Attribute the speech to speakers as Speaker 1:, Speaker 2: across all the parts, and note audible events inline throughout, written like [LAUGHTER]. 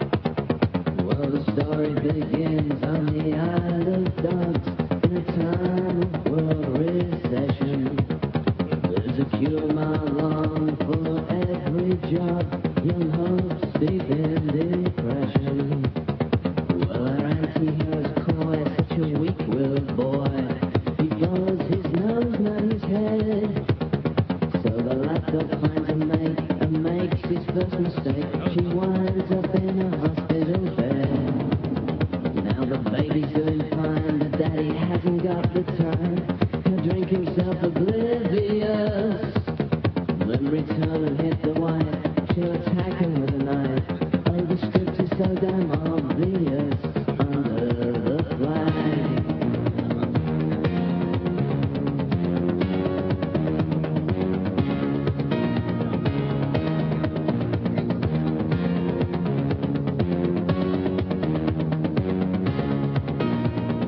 Speaker 1: Well, the story begins on the Isle of Dogs in a time of world recession. There's a queue a mile long for every job, young hopes deep in depression. Well, our anti-hero's coy, such a weak-willed boy. He blows his nose, not his head. So the lapdog finds a mate and makes his first mistake. She winds up in a hospital bed. Now the baby's doing fine, the daddy hasn't got the time to drink himself oblivious. Then return and hit the wife, she'll attack him with a knife. Oh, the script is so damn obvious. Under the flag.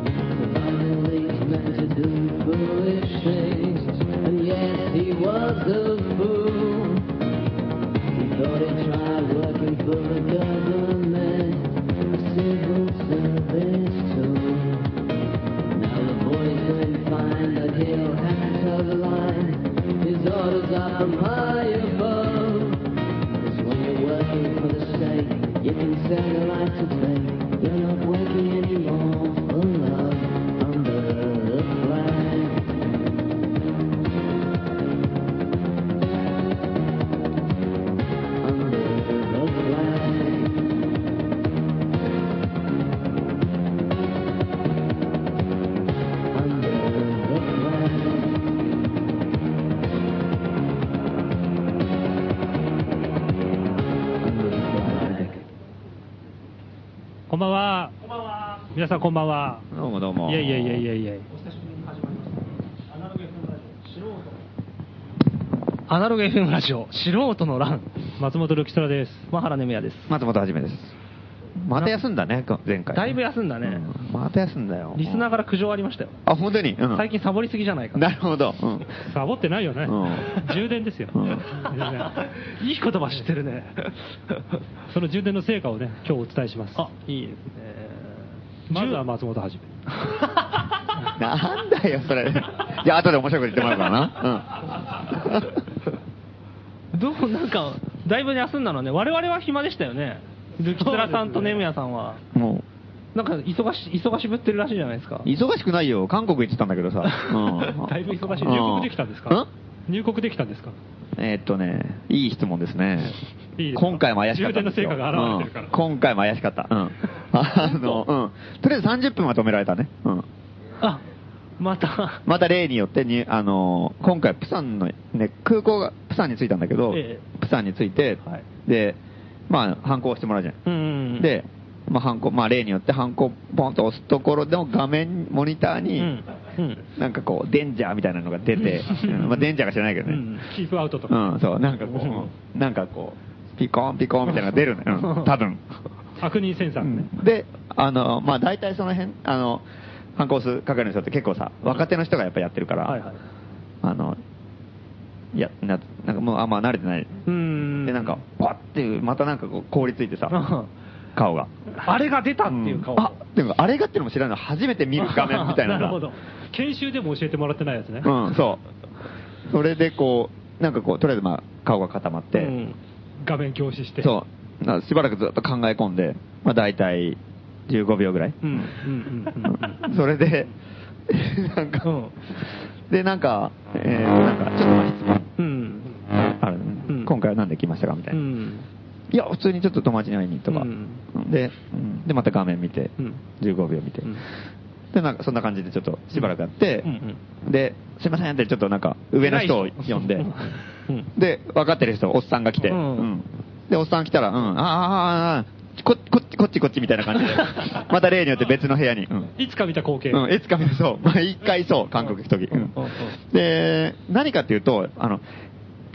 Speaker 1: League's meant to do foolish things, and yes, he was a fool. He thought he'd try working for the government, a civil service tool. Now the boy's doing fine, but he'll have to toe the line. His orders are from high above. 'Cause when you're working for the state, you can sell your life to take. You're not working anymore for love under the flag. Under the flag. Under the flag. Under the flag.
Speaker 2: こんばんは。
Speaker 3: こんばんは。
Speaker 2: 皆さんこんばんは。
Speaker 4: どうもどうも。
Speaker 2: いやいやいやいやいや
Speaker 3: お久しぶりに始まりました。アナログ FM ラジオ、素人の。
Speaker 5: アナログ FM ラジオ、素人の欄、
Speaker 2: 松本力虎です。
Speaker 5: マハラネムヤです。
Speaker 4: 松本はじめです。また休んだね、こ前回。
Speaker 5: だいぶ休んだね
Speaker 4: うんまた休んだよ。
Speaker 5: リスナーから苦情ありましたよ。
Speaker 4: あ、本当に、うん
Speaker 5: 最近サボりすぎじゃないか。
Speaker 4: なるほど。うん
Speaker 2: サボってないよね
Speaker 4: うん。
Speaker 2: 充電ですよ。
Speaker 4: うん
Speaker 2: 全然
Speaker 5: いい言葉知ってるね。
Speaker 2: その充電の成果をね、今日お伝えします。
Speaker 5: あ、いいですね。
Speaker 2: まずは松本はじめ。
Speaker 4: なんだよ、それ。いや、後で面白いこと言ってもらうからな。
Speaker 5: どう、なんか、だいぶ休んだのね。我々は暇でしたよね。ルキツラさんとネムヤさんは。
Speaker 4: うん。も
Speaker 5: なんか、忙し、忙しぶってるらしいじゃないですか
Speaker 4: う、。忙しくないよ。韓国行ってたんだけどさ。うん
Speaker 2: [LAUGHS] だいぶ忙しい。
Speaker 4: うん
Speaker 2: 入国できたんですか入国できたんですか
Speaker 4: んえーっとね、いい質問ですね。
Speaker 2: いいですか
Speaker 4: 今回も怪しかったんですよ。
Speaker 2: 充電の成果が現れてるから
Speaker 4: うん今回も怪しかった。うん。あの、うん。とりあえず30分は止められたね。うん。
Speaker 5: あ、また。
Speaker 4: また例によってに、あのー今回、プサンの、ね、空港がプサンに着いたんだけど、
Speaker 5: え
Speaker 4: プサンに着いて、
Speaker 5: はい
Speaker 4: で、まあ、反抗してもらうじゃん。
Speaker 5: うんうんうん。
Speaker 4: で、まあ、ハンコ、まあ、例によってハンコポンと押すところの画面、モニター
Speaker 5: う
Speaker 4: に、
Speaker 5: ん、うん。
Speaker 4: なんかこう、デンジャーみたいなのが出て、うんまあ、デンジャーか知らないけどね。
Speaker 5: うん
Speaker 2: キープアウトと
Speaker 4: う
Speaker 2: か。
Speaker 4: ん、そう、なんかこう、なんかこう、ピコーンピコーンみたいなのが出るのよ、
Speaker 5: [LAUGHS]
Speaker 4: うん多分。
Speaker 2: 悪人センサーね。
Speaker 4: で、あの、まあ、大体その辺、あの、ハンコ押す係の人って結構さ、若手の人がやっぱやってるから、
Speaker 5: はいはい。
Speaker 4: あの、いや、ななんかもうあんま慣れてない。
Speaker 5: うん。
Speaker 4: で、なんか、わっていう、またなんかこう凍りついてさ、顔が。
Speaker 5: あれが出たっていう顔。
Speaker 4: んあ、でもあれがっていうのも知らないの初めて見る画面みたいな
Speaker 2: な
Speaker 4: さ。
Speaker 2: るほど。研修でも教えてもらってないやつね。
Speaker 4: うん、そう。それでこう、なんかこう、とりあえずまあ、顔が固まって、
Speaker 5: うん
Speaker 2: 画面教視して。
Speaker 4: そう。なしばらくずっと考え込んで、まあ大体15秒ぐらい。
Speaker 5: うんうんうんうんう
Speaker 4: [LAUGHS]
Speaker 5: ん
Speaker 4: それで、なんか、
Speaker 5: うん
Speaker 4: で、なんか、えー、なんか、ちょっとまあ質問。
Speaker 5: うん
Speaker 4: あるね
Speaker 5: うん
Speaker 4: 今回は何で来ましたかみたいうな。
Speaker 5: ん
Speaker 4: いや、普通にちょっと友達に会いにとか、
Speaker 5: うん
Speaker 4: で、うんで、また画面見て、
Speaker 5: うん
Speaker 4: 15秒見て、
Speaker 5: うん
Speaker 4: でなんかそんな感じでちょっとしばらくやって、
Speaker 5: うん
Speaker 4: で、すいませんってちょっとなんか上の人を呼んで、
Speaker 5: 偉い人
Speaker 4: で、分かってる人、おっさんが来て、
Speaker 5: うん
Speaker 4: うんで、おっさん来たら、うん、あーあー、あーここっち、こっち、こっちみたいな感じ
Speaker 5: [LAUGHS]
Speaker 4: で、また例によって別の部屋に。うん
Speaker 2: いつか見た光景。
Speaker 4: うん、いつか見るそう。毎回そう、韓国行くとき。うん
Speaker 5: うん
Speaker 4: で、何かっていうと、あの、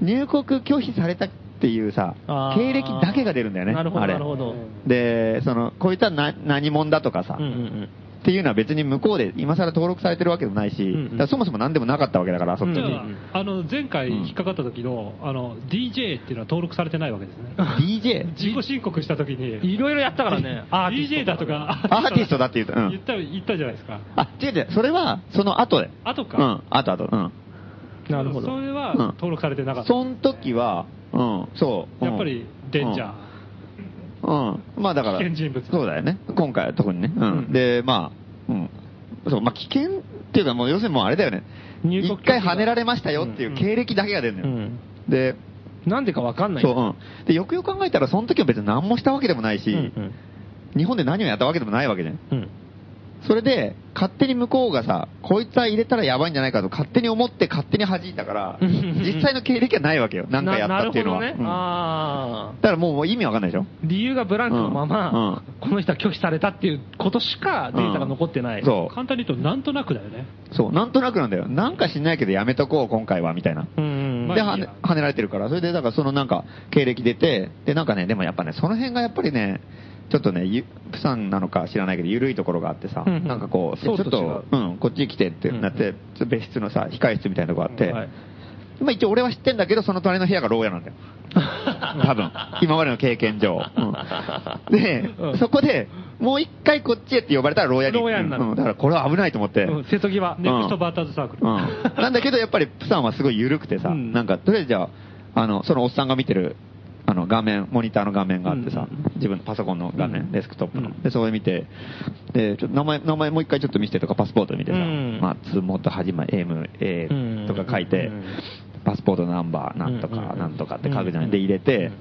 Speaker 4: 入国拒否されたっていうさ
Speaker 5: あ、ー
Speaker 4: 経歴だけが出るんだよね。
Speaker 5: なるほど
Speaker 4: あれ
Speaker 5: なるほど
Speaker 4: で、その、こいつはな何者だとかさ、
Speaker 5: うんうん
Speaker 4: っていうのは別に向こうで今更登録されてるわけでもないし、
Speaker 5: んうん
Speaker 4: だからそもそも何でもなかったわけだから、そっち
Speaker 2: じゃ
Speaker 4: に。
Speaker 2: あ、あの、前回引っかかった時の、あの、DJ っていうのは登録されてないわけですね。
Speaker 4: DJ?
Speaker 2: 自己申告した時に、
Speaker 5: いろいろやったからね。あ
Speaker 2: DJ だとか、
Speaker 4: アーティストだって言うと、う
Speaker 2: 言
Speaker 4: ん
Speaker 2: っ。た、言ったじゃないですか。
Speaker 4: あ、違う違う、それはその後で。
Speaker 2: 後
Speaker 4: う
Speaker 2: か。
Speaker 4: ん、後後、うん。
Speaker 5: なるほど
Speaker 2: そ。れは
Speaker 4: うん
Speaker 2: 登録されてなかった。
Speaker 4: その時は、うん、そう。うん
Speaker 2: やっぱり、デンジャー。
Speaker 4: うん。まあだから、
Speaker 2: 危険人物
Speaker 4: そうだよね。今回は特にね。うん。で、まあ、うん。そう、まあ危険っていうか、もう要するにもうあれだよね。
Speaker 5: 入国拒
Speaker 4: 一
Speaker 5: 否
Speaker 4: 回跳ねられましたよっていう経歴だけが出るのよ。
Speaker 5: うん
Speaker 4: で、
Speaker 5: なんでかわかんない。
Speaker 4: そう、うん。で、よくよく考えたら、その時は別に何もしたわけでもないし、
Speaker 5: うん
Speaker 4: 日本で何をやったわけでもないわけじゃん。
Speaker 5: うん。うん。
Speaker 4: それで、勝手に向こうがさ、こいつは入れたらやばいんじゃないかと勝手に思って勝手に弾いたから、
Speaker 5: うんうんうん
Speaker 4: 実際の経歴はないわけよ。何回やったっていうのは。
Speaker 5: ななる
Speaker 4: う
Speaker 5: ほど
Speaker 4: ん
Speaker 5: ね。あ
Speaker 4: だからもうもう意味わかんないでしょ
Speaker 5: あ。理由がブランクのまま、
Speaker 4: うん
Speaker 5: この人は拒否されたっていうことしかデータが残ってない。
Speaker 4: そう。
Speaker 2: 簡単に言うと、なんとなくだよね。
Speaker 4: そう、なんとなくなんだよ。なんか知んないけどやめとこう、今回は、みたいな。
Speaker 5: う。うん。
Speaker 4: で、
Speaker 2: まあい
Speaker 4: は
Speaker 2: い
Speaker 4: ね
Speaker 2: や
Speaker 4: 跳ねられてるから、それで、だからそのなんか、経歴出て、で、なんかね、でもやっぱね、その辺がやっぱりね、ちょっとね、ゆプサンなのか知らないけど、緩いところがあってさ、
Speaker 5: うんうん
Speaker 4: なんかこう、ち
Speaker 5: そ
Speaker 4: ょ
Speaker 5: う
Speaker 4: っ
Speaker 5: と違う
Speaker 4: と、うん、こっちに来てってなって、ちょっと別室のさ、控室みたいなとこあって、 [LAUGHS]
Speaker 5: はい
Speaker 4: まあ一応俺は知ってんだけど、その隣の部屋が牢屋
Speaker 5: [LAUGHS]
Speaker 4: なんだよ。多分。今までの経験上。うんで、
Speaker 5: うん
Speaker 4: そこで、もう一回こっちへって呼ばれたら牢屋に。
Speaker 5: 牢屋になる
Speaker 4: うんだからこれは危ないと思って、
Speaker 5: うん瀬戸際。
Speaker 2: ネクストバーターズサークル。
Speaker 4: うんなんだけど、やっぱりプサンはすごい緩くてさ、
Speaker 5: うん
Speaker 4: なんか、とりあえずじゃあ、あの、そのおっさんが見てる、あの、画面、モニターの画面があってさ、
Speaker 5: うん
Speaker 4: 自分のパソコンの画面、
Speaker 5: うん
Speaker 4: デスクトップの。
Speaker 5: うん
Speaker 4: で、そこで見て、で、ちょっと名前、名前もう一回ちょっと見せてとか、パスポート見てさ、
Speaker 5: うん
Speaker 4: 松本はじま、M、A とか書いて、
Speaker 5: うん
Speaker 4: パスポートナンバー、なんと
Speaker 5: うん
Speaker 4: か
Speaker 5: う、ん
Speaker 4: なんとかって書くじゃない。で、入れて、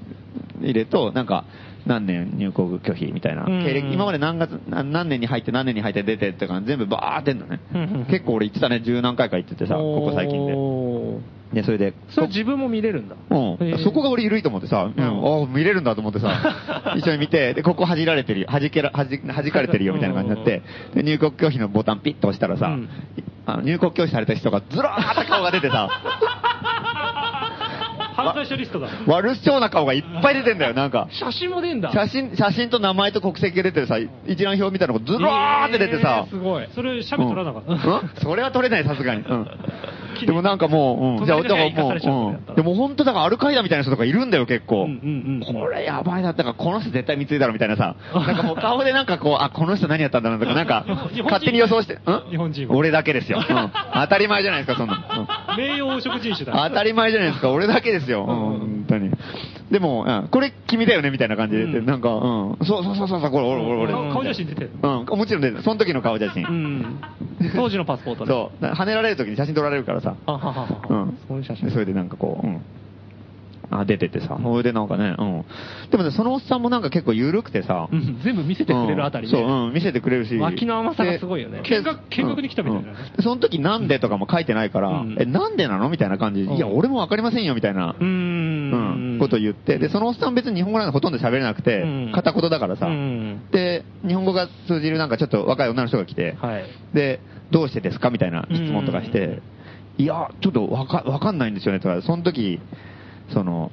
Speaker 4: 入れと、なんか、何年入国拒否みたいな。
Speaker 5: うん
Speaker 4: 経歴、今まで何月、な何年に入って何年に入って出てってか、全部バーってんのね
Speaker 5: うんうん [LAUGHS] うん。
Speaker 4: 結構俺行ってたね、十何回か行っててさ、ここ最近で。
Speaker 5: おー
Speaker 4: で、それで、
Speaker 5: それ自分も見れるんだ。
Speaker 4: うん
Speaker 5: へー
Speaker 4: そこが俺緩いと思ってさ、うん、ああ、見れるんだと思って
Speaker 5: [LAUGHS]
Speaker 4: さ、一緒に見て、で、ここ弾られてるよ、弾けら、弾弾かれてるよみたいな感じになって、で入国拒否のボタンピッと押したらさ、
Speaker 5: うん
Speaker 4: あの入国拒否された人がずらーっと顔が出てさ、
Speaker 5: [LAUGHS]
Speaker 2: 犯罪者リストだ。
Speaker 4: 悪そうな顔がいっぱい出てんだよ、なん
Speaker 5: [LAUGHS]
Speaker 4: か。
Speaker 5: 写真も出んだ。
Speaker 4: 写真、写真と名前と国籍が出てるさ、一覧表みたいなのがずらーって出てさ
Speaker 5: えー、すごい。
Speaker 2: それ、写
Speaker 4: う
Speaker 2: メ
Speaker 4: ん
Speaker 2: 取らなかった。
Speaker 4: うんそれは取れない、さすがに。うん。でもなんかもう、うん。じゃあ、だから
Speaker 5: 隣の部屋行か
Speaker 4: も
Speaker 5: されちゃう
Speaker 4: う
Speaker 5: やっ、た
Speaker 4: うん。
Speaker 5: ら
Speaker 4: でも本当だからアルカイダみたいな人とかいるんだよ、結構。
Speaker 5: うんうんうん
Speaker 4: これやばいな、だからこの人絶対見ついだろ、みたいなさ。なんかもう顔でなんかこう、あ、この人何やったんだろうとか、なんか、
Speaker 2: 日本人
Speaker 4: 勝手に予想して、うん
Speaker 2: 日本人
Speaker 4: 俺だけですよ。うん。当たり前じゃないですか、そんなの。うん
Speaker 2: 名誉黄色人種だ。
Speaker 4: 当たり前じゃないですか、俺だけですよ、うん、本当に。でも、うんこれ君だよねみたいな感じで、
Speaker 5: うん
Speaker 4: なんか、うん、そうそうそうそう、これ俺、俺、俺。
Speaker 2: 顔顔写真出てる。
Speaker 4: うん、もちろん出てるその時の顔写真。
Speaker 5: うん。当時のパスポートね。
Speaker 4: そう、だから跳ねられる時に写真撮られるからさ。
Speaker 5: あははは
Speaker 4: う
Speaker 5: は
Speaker 4: ん。。
Speaker 5: そういう写真
Speaker 4: でそ。れでなんかこう、うん。あ、出ててさ。それでなんかね、うん。でもね、そのおっさんもなんか結構緩くてさ。
Speaker 5: うん全部見せてくれるあたり
Speaker 4: うん
Speaker 5: ね
Speaker 4: そう、うん、見せてくれるし。
Speaker 5: 脇の甘さがすごいよね
Speaker 4: で
Speaker 2: 見学見学に来たみたいなね
Speaker 4: うんその時なんでとかも書いてないから、
Speaker 5: うん
Speaker 4: え、なんでなのみたいな感じで、いや、俺もわかりませんよ、みたいな。
Speaker 5: うー
Speaker 4: うん
Speaker 5: ん。
Speaker 4: ことを言って、で、そのおっさん別に日本語なんかほとんど喋れなくて、
Speaker 5: うん
Speaker 4: 片言だからさ、
Speaker 5: うん
Speaker 4: で、日本語が通じるなんかちょっと若い女の人が来て、
Speaker 5: はい。
Speaker 4: で、どうしてですかみたいな質問とかして、
Speaker 5: うん
Speaker 4: いや、ちょっとわかわかんないんですよねとか、その時、その、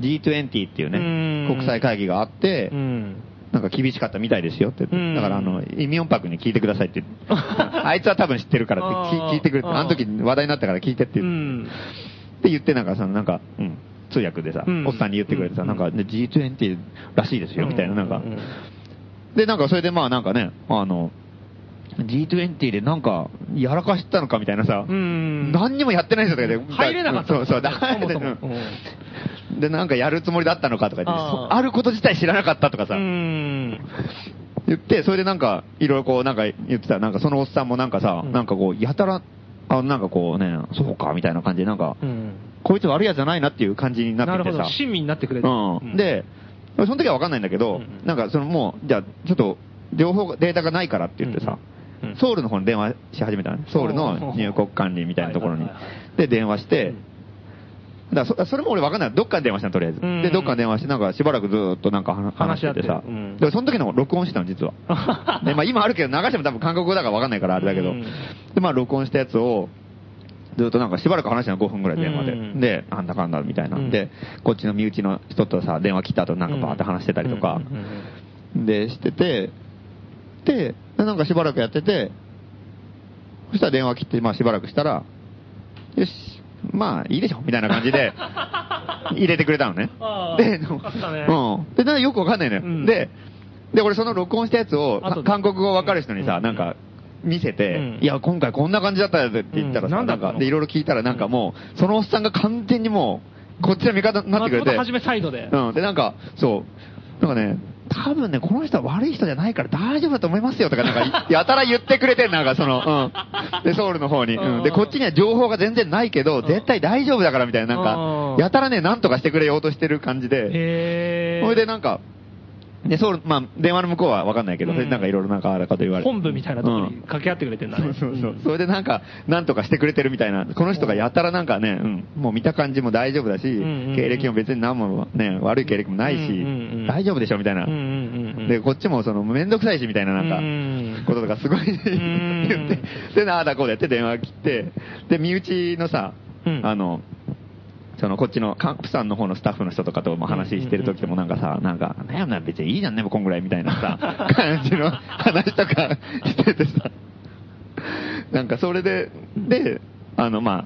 Speaker 4: G20 っていうね、
Speaker 5: うん
Speaker 4: 国際会議があって、
Speaker 5: うん。
Speaker 4: なんか厳しかったみたいですよって。
Speaker 5: うん
Speaker 4: だから、あの、イミョンパクに聞いてください
Speaker 5: [LAUGHS]
Speaker 4: って。あいつは多分知ってるからって聞
Speaker 5: あー
Speaker 4: 聞いてくれて、あの時話題になったから聞いてって
Speaker 5: う
Speaker 4: 言って
Speaker 5: ん。
Speaker 4: って言って、なんか、その、なんか、うん、通訳でさ、
Speaker 5: うん
Speaker 4: おっさんに言ってくれてさ、
Speaker 5: うん
Speaker 4: なんか、ね G20 らしいですよ、みたいな、なんか
Speaker 5: う、ん
Speaker 4: で、なんか、それでまあ、なんかね、あの、G20 でなんか、やらかしたのかみたいなさ、
Speaker 5: うん。
Speaker 4: 何にもやってない人とかで、
Speaker 5: 入れなかった
Speaker 4: うんそう [LAUGHS] そう、だ
Speaker 5: そもそも
Speaker 4: うんで、なんかやるつもりだったのかとか言って、
Speaker 5: あー
Speaker 4: そあること自体知らなかったとか
Speaker 5: う
Speaker 4: さ、
Speaker 5: ん。
Speaker 4: 言って、それでなんか、いろいろこう、なんか言ってたら、なんかそのおっさんもなんかさ、
Speaker 5: うん
Speaker 4: なんかこう、やたら、あなんかこうね、そうか、みたいな感じで、なんか、
Speaker 5: うん。
Speaker 4: こいつ悪いやつじゃないなっていう感じにな
Speaker 5: な
Speaker 4: っ
Speaker 5: る
Speaker 4: て
Speaker 5: ほ
Speaker 4: きて
Speaker 5: ど
Speaker 4: さ。。
Speaker 5: 親身になってくれる。
Speaker 4: うん。、で、その時は分かんないんだけど、
Speaker 5: うんうん
Speaker 4: なんかそのもう、じゃあちょっと、情報が、データがないからって言ってさ、
Speaker 5: うん
Speaker 4: ソウルの方に電話し始めたのね。ソウルの入国管理みたいなところに
Speaker 3: はいはいは。
Speaker 4: で、電話して、だからそそれも俺分かんない。どっかに電話したの、とりあえず。
Speaker 5: うん
Speaker 4: で、どっかに電話して、なんかしばらくずーっとなんか話話
Speaker 5: 話し合
Speaker 4: し
Speaker 5: って
Speaker 4: ててさ。
Speaker 5: うん
Speaker 4: で、その時の録音してたの、実は。
Speaker 5: [LAUGHS]
Speaker 4: で、まあ今あるけど、流しても多分韓国語だから分かんないからあれだけど。
Speaker 5: うん
Speaker 4: で、まあ録音したやつを、ずっとなんかしばらく話したの5分ぐらい電話で。
Speaker 5: うん
Speaker 4: で、なんだかんだみたいな。
Speaker 5: うん
Speaker 4: で、こっちの身内の人とさ、電話切った後なんかバーって話してたりとか。
Speaker 5: うんうんうんうん
Speaker 4: で、してて、で、なんかしばらくやってて、そしたら電話切って、まあしばらくしたら、よし、まあいいでしょ、みたいな感じ
Speaker 5: [LAUGHS]
Speaker 4: で、入れてくれたのね
Speaker 5: あ。ー
Speaker 4: で、
Speaker 5: よかったね
Speaker 4: うん。で、なんかよくわかんないのよ。
Speaker 5: うん
Speaker 4: で、で、俺その録音したやつを、
Speaker 5: 後で
Speaker 4: 韓国語わかる人にさ、
Speaker 5: うん
Speaker 4: なんか、見せて、
Speaker 5: うん
Speaker 4: いや、今回こんな感じだったよって言ったらさ、
Speaker 5: うんなんだったの
Speaker 4: か、で、いろいろ聞いたら、なんかもう、そのおっさんが完全にもう、こっちの味方になってくれて、
Speaker 5: 松本はじめサイドで。
Speaker 4: うん。で、なんか、そう。なんかね、多分ね、この人は悪い人じゃないから大丈夫だと思いますよとか、なんか、やたら言ってくれてん、なんかその、うん。で、ソウルの方に。うん。で、こっちには情報が全然ないけど、絶対大丈夫だからみたいな、なん
Speaker 5: うん
Speaker 4: か、やたらね、なんとかしてくれようとしてる感じで、
Speaker 5: へー。
Speaker 4: それでなんか、で、ソウル、まあ、電話の向こうはわかんないけど、
Speaker 5: うん
Speaker 4: それでなんかいろいろなんかあらかと言われて。
Speaker 5: 本部みたいなところに
Speaker 4: うん
Speaker 5: 掛け合ってくれてんだ
Speaker 4: そ
Speaker 5: ね
Speaker 4: う。そうそう。それでなんか、なんとかしてくれてるみたいな。この人がやたらなんかね、うんもう見た感じも大丈夫だし、
Speaker 5: んうん
Speaker 4: 経歴も別に何もね、悪い経歴もないし、
Speaker 5: うんうんうん
Speaker 4: 大丈夫でしょみたいな。
Speaker 5: うんうんうんうん
Speaker 4: で、こっちもその、めんどくさいしみたいななんか、
Speaker 5: うんうん
Speaker 4: こととかすごい言って、
Speaker 5: ん
Speaker 4: で、なあだこうだやって電話切って、で、身内のさ、
Speaker 5: うん
Speaker 4: あの、そのこっちのカンプさんの方のスタッフの人とかとも話してる時でもなんかさ、なんか、なんやなん別にいいじゃんね、もうこんぐらいみたいな
Speaker 5: [LAUGHS]
Speaker 4: さ、感じの話とかしててさ、 [LAUGHS] なんかそれで、で、あの、まあ、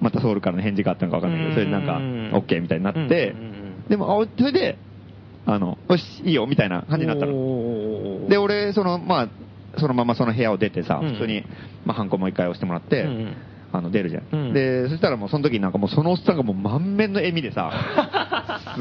Speaker 4: またソウルからの返事があったのかわかんないけど、それでなん
Speaker 5: うんうんうん
Speaker 4: か、OK みたいになって
Speaker 5: うんうんうん、
Speaker 4: でも、あそれで、あの、よし、いいよ、みたいな感じになったの。
Speaker 5: の
Speaker 4: で、俺、その、まあ、そのままその部屋を出てさ、
Speaker 5: うん
Speaker 4: 普通に、まあ、ハンコもう一回押してもらって、
Speaker 5: うんうん
Speaker 4: あの、出るじゃん,、
Speaker 5: うん
Speaker 4: で、そしたらもうその時になんかもうそのおっさんがもう満面の笑みでさ、す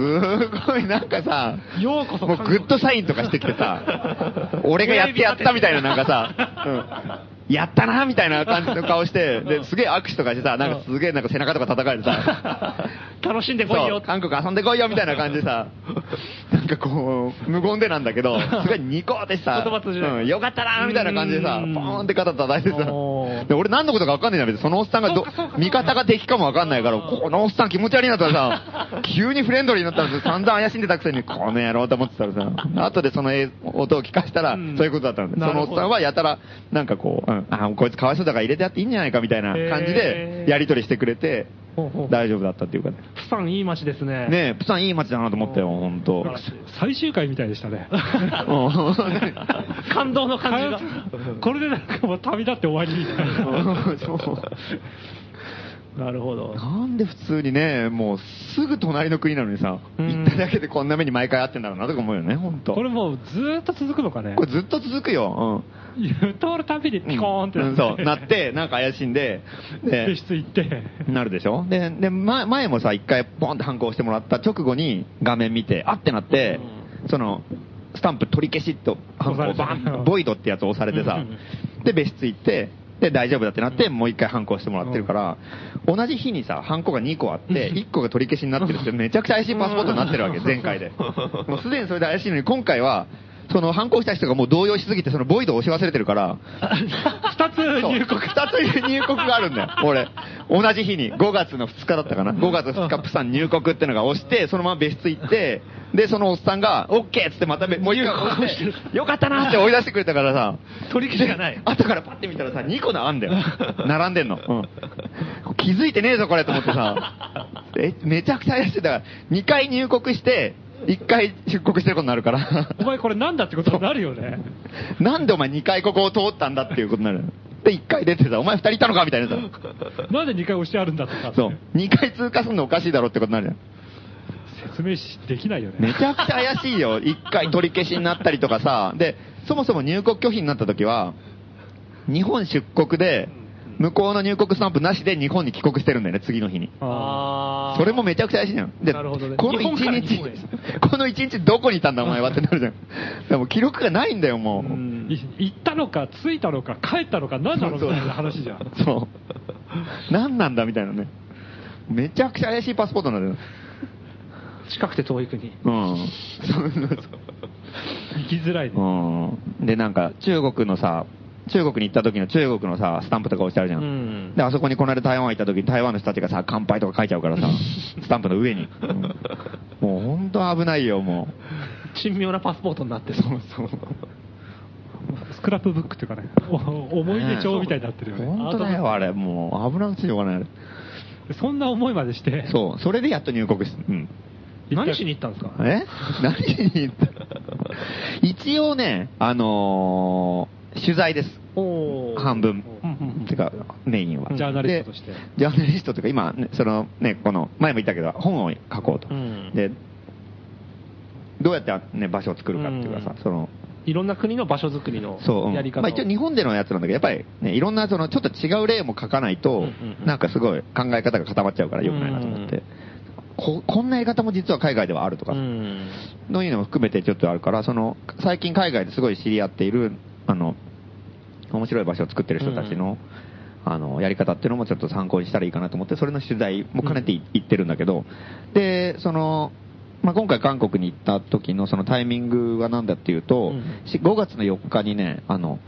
Speaker 4: ごいなんかさ、
Speaker 5: ようこそ
Speaker 4: も
Speaker 5: 韓
Speaker 4: う
Speaker 5: 国
Speaker 4: グッドサインとかしてきてさ、俺がやってやったみたいななんかさ、うんやったなみたいな感じの顔して、で、すげえ握手とかしてさ、なんかすげえなんか背中とか叩かれてさ、
Speaker 5: 楽しんでこい
Speaker 4: そ
Speaker 5: よ
Speaker 4: う。韓国遊んでこいよみたいな感じで
Speaker 5: [LAUGHS]
Speaker 4: さ、なんかこう、無言でなんだけど、すごいニコーってさ、
Speaker 5: 言葉通じない
Speaker 4: うん、よかったなーみたいな感じでさ、
Speaker 5: う
Speaker 4: ポ
Speaker 5: ん
Speaker 4: ーンって肩叩いてさ
Speaker 5: おー、
Speaker 4: で俺何のことかわかんないんだけど、そのおっさんがど、味方が敵かもわかんないから、このおっさん気持ち悪いなと
Speaker 5: [LAUGHS]
Speaker 4: かさ、急にフレンドリーになったんですよ、散々怪しんでたくせに、この野郎と思ってたらさ、後でその映音を聞かしたら、
Speaker 5: うん
Speaker 4: そういうことだったんで、
Speaker 5: な
Speaker 4: そ
Speaker 5: る
Speaker 4: の
Speaker 5: ほど
Speaker 4: おっさんはやたら、なんかこう、うん、あー、こいつかわいそうだから入れてやっていいんじゃないかみたいな感じ
Speaker 5: へ
Speaker 4: で、
Speaker 5: ー
Speaker 4: やりとりしてくれて、
Speaker 5: ほうほう
Speaker 4: 大丈夫だったっていうかね。
Speaker 5: プサンいい街ですね。
Speaker 4: ねえ、プサンいい街だなと思ったよ、ほんと。
Speaker 2: 最終回みたいでしたね。 [LAUGHS]
Speaker 5: 感動の感じが。
Speaker 2: これでなんかもう旅立って終わりみたいな。
Speaker 5: なるほど。
Speaker 4: [LAUGHS] なんで普通にね、もうすぐ隣の国なのにさ、
Speaker 5: うん
Speaker 4: 行っただけでこんな目に毎回会ってんだろうなとか思うよね、ほんと。
Speaker 2: こ
Speaker 4: こ
Speaker 2: れ
Speaker 4: れ
Speaker 2: もうずーっと続くのかね。
Speaker 4: ずっと続くよ、
Speaker 2: 通るたびに
Speaker 4: うん。
Speaker 2: ピコーンって
Speaker 4: う
Speaker 2: な
Speaker 4: ん
Speaker 2: っ
Speaker 4: そう、
Speaker 2: て。
Speaker 4: なって、なんか怪し
Speaker 2: [LAUGHS]
Speaker 4: んで、で
Speaker 2: 別、室行って。
Speaker 4: なるでしょで、で、ま、前もさ、一回ポンって反抗してもらった直後に画面見て、あってなって、その、スタンプ取り消しと、反抗
Speaker 2: 押さ
Speaker 4: バ
Speaker 2: れた
Speaker 4: ンボイドってやつを押されてさ
Speaker 5: うんうん、
Speaker 4: で、別室行って、で、大丈夫だってなって、もう一回反抗してもらってるから、同じ日にさ、反抗が2個あって、1個が取り消しになってるって、めちゃくちゃ怪しいパスポートになってるわけ、前回で。もうすでにそれで怪しいのに、今回は、その反抗した人がもう動揺しすぎて、そのボイドを押し忘れてるから、
Speaker 5: 二つ入国。
Speaker 4: 2つ入国があるんだよ、俺。同じ日に、5月の2日だったかな。5月2日、プサン入国ってのが押して、そのまま別室行って、で、そのおっさんが、オッケーっつってまたべもう一回押して、よかったなって追い出してくれたからさ、
Speaker 5: 取り消しがない。
Speaker 4: 後からパッて見たらさ、2個のあんだよ。
Speaker 5: [LAUGHS]
Speaker 4: 並んでんの。気づいてねえぞ、これと思ってさ。え、めちゃくちゃ怪しい。だから、2回入国して、1回出国してることになるから。
Speaker 2: お前これなんだってことになるよね。
Speaker 4: なんでお前2回ここを通ったんだっていうことになる。で、1回出てさ、お前2人いたのかみたいなさ。
Speaker 2: なんで2回押してあるんだとかって
Speaker 4: そう。2回通過するのおかしいだろってことになるじゃん。
Speaker 2: 説明しできないよ
Speaker 4: め
Speaker 2: ね。
Speaker 4: ちゃくちゃ怪しいよ。1回取り消しになったりとかさ。で、そもそも入国拒否になった時は、日本出国で、向こうの入国スタンプなしで日本に帰国してるんだよね、次の日に。
Speaker 2: あ
Speaker 5: あー
Speaker 4: それもめちゃくちゃ怪しいじゃん。で、
Speaker 5: なるほどね
Speaker 4: この
Speaker 5: 日本から
Speaker 4: 1
Speaker 5: 日本へ
Speaker 4: 日、この1日どこにいたんだお前はってなるじゃん。でも記録がないんだよ、もう。
Speaker 2: ーい行ったのか、着いたのか、帰ったのか、何なのみたいな話じゃん。
Speaker 4: そう。何なんだみたいなね。めちゃくちゃ怪しいパスポートなんだよ。
Speaker 5: 近くて遠い国。
Speaker 4: うん。そうそう
Speaker 2: 行きづらいね。
Speaker 4: そう。うん。で、なんか、中国のさ、中国に行った時の中国のさ、スタンプとか置いてあるじゃん。
Speaker 5: うん
Speaker 4: で、あそこにこの間台湾行った時に台湾の人たちがさ、乾杯とか書いちゃう [LAUGHS] からさ、スタンプの上に。うんもう本当危ないよ、も
Speaker 5: 珍妙なパスポートになって
Speaker 4: う。そうそう。
Speaker 2: スクラップブックっていうかね、お思い出帳みたいになってるよね。
Speaker 4: 本当だよ、あれ。もう危なくてしょうがないあれ。
Speaker 2: そんな思いまでして、
Speaker 4: そう、それでやっと入国し、うん。
Speaker 5: 何しに行ったんですか
Speaker 4: え何に一応ね、あのー取材です。
Speaker 5: おー
Speaker 4: 半分
Speaker 5: うんうんうん。
Speaker 4: てか、メインは。
Speaker 2: ジャーナリストとして
Speaker 4: でジャーナリストというか、今、ね、そのね、この、前も言ったけど、本を書こうと。
Speaker 5: うん
Speaker 4: で、どうやって、ね、場所を作るかっていうかさ、
Speaker 5: うん
Speaker 4: その、
Speaker 5: いろんな国の場所づくりの
Speaker 4: そう、うん
Speaker 5: やり方を
Speaker 4: まあ一応日本でのやつなんだけど、やっぱりね、いろんなその、ちょっと違う例も書かないと、
Speaker 5: うんうんうん
Speaker 4: なんかすごい考え方が固まっちゃうから良くないなと思って。ここんなやり方も実は海外ではあるとか
Speaker 5: う
Speaker 4: さ、
Speaker 5: ん
Speaker 4: のいうのも含めてちょっとあるから、その、最近海外ですごい知り合っている、あの、面白い場所を作ってる人たちの、あの、やり方っていうのもちょっと参考にしたらいいかなと思って、それの取材も兼ねてい行ってるんだけど、で、その、まあ、今回韓国に行った時のそのタイミングは何だっていうと、
Speaker 5: うん
Speaker 4: し5月の4日にね、あの、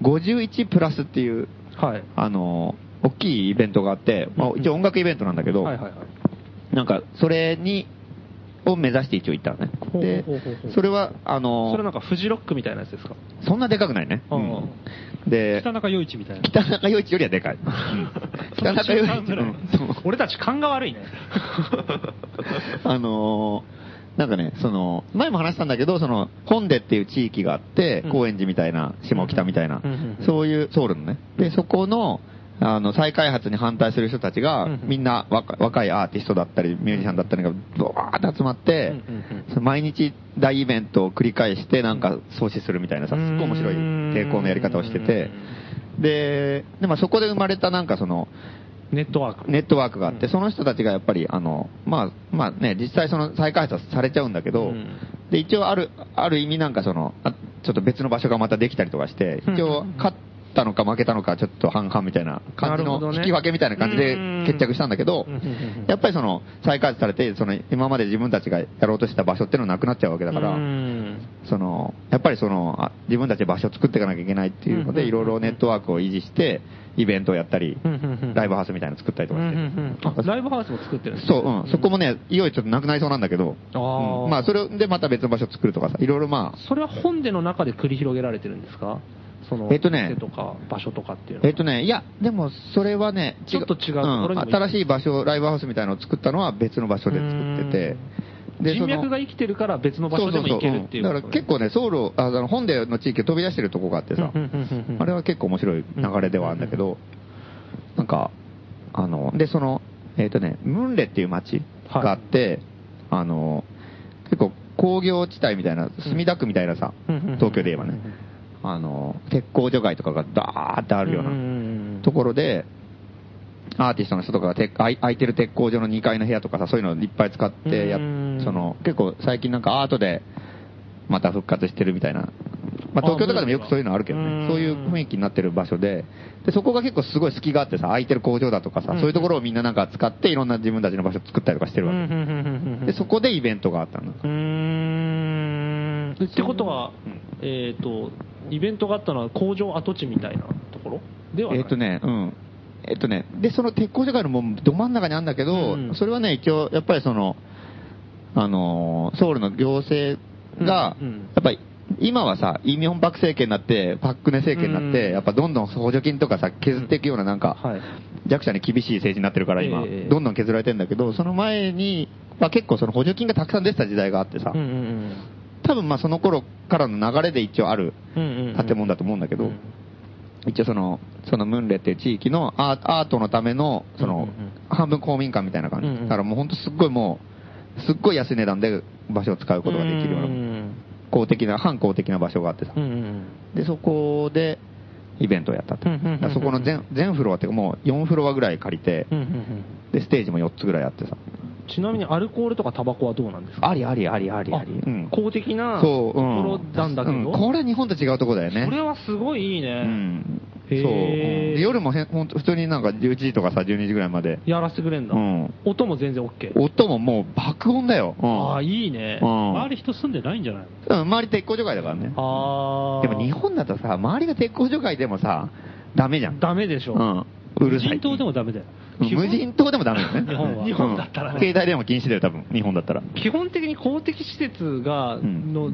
Speaker 4: 51プラスっていう、
Speaker 5: はい
Speaker 4: あの、大きいイベントがあって、まあ、一応音楽イベントなんだけど、
Speaker 5: はいはいはい
Speaker 4: なんか、それに、を目指して一応行ったのね。
Speaker 5: ほう
Speaker 4: で
Speaker 5: ほうほうほう、
Speaker 4: それは、あの、
Speaker 5: それなんかフジロックみたいなやつですか
Speaker 4: そんなでかくないね。
Speaker 5: うん
Speaker 4: うんで
Speaker 2: 北、中陽一みたいな。
Speaker 4: 北中洋一よりはでかい。うん北中洋一。うんそう
Speaker 5: 俺たち勘が悪いね
Speaker 4: あのーなんかね、その、前も話したんだけど、その、本出っていう地域があって
Speaker 5: う、ん
Speaker 4: 高円寺みたいな、下北みたいな
Speaker 5: うんうんうん、
Speaker 4: そういう、ソウルのね。で、そこの、あの、再開発に反対する人たち
Speaker 5: うん
Speaker 4: が、
Speaker 5: うん
Speaker 4: みんな若若いアーティストだったり、ミュージシャンだったりが、ドワーッと集まって
Speaker 5: うんうんうん、
Speaker 4: その毎日大イベントを繰り返して、なんか、創始するみたいなさ、すっごい面白い抵抗のやり方をしてて、で、でまあそこで生まれたなんかその、
Speaker 5: ネットワーク
Speaker 4: ネットワークがあって、
Speaker 5: うん
Speaker 4: その人たちがやっぱり、あの、まあ、まあね、実際その再開発されちゃうんだけど、
Speaker 5: うん
Speaker 4: で、一応ある、ある意味なんかその、あちょっと別の場所がまたできたりとかして、一応
Speaker 5: うん
Speaker 4: 勝ったのか負けたのかちょっと半々みたいな感じ
Speaker 5: なるほど
Speaker 4: の
Speaker 5: ね
Speaker 4: 引き分けみたいな感じで
Speaker 5: うん
Speaker 4: 決着したんだけど
Speaker 5: うんうんうん、
Speaker 4: やっぱりその、再開発されて、その、今まで自分たちがやろうとしてた場所っていうのはなくなっちゃうわけだから、
Speaker 5: うん
Speaker 4: その、やっぱりその、あ自分たちで場所を作っていかなきゃいけないっていうので、
Speaker 5: うん
Speaker 4: いろいろネットワークを維持して、イベントをやったり
Speaker 5: うんうんうん、
Speaker 4: ライブハウスみたいなの作ったりと
Speaker 5: うん
Speaker 4: か
Speaker 5: う
Speaker 4: して。
Speaker 5: んうんあライブハウスも作ってるんですね
Speaker 4: そう、うん。そこもね、いよいよちょっとなくなりそうなんだけど、
Speaker 5: あー
Speaker 4: うんまあ、それでまた別の場所作るとかさ、いろいろまあ、
Speaker 5: それは本での中で繰り広げられてるんですかその
Speaker 4: えっとね
Speaker 5: 店とか場所とかっていうのは
Speaker 4: えっとね、いや、でもそれはね、
Speaker 5: ちょっと違うんところにも行く
Speaker 4: 新しい場所、ライブハウスみたいなのを作ったのは別の場所で作ってて、で
Speaker 5: 人脈が生きてるから別の場所でも行けるっていう
Speaker 4: そうそうそううんだから結構ね、ソウルを、ああの本での地域を飛び出してるとこがあってさ
Speaker 5: うんうんうんうんう、ん
Speaker 4: あれは結構面白い流れではあるんだけど、なんか、あの、で、その、えっ、とね、ムンレっていう町があって、あの、結構工業地帯みたいな、墨田区みたいなさ、
Speaker 5: うんうんうん
Speaker 4: 東京で言えばね、あの、鉄工所街とかがダーってあるような、ところで、アーティストの人とかが鉄空い空いてる鉄工所の2階の部屋とかさ、そういうのをいっぱい使ってやっ
Speaker 5: うん
Speaker 4: その、結構最近なんかアートでまた復活してるみたいな。まあ、東京とかでもよくそういうのあるけど
Speaker 5: う
Speaker 4: ね
Speaker 5: ん、
Speaker 4: そういう雰囲気になってる場所で、で、そこが結構すごい隙があってさ、空いてる工場だとかさ、
Speaker 5: うん
Speaker 4: そういうところをみんななんか使っていろんな自分たちの場所作ったりとかしてるわけ。で、そこでイベントがあったの。
Speaker 5: うーんってことは、
Speaker 4: うん
Speaker 5: えっ、と、イベントがあったのは工場跡地みたいなところではない
Speaker 4: えっ、と、ね、うん。えっ、とね、で、その鉄工所街のもうど真ん中にあるんだけど、
Speaker 5: うん
Speaker 4: それはね、一応、やっぱりその、あのーソウルの行政が、
Speaker 5: うんうん
Speaker 4: やっぱり、今はさ、イ・ミョンバク政権になって、パックネ政権になって、
Speaker 5: うん
Speaker 4: やっぱどんどん補助金とかさ、削っていくようななんか、
Speaker 5: はい。
Speaker 4: 弱者に厳しい政治になってるから今、
Speaker 5: ええ
Speaker 4: どんどん削られてるんだけど、その前に、まあ、結構その補助金がたくさん出てた時代があってさ、
Speaker 5: うんうん
Speaker 4: 多分まあその頃からの流れで一応ある
Speaker 5: うんうんうん
Speaker 4: 建物だと思うんだけど、
Speaker 5: うん
Speaker 4: 一応その、そのムンレっていう地域のアーアートのための、そ
Speaker 5: うんう
Speaker 4: の
Speaker 5: んうん、
Speaker 4: 半分公民館みたいな感じ。
Speaker 5: うんうん
Speaker 4: だからもう本当すっごいもう、すっごい安い値段で場所を使うことができるよ
Speaker 5: う
Speaker 4: うなん公的な、反公的な場所があってさ
Speaker 5: うん。うん
Speaker 4: で、そこでイベントをやったと。
Speaker 5: うんうんうんうん
Speaker 4: だからそこの全全フロアっていうかもう4フロアぐらい借りて
Speaker 5: うんうんう、ん
Speaker 4: で、ステージも4つぐらいあってさ。
Speaker 5: ちなみにアルコールとかタバコはどうなんですか
Speaker 4: ありありありありあり。
Speaker 5: あ
Speaker 4: うん
Speaker 5: 公的な
Speaker 4: そ
Speaker 5: と
Speaker 4: う、
Speaker 5: ころなんだけど、
Speaker 4: うんこれは日本と違うとこだよね。
Speaker 5: それはすごいいいね。
Speaker 4: うん。そう
Speaker 5: へー
Speaker 4: うんで夜もへんほんと普通になんか11時とかさ、12時ぐらいまで。
Speaker 5: やらせてくれんだ。
Speaker 4: うん
Speaker 5: 音も全然 OK。
Speaker 4: 音ももう爆音だよ。うん
Speaker 5: ああ、いいね。
Speaker 4: うん
Speaker 2: 周り人住んでないんじゃない
Speaker 4: うん周り鉄工所会だからね。
Speaker 5: ああ。
Speaker 4: でも日本だとさ、周りが鉄工所会でもさ、ダメじゃん。
Speaker 5: ダメでしょ。
Speaker 4: うん。うる
Speaker 2: 無
Speaker 4: さい。
Speaker 2: 人島でもダメだよ。
Speaker 4: うん無人島でもダメだよね。
Speaker 2: 日本は
Speaker 4: うん
Speaker 2: 日
Speaker 5: 本だったらね
Speaker 4: うん携帯電話禁止だよ、多分。日本だったら。
Speaker 5: 基本的に公的施設が、
Speaker 4: うん
Speaker 5: の、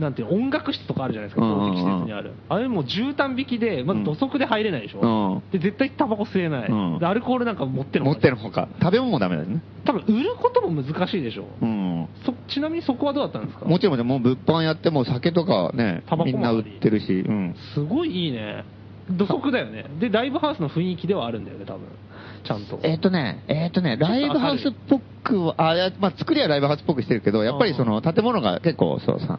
Speaker 5: なんていうの音楽室とかあるじゃないですか、
Speaker 4: うんうんう
Speaker 5: 公
Speaker 4: ん
Speaker 5: 的施設にある。あれもう絨毯引きで、まず土足で入れないでしょ。
Speaker 4: う
Speaker 5: で、絶対タバコ吸えない。
Speaker 4: うん
Speaker 5: で、アルコールなんか持ってる
Speaker 4: 持ってる
Speaker 5: ん。
Speaker 4: ほか。食べ物もダメだよね。
Speaker 5: 多分、売ることも難しいでしょ。
Speaker 4: うん。
Speaker 5: そちなみにそこはどうだったんですか
Speaker 4: もちろん、もう物販やっても酒とかね
Speaker 5: タバ、コ
Speaker 4: み
Speaker 5: も
Speaker 4: んな売ってるし、うん。
Speaker 5: すごいいいね。土足だよね。で、ライブハウスの雰囲気ではあるんだよね、多分。ちゃんと。
Speaker 4: えっ、とね、えっ、とね、ライブハウスっぽくは、あいやまあ、作りはライブハウスっぽくしてるけど、やっぱりその建物が結構、そうさ、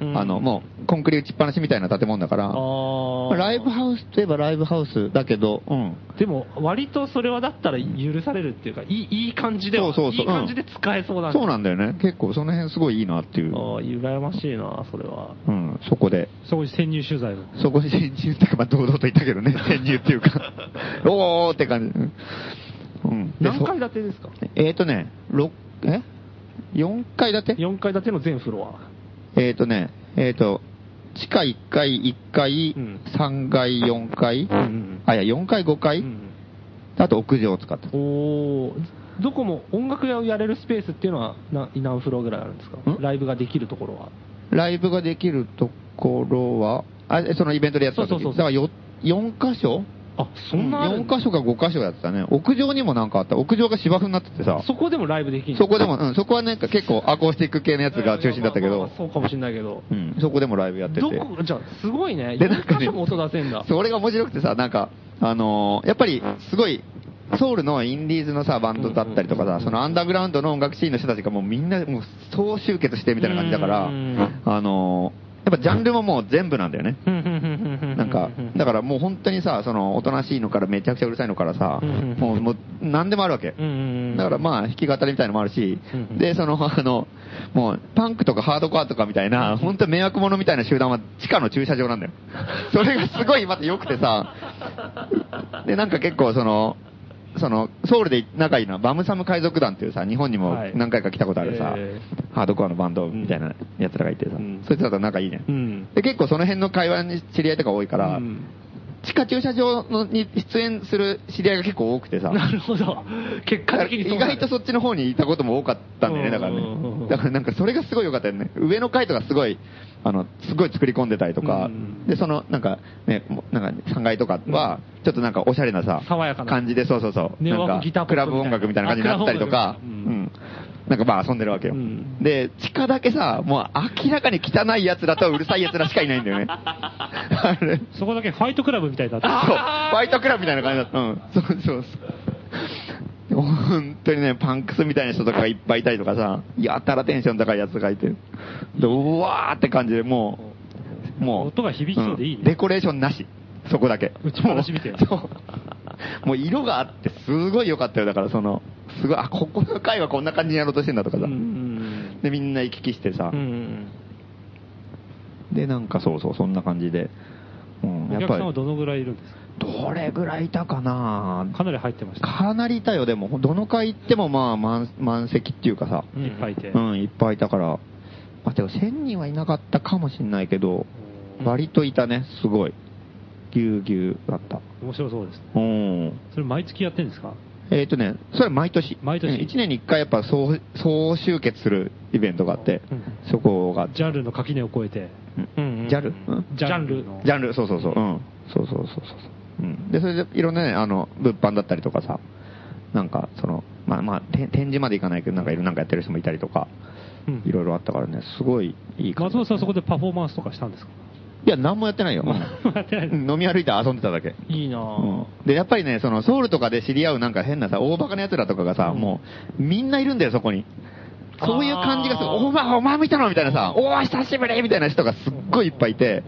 Speaker 5: うん
Speaker 4: あの、もうコンクリ打ちっぱなしみたいな建物だから、
Speaker 5: あー
Speaker 4: ライブハウスといえばライブハウスだけど、うん。
Speaker 5: でも、割とそれはだったら許されるっていうか、いいいい感じで
Speaker 4: そ
Speaker 5: は
Speaker 4: うそうそう
Speaker 5: いい感じで使えそうだね。
Speaker 4: そうなんだよね。結構その辺すごいいいなっていう。
Speaker 5: ああ、羨ましいな、それは。
Speaker 4: うん、そこで。
Speaker 2: そこに潜入取材を。
Speaker 4: そこに潜入っていうか、まあ、堂々と言ったけどね、潜入っていう
Speaker 5: [LAUGHS]
Speaker 4: か、おーって感じ。うん。で
Speaker 5: 何階建てですか
Speaker 4: そえっ、とね、六え ?4 階建て
Speaker 5: ?4 階建ての全フロア。
Speaker 4: えっ、とね、えっ、と、地下1階、1階、
Speaker 5: うん
Speaker 4: 3階、4階、
Speaker 5: うんうん
Speaker 4: あ、いや、4階、5階、
Speaker 5: うん
Speaker 4: あと屋上を使ってた。
Speaker 5: おお、どこも音楽屋をやれるスペースっていうのはな何フロアぐらいあるんですか
Speaker 4: ん
Speaker 5: ライブができるところは。
Speaker 4: ライブができるところは、あえそのイベントでやってた時
Speaker 5: そうそうそうそう
Speaker 4: だからよ4箇所
Speaker 5: あ、そんなあるんだ
Speaker 4: 4箇所か5箇所やってたね。屋上にもなんかあった。屋上が芝生になっててさ。
Speaker 5: そこでもライブできる
Speaker 4: そこでも、うん、そこはなんか結構アコースティック系のやつが中心だったけ
Speaker 5: まあ
Speaker 4: ど
Speaker 5: まあまあ、そうかもしれないけど。
Speaker 4: うん、そこでもライブやってて。
Speaker 5: どこ、じゃあ、すごいね。
Speaker 4: でなんかね
Speaker 5: 4箇所も音出せんだ。
Speaker 4: それが面白くてさ、なんか、あのーやっぱりすごい、ソウルのインディーズのさ、バンドだったりとかさ、そのアンダーグラウンドの音楽シーンの人たちがもうみんな、もう総集結してみたいな感じだから
Speaker 5: うん、
Speaker 4: あのーやっぱジャンルももう全部なんだよね。なんか、だからもう本当にさ、その、おとなしいのからめちゃくちゃうるさいのからさ
Speaker 5: うんうん、
Speaker 4: もう、もう、何でもあるわけ。
Speaker 5: うんうんうん
Speaker 4: だからまあ、弾き語りみたいのもあるし
Speaker 5: うんう、ん
Speaker 4: で、その、あの、もう、パンクとかハードコアとかみたいな、本当迷惑者みたいな集団は地下の駐車場なんだよ。それがすごいまた良くてさ、で、なんか結構その、その、ソウルで仲いいのはバムサム海賊団っていうさ、日本にも
Speaker 5: はい
Speaker 4: 何回か来たことあるさ、
Speaker 5: え
Speaker 4: ハードコアのバンドみたいな奴らがいてさ、
Speaker 5: うん
Speaker 4: そいつらと仲いいね。
Speaker 5: うん。
Speaker 4: で、結構その辺の会話に知り合いとか多いから、
Speaker 5: うん
Speaker 4: 地下駐車場のに出演する知り合いが結構多くてさ、
Speaker 5: [LAUGHS] なるほど。結果的に
Speaker 4: 意外とそっちの方にいたことも多かったんだよね、だから
Speaker 5: うんうんうんう
Speaker 4: ね。
Speaker 5: ん
Speaker 4: だからなんかそれがすごい良かったよね。上の階とかすごい、あの、すごい作り込んでたりとか
Speaker 5: うんうん、
Speaker 4: で、その、なんか、ね、もうなんか3階とかは、ちょっとなんかおしゃれなさ、
Speaker 5: 爽やかな
Speaker 4: 感じで、そうそうそう。
Speaker 5: ネオ
Speaker 4: なん
Speaker 5: ワ
Speaker 4: か
Speaker 5: ゴンギターポ
Speaker 4: クラ
Speaker 5: ップ
Speaker 4: ブ音楽みたいな感じになったりとか
Speaker 5: あ、
Speaker 4: う
Speaker 5: クラブ音
Speaker 4: ん。
Speaker 5: 楽
Speaker 4: なんかまあ遊んでるわけよ
Speaker 5: うん。
Speaker 4: で、地下だけさ、もう明らかに汚い奴らとうるさい奴らしかいないんだ
Speaker 5: [LAUGHS]
Speaker 4: よね。あれ。
Speaker 2: そこだけファイトクラブみたいになってる
Speaker 4: そう、ファイトクラブみたいな感じだった。うん、そうそうそう。本当にね、パンクスみたいな人とかがいっぱいいたりとかさ、やたらテンション高いやつがいて、でうわーって感じでもう、もう、
Speaker 2: 音が響きそうでいいね
Speaker 4: んデコレーションなし、そこだけ。
Speaker 2: 打ちっぱなしみたいな
Speaker 4: もうそうもう色があって、すごい良かったよ、だからその、すごい、あ、ここの回はこんな感じにやろうとしてんだとかさ、
Speaker 5: うんうん
Speaker 4: で、みんな行き来してさ、
Speaker 5: うん。うん
Speaker 4: で、なんかそうそう、そんな感じで、うん、
Speaker 2: お
Speaker 4: やっ
Speaker 2: 客
Speaker 4: ぱ
Speaker 2: さんは
Speaker 4: り、
Speaker 2: どのぐらいいるんですか
Speaker 4: どれぐらいいたかな
Speaker 2: かなり入ってました。
Speaker 4: かなりいたよ、でも、どの回行ってもまあ満満席っていうかさ、
Speaker 5: うん
Speaker 2: いっぱいいて。
Speaker 4: うん、いっぱいいたから、まあ、でも1000人はいなかったかもしんないけど、割といたね、すごい。ぎゅうぎゅうだった。
Speaker 2: 面白そうですね。
Speaker 4: うん。
Speaker 2: それ毎月やってるんですか
Speaker 4: えっ、とね、それは毎年。
Speaker 2: 毎年
Speaker 4: 1年に1回やっぱ総総集結するイベントがあって、
Speaker 2: うん
Speaker 4: そこが、
Speaker 2: ジャンルの垣根を越えて。
Speaker 5: うんうん
Speaker 4: ジャル、うん
Speaker 5: ジャンル
Speaker 2: の
Speaker 4: ジャンル、そうそうそう。うん。そうそうそうそうそう。うん。で、それで、いろんなね、あの、物販だったりとかさ、なんか、その、まあまあ、て展示までいかないけど、なんかいろなんかやってる人もいたりとか、
Speaker 2: うん
Speaker 4: いろいろあったからね、すごいいい感
Speaker 2: 松
Speaker 4: じ。
Speaker 2: 本さんはそこでパフォーマンスとかしたんですか
Speaker 4: いや、 [LAUGHS] 何もやってないよ。
Speaker 2: 何もやってない
Speaker 4: うん飲み歩いて遊んでただけ。
Speaker 5: いいなぁ。
Speaker 4: で、やっぱりね、その、ソウルとかで知り合うなんか変なさ、大バカな奴らとかがさ、もう、みんないるんだよ、そこに。そういう感じがする。
Speaker 5: あー
Speaker 4: お前、お前見たのみたいなさ、おー、久しぶりみたいな人がすっごいいっぱいいて、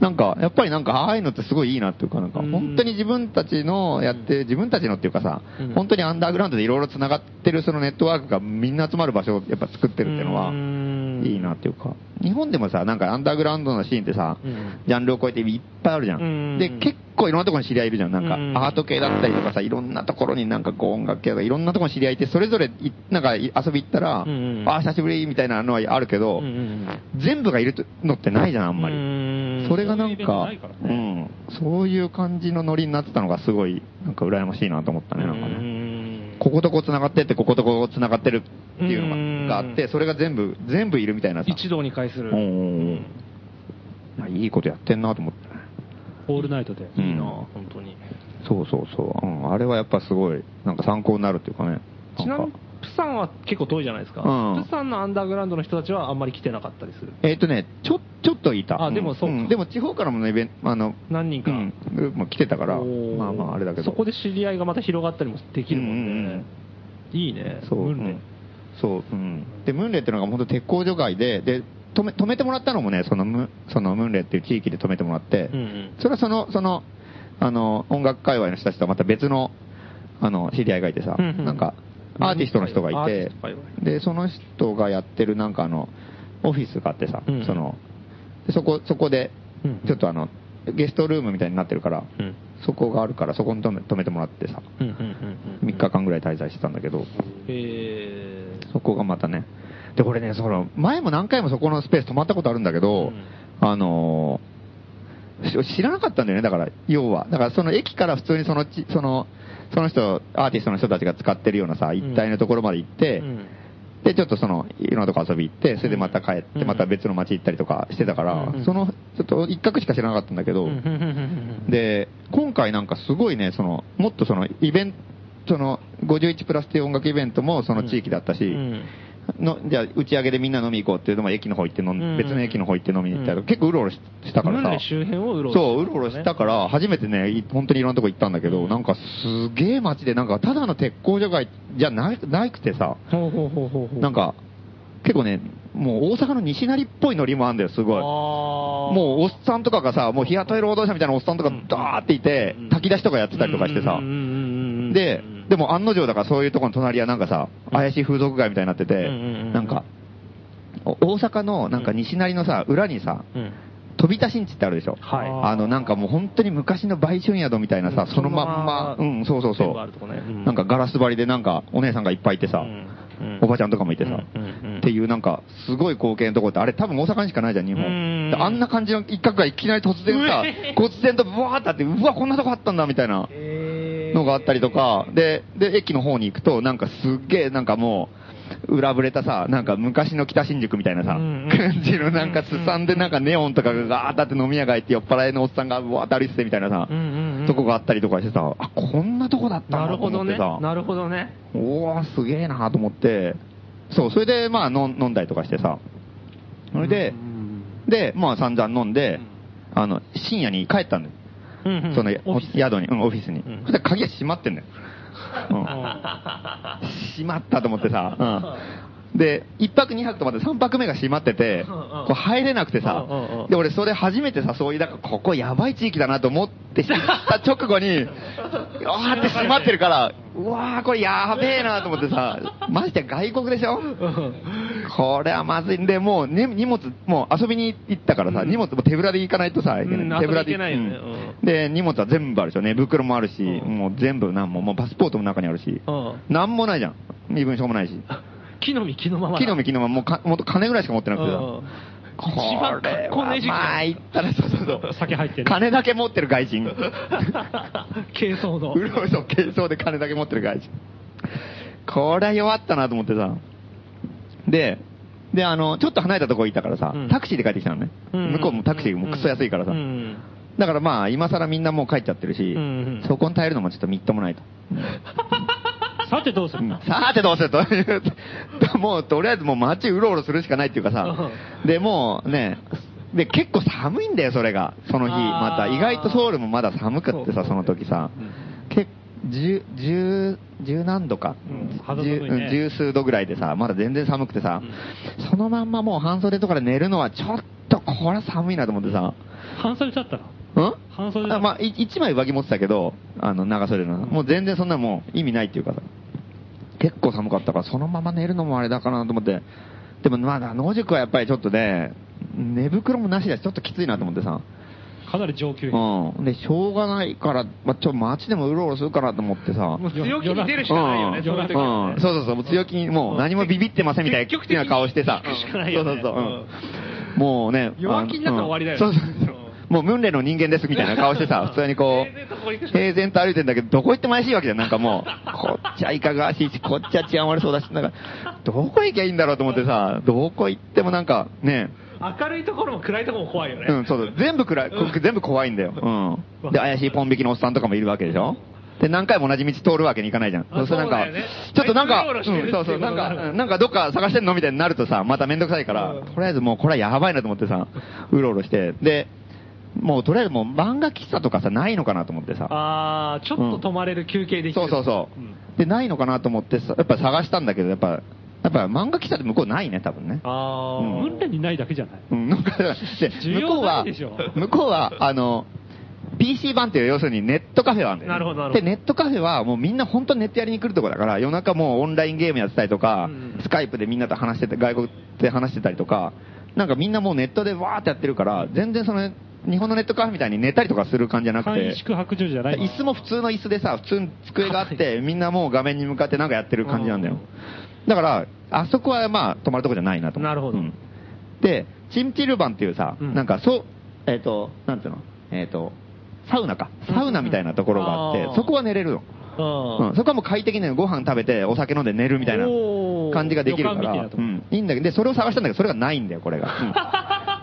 Speaker 4: なんか、やっぱりなんか、ああいうのってすごいいいなっていうか、なんか、
Speaker 5: うん
Speaker 4: 本当に自分たちのやって、自分たちのっていうかさ
Speaker 5: うん、
Speaker 4: 本当にアンダーグラウンドでいろいろ繋がってるそのネットワークがみんな集まる場所をやっぱ作ってるっていうのは、
Speaker 5: うーんうん
Speaker 4: いいなっていうか。日本でもさ、なんかアンダーグラウンドのシーンってさ、
Speaker 5: うん
Speaker 4: ジャンルを超えていっぱいあるじゃん。
Speaker 5: うん
Speaker 4: で、結構いろんなところに知り合いいるじゃん。なんか、
Speaker 5: うん
Speaker 4: アート系だったりとかさ、いろんなところになんかこう音楽系とか、いろんなところに知り合いいて、それぞれい、なんかい遊び行ったら、
Speaker 5: うん
Speaker 4: ああ、久しぶりみたいなのはあるけど、
Speaker 5: うんうん
Speaker 4: 全部がいるのってないじゃん、あんまり。
Speaker 5: うん
Speaker 4: それがなんか
Speaker 2: そういうイベントないか
Speaker 4: うん、そういう感じのノリになってたのがすごい、なんか羨ましいなと思ったね、なんかね。こことこ繋がってって、こことこ繋がってるっていう
Speaker 5: うん
Speaker 4: のががあって、それが全部、全部いるみたいなさ。
Speaker 5: 一堂に会す
Speaker 4: うん
Speaker 5: る
Speaker 4: うんうん。まあいいことやってんなと思って。
Speaker 2: オールナイトで。
Speaker 4: うん
Speaker 5: いいな本当に
Speaker 4: そうそうそう。うん、あれはやっぱすごい、なんか参考になるっていうかね。
Speaker 5: ちなみに
Speaker 4: んか
Speaker 5: プサンは結構遠いじゃないですか、
Speaker 4: うん
Speaker 5: プサンのアンダーグラウンドの人たちはあんまり来てなかったりする
Speaker 4: えっ、とね、ちょ、ちょっといた。
Speaker 5: あでもそうか
Speaker 4: んでも地方からもね、イベンあの、
Speaker 5: 何人か、
Speaker 4: うんグループも来てたから、
Speaker 5: おー
Speaker 4: まあまああれだけど。
Speaker 5: そこで知り合いがまた広がったりもできるもんね、
Speaker 4: うんうん
Speaker 5: いいね
Speaker 4: そう、
Speaker 5: ムンレ
Speaker 4: うんそう、うん。で、ムンレっていうのが本当鉄工所街で、で、止め、止めてもらったのもね、そのム、そのムンレっていう地域で止めてもらって、
Speaker 5: うんうん
Speaker 4: それはその、その、あの、音楽界隈の人たちとはまた別の、あの、知り合いがいてさ、
Speaker 5: うんうん
Speaker 4: なんか、アーティストの人が
Speaker 5: ア
Speaker 4: い
Speaker 5: ー
Speaker 4: て
Speaker 5: ティスト界隈、
Speaker 4: で、その人がやってるなんかあの、オフィスがあってさ、
Speaker 5: うん
Speaker 4: その、でそこ、そこで
Speaker 5: うん、
Speaker 4: ちょっとあの、ゲストルームみたいになってるから、
Speaker 5: うん
Speaker 4: そこがあるから、そこに止め止めてもらってさ、
Speaker 5: うんうんうんうん
Speaker 4: 3日間ぐらい滞在してたんだけど、
Speaker 5: えー
Speaker 4: そこがまたね。で、これね、その、前も何回もそこのスペース泊まったことあるんだけど、あのーし知らなかったんだよね、だから、要は。だからその駅から普通にそのち、その、その人、アーティストの人たちが使ってるようなさ、一帯のところまで行って、
Speaker 5: うん
Speaker 4: で、ちょっとその、いろんなとこ遊び行って、それでまた帰っ
Speaker 5: う
Speaker 4: て、
Speaker 5: ん
Speaker 4: また別の街行ったりとかしてたから、
Speaker 5: うん
Speaker 4: その、ちょっと一角しか知らなかったんだけど、
Speaker 5: うんうんうんうんうん
Speaker 4: で、今回なんかすごいね、その、もっとその、イベント、その、51プラスっていう音楽イベントもその地域だったし、
Speaker 5: うん
Speaker 4: のじゃあ打ち上げでみんな飲み行こうっていうのも駅の方行って飲
Speaker 5: うん
Speaker 4: ん別の駅の方行って飲みに行ったり、
Speaker 5: うん
Speaker 4: 結構うろうろししたから
Speaker 5: ムン
Speaker 4: さ
Speaker 5: レ周辺をうろうろ
Speaker 4: そううろうろしたから初めてねい本当にいろんなとこ行ったんだけど、なんかすげえ街でなんかただの鉄工所街じゃなないくてさ
Speaker 5: ほうほうほうほうほう
Speaker 4: なんか結構ねもう大阪の西成っぽいノリもあるんだよすごい
Speaker 5: あー
Speaker 4: もうおっさんとかがさもう日雇い労働者みたいなおっさんとか
Speaker 5: うん
Speaker 4: ダーっていて
Speaker 5: うん
Speaker 4: 炊き出しとかやってたりとかしてさ、
Speaker 5: うんうんうんうんうん
Speaker 4: で、でも案の定だからそういうとこの隣はなんかさ、怪しい風俗街みたいになってて、
Speaker 5: うんうんうん
Speaker 4: なんか、お大阪のなんか西成のさ、裏にさ、
Speaker 5: うん
Speaker 4: 飛び出しんちってあるでしょ。
Speaker 5: はい
Speaker 4: あの、なんかもう本当に昔の売春宿みたいなさ、
Speaker 5: うん
Speaker 4: そのまんま、
Speaker 5: そのまま
Speaker 4: うん、そうそうそ
Speaker 5: 全部あるとこ
Speaker 4: う。
Speaker 5: ねうん
Speaker 4: なんかガラス張りでなんかお姉さんがいっぱいいてさ、
Speaker 5: うんうん
Speaker 4: おばちゃんとかもいてさ、
Speaker 5: うんうんうん
Speaker 4: っていうなんかすごい光景のところって、あれ多分大阪にしかないじゃん、日本。
Speaker 5: うん
Speaker 4: であんな感じの一角がいきなり突然さ [LAUGHS]
Speaker 5: うえ、
Speaker 4: 突然とブワーってあって、うわ、こんなとこあったんだみたいな。のがあったりとか、で、で、駅の方に行くと、なんかすっげえなんかもう、裏ぶれたさ、なんか昔の北新宿みたいなさ、
Speaker 5: うんうん
Speaker 4: 感じのなんかすさんでなんかネオンとかがガーッてあって飲み屋街行って酔っ払いのおっさんがわーって歩いててみたいなさ、
Speaker 5: うんうんうん
Speaker 4: とこがあったりとかしてさ、あ、こんなとこだった
Speaker 5: なる
Speaker 4: なと
Speaker 5: ほ
Speaker 4: 思
Speaker 5: ど
Speaker 4: って
Speaker 5: ね
Speaker 4: さ、
Speaker 5: なるほどね
Speaker 4: おー、すげえなと思って、そう、それでまあ飲ん飲んだりとかしてさ、それで、で、まあ散々飲んで、あの、深夜に帰ったんだよ。
Speaker 5: うんうん
Speaker 4: その
Speaker 5: オフィス
Speaker 4: 宿に、うん、オフィスに。
Speaker 5: ん
Speaker 4: そしたら鍵が閉まってんだよ。うん閉まったと思ってさ。うんで、1泊2泊とまって3泊目が閉まってて、
Speaker 5: うんうん
Speaker 4: こう入れなくてさ
Speaker 5: うんうんうん、
Speaker 4: で、俺それ初めてさ、そういう、だからここやばい地域だなと思って知った直後
Speaker 5: [LAUGHS]
Speaker 4: に、わーって閉まってるから、うわー、これやべえなと思ってさ、ましてや外国でしょこれはまずいんで、もう、ね、荷物、もう遊びに行ったからさ、荷物も手ぶらで行かないとさ、
Speaker 5: うん
Speaker 4: 手ぶらで
Speaker 5: 遊び行けないよね
Speaker 4: うんで、荷物は全部あるでしょ。寝袋もあるし、
Speaker 5: うん
Speaker 4: もう全部なんも、もうパスポートも中にあるし、
Speaker 5: うん
Speaker 4: なんもないじゃん。身分証もないし。
Speaker 5: 木の実木のまま
Speaker 4: 木の実木のまま、もうか、もっと金ぐらいしか持ってなくてさ。
Speaker 5: うん
Speaker 4: これ
Speaker 5: 一番格好のいい時期 [LAUGHS] だ
Speaker 4: はまあ、行ったら、そうそうそう。
Speaker 2: 酒入ってる
Speaker 4: 金だけ持ってる外人。
Speaker 5: 軽装の
Speaker 4: うろうろ軽装で金だけ持ってる外人。こりゃ弱ったなと思ってさ。で、で、あの、ちょっと離れたとこ行ったからさ、
Speaker 5: うん
Speaker 4: タクシーで帰ってきたのね。
Speaker 5: うん
Speaker 4: 向こうもタクシーもクソ安いからさ。
Speaker 5: うん
Speaker 4: だからまあ、今更みんなもう帰っちゃってるし、
Speaker 5: うんうん
Speaker 4: そこに耐えるのもちょっとみっともないと。
Speaker 2: さてどうするんだ
Speaker 4: さーてどうするというともうとりあえずもう街うろうろするしかないっていうかさ、で、もうね、で、結構寒いんだよ、それが。その日、
Speaker 5: あー
Speaker 4: また。意外とソウルもまだ寒くってさ、その時さ。結十、十、十何度か
Speaker 2: うん。肌寒
Speaker 4: 十、
Speaker 2: いね
Speaker 4: うん十数度ぐらいでさ、まだ全然寒くてさ、そのまんまもう半袖とかで寝るのはちょっとこれは寒いなと思ってさ、
Speaker 2: 半袖だったら
Speaker 4: うん
Speaker 2: 半袖だ
Speaker 4: あまあ、い一枚上着持ってたけど、あの、長袖の。もう全然そんなもう意味ないっていうかさ。結構寒かったから、そのまま寝るのもあれだかなと思って、でもまだ野宿はやっぱりちょっとね、寝袋もなしだし、ちょっときついなと思ってさ。
Speaker 2: かなり上級品。
Speaker 4: うん。で、しょうがないから、まあ、ちょ、街でもうろうろするからと思ってさ。
Speaker 5: もう強気に出るしかないよね、
Speaker 4: うん
Speaker 5: そういう時は
Speaker 4: う
Speaker 5: ね
Speaker 4: んそうそうそう、もう強気に、もう何もビビってませんみたいな、
Speaker 5: 積極的に
Speaker 4: な顔してさ。
Speaker 5: 行くしかないよ
Speaker 4: そ
Speaker 5: ね
Speaker 4: うそうそううん。もうね。
Speaker 5: 弱気になったら終わりだよね
Speaker 4: うんそうそうそう。もうムンレの人間ですみたいな顔して
Speaker 5: [LAUGHS]
Speaker 4: さ、普通にこ
Speaker 5: 平然とここに
Speaker 4: う
Speaker 5: 行く、しかない
Speaker 4: 平然と歩いてんだけど、どこ行っても怪しいわけじゃん、なんかも
Speaker 5: [LAUGHS]
Speaker 4: う、こっちはいかがわしいし、こっちは治安悪そうだし、なんか、どこ行きゃいいんだろうと思ってさ、どこ行ってもなんか、ね、
Speaker 5: 明るいところも暗いところも怖いよね。
Speaker 4: うん、そうそう。全部暗い、こ全部怖いんだよ。うん。で、怪しいポン引きのおっさんとかもいるわけでしょで、何回も同じ道通るわけにいかないじゃん。
Speaker 5: あ
Speaker 4: うなんか
Speaker 5: そうだよね、
Speaker 4: ちょっとなん
Speaker 5: あ
Speaker 4: か、
Speaker 5: いつ
Speaker 4: うん、
Speaker 5: うろうろしてるっていう
Speaker 4: そうそう、
Speaker 5: こと
Speaker 4: なん
Speaker 5: になる
Speaker 4: か、なんかどっか探してんのみたいになるとさ、まためんどくさいから、
Speaker 5: うん
Speaker 4: とりあえずもうこれはやばいなと思ってさ、うろうろして、で、もうとりあえずもう漫画喫茶とかさ、ないのかなと思ってさ、
Speaker 5: あー、ちょっと泊まれる休憩できる。
Speaker 4: そうそうそう。
Speaker 5: ん
Speaker 4: で、ないのかなと思ってさ、やっぱ探したんだけど、やっぱ、やっぱ漫画喫茶って向こうないね、多分ね。
Speaker 5: あ
Speaker 4: うん
Speaker 5: ー、
Speaker 2: 訓練にないだけじゃない。
Speaker 4: うん、なんかで、
Speaker 2: 需
Speaker 4: 向こう
Speaker 2: 要な
Speaker 4: は、
Speaker 2: いでしょ
Speaker 4: 向こうは、あの、PC 版っていう、要するにネットカフェはあるんだよ、ね。
Speaker 5: なるほどなるほど
Speaker 4: で、ネットカフェはもうみんな本当にネットやりに来るとこだから、夜中もうオンラインゲームやってたりとか、
Speaker 5: うん
Speaker 4: スカイプでみんなと話してて、外国で話してたりとか、なんかみんなもうネットでわーってやってるから、全然その、日本のネットカフェみたいに寝たりとかする感じじゃなく
Speaker 2: 簡
Speaker 4: て
Speaker 2: 易、宿泊所じゃない。
Speaker 4: 椅子も普通の椅子でさ、普通に机があって、みんなもう画面に向かってなんかやってる感じなんだよ。だから、あそこはまあ、泊まるとこじゃないなと思って
Speaker 5: なるほど
Speaker 4: うんで、チンティルバンっていうさ、
Speaker 5: うん
Speaker 4: なんかそう、えっ、と、なんていうのえっ、と、サウナか。サウナみたいなところがあって、
Speaker 5: うんあー
Speaker 4: そこは寝れるの。
Speaker 5: うん
Speaker 4: うん、そこはもう快適にご飯食べて、お酒飲んで寝るみたいな
Speaker 5: おー
Speaker 4: 感じができるか
Speaker 2: 旅館みたい
Speaker 4: ら
Speaker 2: な、と
Speaker 4: う
Speaker 2: こ
Speaker 4: ん、いいんだけど、で、それを探したんだけど、それがないんだよ、これが。うん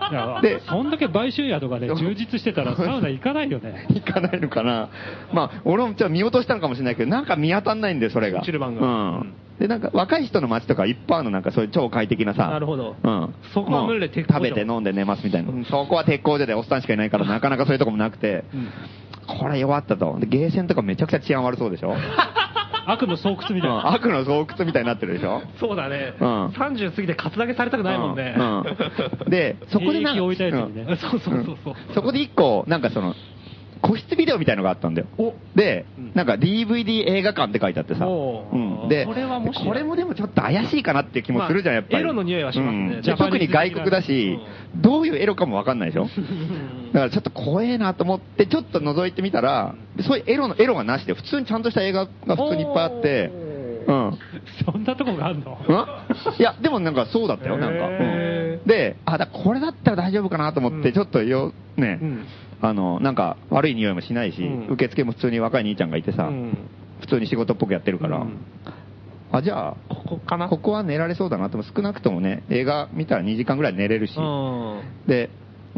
Speaker 2: いや
Speaker 4: で
Speaker 2: そんだけ買収宿がね、充実してたらサウナ行かないよね。
Speaker 4: 行かないのかな、まあ、俺もちょっと見落としたのかもしれないけど、なんか見当たんないんだよ、それが。
Speaker 5: チルバンが
Speaker 4: う
Speaker 5: うんん。
Speaker 4: で、なんか若い人の街とか、いっぱいあるの、なんかそういう超快適なさ。
Speaker 5: なるほど
Speaker 4: うん。
Speaker 5: そこは無理で鉄工所
Speaker 4: もう食べて飲んで寝ますみたいな。そこは鉄工所でおっさんしかいないから、なかなかそういうとこもなくて、これ弱ったと。で、ゲーセンとかめちゃくちゃ治安悪そうでしょ、
Speaker 2: 悪の巣窟
Speaker 4: う
Speaker 2: み
Speaker 4: ん
Speaker 2: たいな。
Speaker 4: 悪の洞窟みたいになってるでしょ
Speaker 5: そうだね、
Speaker 4: うん
Speaker 5: 30過ぎてカツだけされたくないもんね、
Speaker 4: うんうんで、そこでなん
Speaker 2: 兵役を終えたやつにね
Speaker 4: うん
Speaker 5: そうそうそうそうん
Speaker 4: そこで一個、なんかその、個室ビデオみたいのがあったんだよ。で、なんか DVD 映画館って書いてあってさ。
Speaker 5: おう
Speaker 4: うんで、
Speaker 5: これはもしや
Speaker 4: これもでもちょっと怪しいかなって気もするじゃん、
Speaker 5: ま
Speaker 4: や
Speaker 5: あ
Speaker 4: っぱり。
Speaker 5: エロの匂いはしますね
Speaker 4: うん
Speaker 5: ジ
Speaker 4: で
Speaker 5: ャパニー
Speaker 4: 特
Speaker 5: ズ
Speaker 4: に外国だし、どういうエロかもわかん
Speaker 5: [LAUGHS]
Speaker 4: ないでしょだからちょっと怖えなと思って、ちょっと覗いてみたら、そういうエロの、エロがなしで、普通にちゃんとした映画が普通にいっぱいあって、うん。
Speaker 2: そんなとこがあんの
Speaker 4: んいや、でもなんかそうだったよ、なんか。
Speaker 5: へー
Speaker 4: うんで、あ、だこれだったら大丈夫かなと思って、
Speaker 5: うん
Speaker 4: ちょっとよ、ね、
Speaker 5: うん
Speaker 4: あの、なんか悪い匂いもしないし、
Speaker 5: うん
Speaker 4: 受付も普通に若い兄ちゃんがいてさ、
Speaker 5: うん
Speaker 4: 普通に仕事っぽくやってるから、
Speaker 5: うん
Speaker 4: あ、じゃあ、
Speaker 5: ここかな
Speaker 4: ここは寝られそうだなと思う、少なくともね、映画見たら2時間ぐらい寝れるし、
Speaker 5: うん
Speaker 4: で、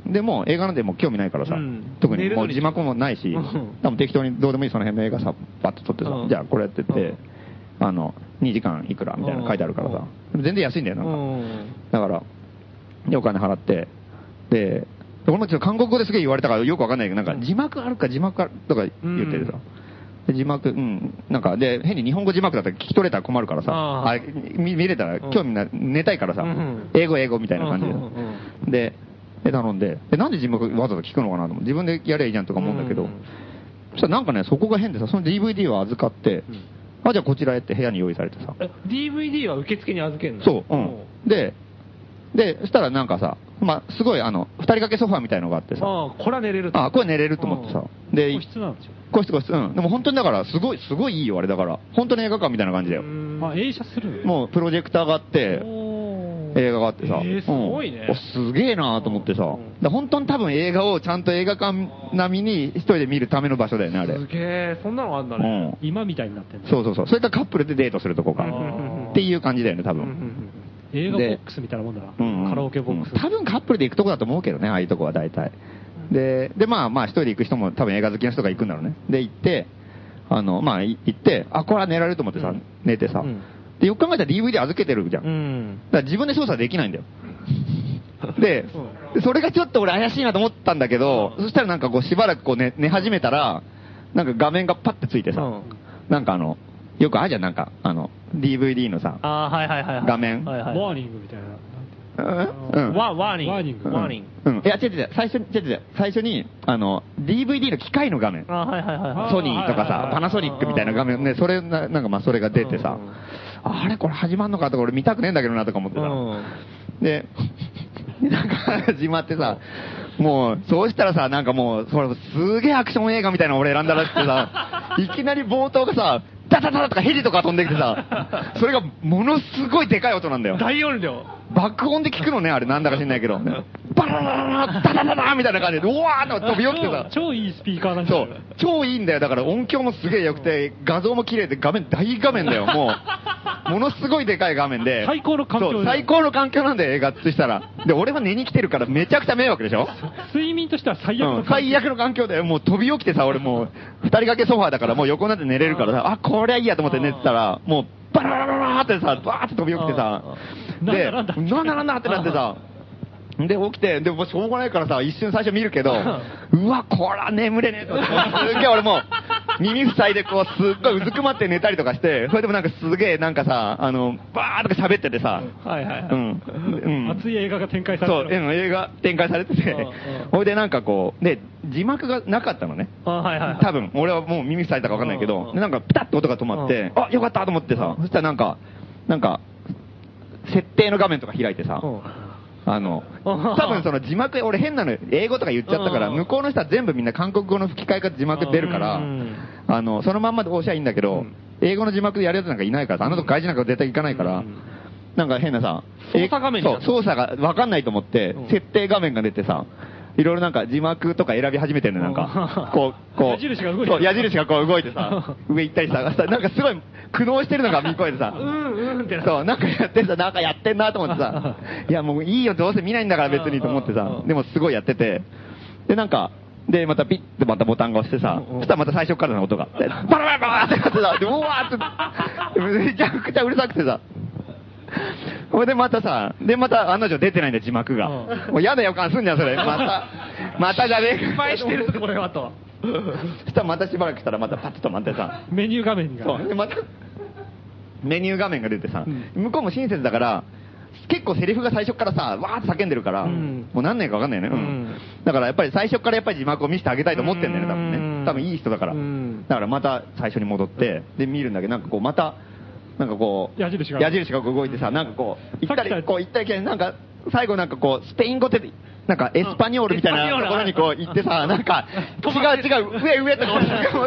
Speaker 4: でも映画なんてもう興味ないからさ、
Speaker 5: うん
Speaker 4: 特
Speaker 5: 寝
Speaker 4: に
Speaker 5: る
Speaker 4: も
Speaker 5: の
Speaker 4: う
Speaker 5: に
Speaker 4: 字幕もないし、
Speaker 5: うん
Speaker 4: 多分適当にどうでもいいその辺の映画さ、バッと撮ってさ、
Speaker 5: うん
Speaker 4: じゃあこれやってって、あの、2時間いくらみたいなの書いてあるからさ、でも全然安いんだよ、なんか。
Speaker 5: うん
Speaker 4: だから、で、お金払って、で、俺もちょっと韓国語ですげえ言われたからよくわかんないけど、なんか字幕あるか字幕あるとか言っててさ、で字幕、うん、なんか、で、変に日本語字幕だったら聞き取れたら困るからさ、
Speaker 5: あー
Speaker 4: あ見見れたら興味ない、寝たいからさ、
Speaker 5: うん
Speaker 4: 英語英語みたいな感じで。
Speaker 5: うんうん
Speaker 4: で、で頼んで、でなんで字幕わざわざ聞くのかなと思って、自分でやりゃいいじゃんとか思うんだけど、
Speaker 5: うん
Speaker 4: そしたらなんかね、そこが変でさ、その DVD を預かって、あ、じゃあこちらへって部屋に用意されてさ、
Speaker 5: え DVD は受付に預けるの
Speaker 4: そう、うん。で、で、そしたらなんかさ、まあ、すごいあの、二人掛けソファーみたいのがあってさ、
Speaker 5: ああこれは寝れると
Speaker 4: あ、これ寝れると思ってさ、で、
Speaker 2: 個室なんですよ。
Speaker 4: 個室個室、うん。でも本当にだから、すごい、すごいいいよ、あれだから。本当に映画館みたいな感じだよ。
Speaker 5: うん
Speaker 2: あ、映写する
Speaker 4: もうプロジェクターがあって、
Speaker 5: おー
Speaker 4: 映画があってさ、
Speaker 5: えーすごいね
Speaker 4: うんおすげえなと思ってさ、
Speaker 5: うん
Speaker 4: で本当に多分映画をちゃんと映画館並みに一人で見るための場所だよね、あれ。
Speaker 5: すげえそんなのあんだ
Speaker 4: う
Speaker 5: ね
Speaker 4: ん
Speaker 2: 今みたいになってんの。
Speaker 4: そうそうそう。それかカップルでデートするとこか。
Speaker 5: うんうんうん
Speaker 4: っていう感じだよね、多
Speaker 5: うんう
Speaker 4: 分。
Speaker 5: ん
Speaker 2: 映画ボックスみたいなもんだな。
Speaker 4: うんうん
Speaker 2: カラオケボックス。
Speaker 4: うん多分カップルで行くとこだと思うけどね、ああいうとこは大体。で、で、まあまあ一人で行く人も多分映画好きな人が行くんだろうね。で、行って、あの、まあい行って、あ、これは寝られると思ってさ、
Speaker 5: うん
Speaker 4: 寝てさ、
Speaker 5: うん
Speaker 4: で、よく考えたら DVD 預けてるじゃん。
Speaker 5: う
Speaker 4: だ
Speaker 5: ん
Speaker 4: から自分で操作できないんだよ。で、それがちょっと俺怪しいなと思ったんだけど、
Speaker 5: うん
Speaker 4: そしたらなんかこうしばらくこう寝寝始めたら、なんか画面がパッてついてさ、
Speaker 5: うん
Speaker 4: なんかあの、よくあるじゃん、なんか、あの、DVD のさ、
Speaker 5: ああはいはいはいはい
Speaker 4: 画面
Speaker 5: はいはい
Speaker 2: モーニングみたいな。なんて
Speaker 4: うんうん
Speaker 5: ワワーニング
Speaker 2: ワーニング
Speaker 5: ワーニング
Speaker 4: うん。いや、違う違う、最初に、違う違う、最初に、あの、DVD の機械の画面。
Speaker 5: ああはいはいはいはい
Speaker 4: ソニーとか
Speaker 2: あーはいはい
Speaker 4: さ
Speaker 2: は、い
Speaker 4: パナソニックみたいな画面ね、それな、なんかまあそれが出てさ
Speaker 5: うん、
Speaker 4: あれこれ始まんのかとか俺見たくねえんだけどなとか思ってさ。で、 [LAUGHS] なんか始まってさ、もう、そうしたらさ、なんかもう、それすげえアクション映画みたいなの俺選んだらしくて [LAUGHS] さ、いきなり冒頭がさ、ダダダダとかヘリとか飛んできてさ、それがものすごいでかい音なんだよ。
Speaker 5: 大音量。
Speaker 4: 爆音で聞くのね、あれ、なんだか知んないけど。バララララダダダダみたいな感じで、うわーって飛び起きてさ
Speaker 2: 超。超いいスピーカーなんだ
Speaker 4: そ
Speaker 2: よ
Speaker 4: う。超いいんだよ。だから音響もすげえ良くて、画像も綺麗で、画面、大画面だよ、も
Speaker 2: [LAUGHS]
Speaker 4: う。ものすごいでかい画面で。
Speaker 2: 最高の環境だよ
Speaker 4: そう最高の環境なんだよ、映画ってしたら。で、俺は寝に来てるから、めちゃくちゃ迷惑でしょ
Speaker 2: 睡眠としては最悪
Speaker 4: う
Speaker 2: の
Speaker 4: ん、最
Speaker 2: 悪。
Speaker 4: 悪の環境で、もう飛び起きてさ、俺もう、二人掛けソファーだから、もう横になって寝れるからさ、あ、こりゃいいやと思って寝てたら、もう、バラバラバラバラってさ、バーって飛び起きてさ
Speaker 2: う、ん
Speaker 4: で、
Speaker 2: な
Speaker 4: なんん
Speaker 2: だ
Speaker 4: だ
Speaker 2: なんだ
Speaker 4: なんだってなってさ、で、起きて、でもしょうがないからさ、一瞬最初見るけど、うわ、こら眠れねえと思って、すっげえ俺もう、耳塞いでこう、すっごいうずくまって寝たりとかして、それでもなんかすげえなんかさ、あの、バーッとか喋っててさ、
Speaker 2: はいはい。
Speaker 4: うんうん
Speaker 2: 熱い映画が展開され
Speaker 4: そう、
Speaker 2: て
Speaker 4: う
Speaker 2: る。
Speaker 4: ん映画展開されてて
Speaker 2: うんうん、
Speaker 4: ほいでなんかこう、で、字幕がなかったのね。
Speaker 2: あはいはいはい。
Speaker 4: 多分、俺はもう耳塞いだかわかんないけ
Speaker 2: うんうん
Speaker 4: ど、でなんかピタッと音が止まって、あ、よかったと思ってさ、そしたらなんか、なんか、設定の画面とか開いてさ、あの、
Speaker 2: う
Speaker 4: 多
Speaker 2: ん
Speaker 4: 分その字幕、俺変なのよ英語とか言っちゃったか
Speaker 2: う
Speaker 4: ら、
Speaker 2: ん
Speaker 4: 向こうの人は全部みんな韓国語の吹き替えか字幕出るから
Speaker 2: うん、
Speaker 4: あの、そのまんまで押しゃいいんだけど、英語の字幕やるやつなんかいないからさ、あのとこ外人なんか絶対行かないから、なんか変なさ、
Speaker 5: 操作画面に
Speaker 4: そ
Speaker 5: なっ
Speaker 4: う
Speaker 5: た
Speaker 4: 操作がわかんないと思って、設定画面が出てさ、いろいろなんか字幕とか選び始めてんのよ、なんか。
Speaker 2: うん
Speaker 4: こう、こう。
Speaker 2: 矢印が動いてる
Speaker 4: そう矢印がこう動いて
Speaker 5: [LAUGHS]
Speaker 4: さ、上行ったりさ、なんかすごい苦悩してるのが見声でさ、
Speaker 5: うんうんってな
Speaker 4: そう、なんかやってんだ、なんかやってんなと思って
Speaker 5: [LAUGHS]
Speaker 4: さ、いやもういいよ、どうせ見ないんだから別にと思ってさ、でもすごいやってて、で、なんか、で、またピッてまたボタンが押してさ、そしたらまた最初からの音が、でバラバラバラってなってさ、で、うわーって、めちゃくちゃうるさくてさ、 [LAUGHS] ほいでまたさ、でまた案の定出てないんだよ、字幕が。もう嫌な予感すんじゃん、それ。ま
Speaker 5: [LAUGHS]
Speaker 4: た、またじゃねえか。
Speaker 5: 失敗してるぞ、これはと。
Speaker 4: そしたらまたしばらくしたらまたパッと止まってさ、
Speaker 2: メニュー画面が。
Speaker 4: そう。で、また、メニュー画面が出てさ、向こうも親切だから、結構セリフが最初からさ、わーって叫んでるから、
Speaker 5: ん
Speaker 4: もう何年かわかんないよね、うん
Speaker 5: うん
Speaker 4: だからやっぱり最初からやっぱり字幕を見せてあげたいと思ってんだよね、多分
Speaker 5: うん
Speaker 4: ね。多分いい人だから。
Speaker 5: うん
Speaker 4: だからまた最初に戻って、で見るんだけど、なんかこうまた、なんかこう、
Speaker 2: 矢印が
Speaker 4: 矢印がこう動いてさ、なんかこう、行っ
Speaker 2: さ
Speaker 4: た
Speaker 2: っき
Speaker 4: り、
Speaker 2: と
Speaker 4: こう行ったり来たり、なんか最後なんかこう、スペイン語って、なんかエスパニョールみたい
Speaker 5: エスパニョー
Speaker 4: な
Speaker 5: ル
Speaker 4: ところにこう行って [LAUGHS] さ、なんか、違う違う、上上とか思っ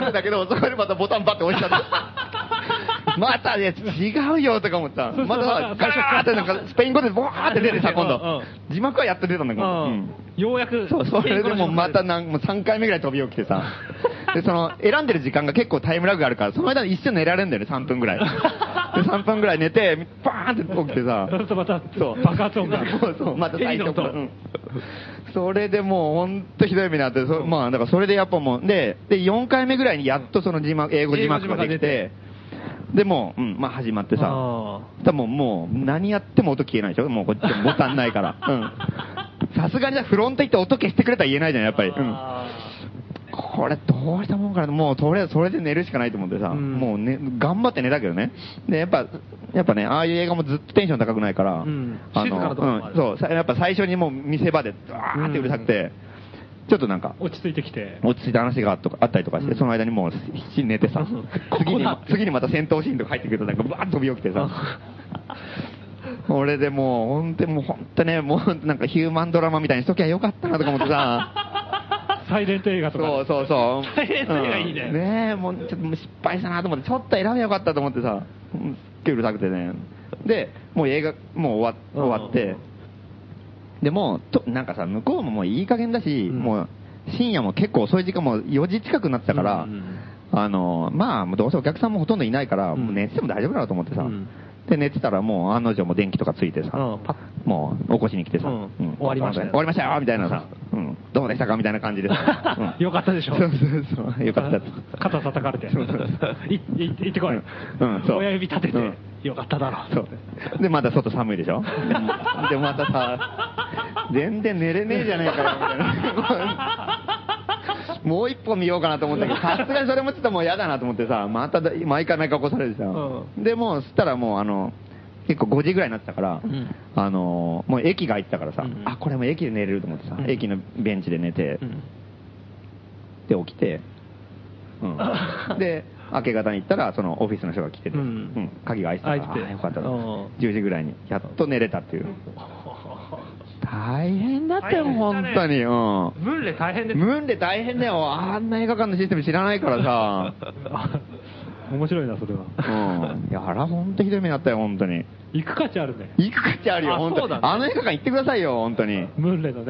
Speaker 4: てたけど、そこでまたボタンバッて押しちゃ [LAUGHS] った。またね、違うよとか思った。またさ、ガシャーってなんかスペイン語でボワーって出てさ、今度。字幕はやっと出たんだけど。うん
Speaker 5: ようやく。
Speaker 4: そう、それでもまたなんもう3回目ぐらい飛び起きてさ。で、その、選んでる時間が結構タイムラグがあるから、その間に一瞬寝られるんだよね、3分ぐらい。で、3分ぐらい寝て、バーンって起きてさ。
Speaker 2: そうするとまた
Speaker 4: そう
Speaker 2: 爆発音が。
Speaker 4: そうそう、また
Speaker 2: ヘリ
Speaker 4: 最
Speaker 2: の
Speaker 4: 初
Speaker 2: 音
Speaker 4: から。うんそれでもう本当ひどい目にあって、そまあだからそれでやっぱもう、で、で、4回目ぐらいにやっとその字幕、英語字幕ができて、で、もう、うん、まあ始まってさ、多分もう何やっても音消えないでしょもうこっちもボタンないから。
Speaker 5: [LAUGHS]
Speaker 4: うん。さすがにさフロント行って音消してくれたら言えないじゃん、やっぱり。うん。これどうしたもんかなともうとりあえずそれで寝るしかないと思ってさ、
Speaker 5: ん
Speaker 4: もうね、頑張って寝たけどね。で、やっぱ、やっぱね、ああいう映画もずっとテンション高くないから、
Speaker 5: ん
Speaker 4: あの
Speaker 5: 静かなところもあ
Speaker 4: う
Speaker 5: る
Speaker 4: んそうさ、やっぱ最初にもう見せ場で、わーってうるさくて、ちょっとなんか、
Speaker 2: 落ち着いてきて。
Speaker 4: 落ち着いた話があっとあったりとかして、その間にもう必死に寝てさ、 [LAUGHS] 次に、次にまた戦闘シーンとか入ってくるとなんかバーッと飛び起き [LAUGHS] てさ、俺でもう、ほんともうほんとね、もうなんかヒューマンドラマみたいにしときゃよかったなとか思ってさ、
Speaker 2: サイレント映画とか。
Speaker 4: そうそうそう。
Speaker 5: 大変それがいいね
Speaker 4: うんねえ、もうちょっともう失敗したなと思って、ちょっと選べばよかったと思ってさ、うんすっげえうるさくてね。で、もう映画、もう終わ終わって、でもうと、なんかさ、向こうももういい加減だし、もう深夜も結構遅い時間、もう4時近くなってたから、あの、まあ、もうどうせお客さんもほとんどいないから、もう寝てても大丈夫だろうと思ってさ、で、寝てたらもう案の定もう電気とかついてさ、
Speaker 5: うんパッ
Speaker 4: もう起こしに来てさ、
Speaker 5: うん
Speaker 4: うん
Speaker 5: 終わりましたよ
Speaker 4: 終わりましたよみたいなさ、うん、どうでしたかみたいな感じで
Speaker 2: [LAUGHS]
Speaker 4: さ、うん
Speaker 5: よかったでしょ。
Speaker 4: そうそうそう。よかった。
Speaker 2: 肩叩かれて。
Speaker 4: そうそうそう
Speaker 2: いい行ってこい。
Speaker 4: うんそう
Speaker 2: 親指立てて
Speaker 4: うん。
Speaker 2: よかっただろ。
Speaker 4: そう。で、まだ外寒いでしょで、またさ、全然寝れねえじゃねえかよ、みたいな。もう一本見ようかなと思ったけど、さすがにそれもちょっともう嫌だなと思ってさ、まただ毎回毎回起こされてさ、で、もう、そしたらもう、あの、結構5時ぐらいになってたから、あの、もう駅が入ったからさ、あ、これも駅で寝れると思ってさ、駅のベンチで寝て、で起きて、うん、で明け方に行ったら、そのオフィスの人が来てて、
Speaker 5: うん
Speaker 4: うん鍵が開いてたから、
Speaker 5: 開いてて
Speaker 4: ああよかった
Speaker 5: うん
Speaker 4: 10時ぐらいに、やっと寝れたっていう。大変だったよ、本当に。うん。
Speaker 5: ムンレ大変です
Speaker 4: ムーンで大変だよ。あんな映画館のシステム知らないからさ。
Speaker 5: [LAUGHS]
Speaker 2: 面白いな、それは。
Speaker 4: うん。いや、あら、ほんとひどい目にあったよ、本当に。
Speaker 2: 行く価値あるね。
Speaker 4: 行く価値あるよ、
Speaker 5: あ
Speaker 4: 本
Speaker 5: そ
Speaker 4: 当
Speaker 5: うだね
Speaker 4: あの映画館行ってくださいよ、本当に。
Speaker 2: ムンレの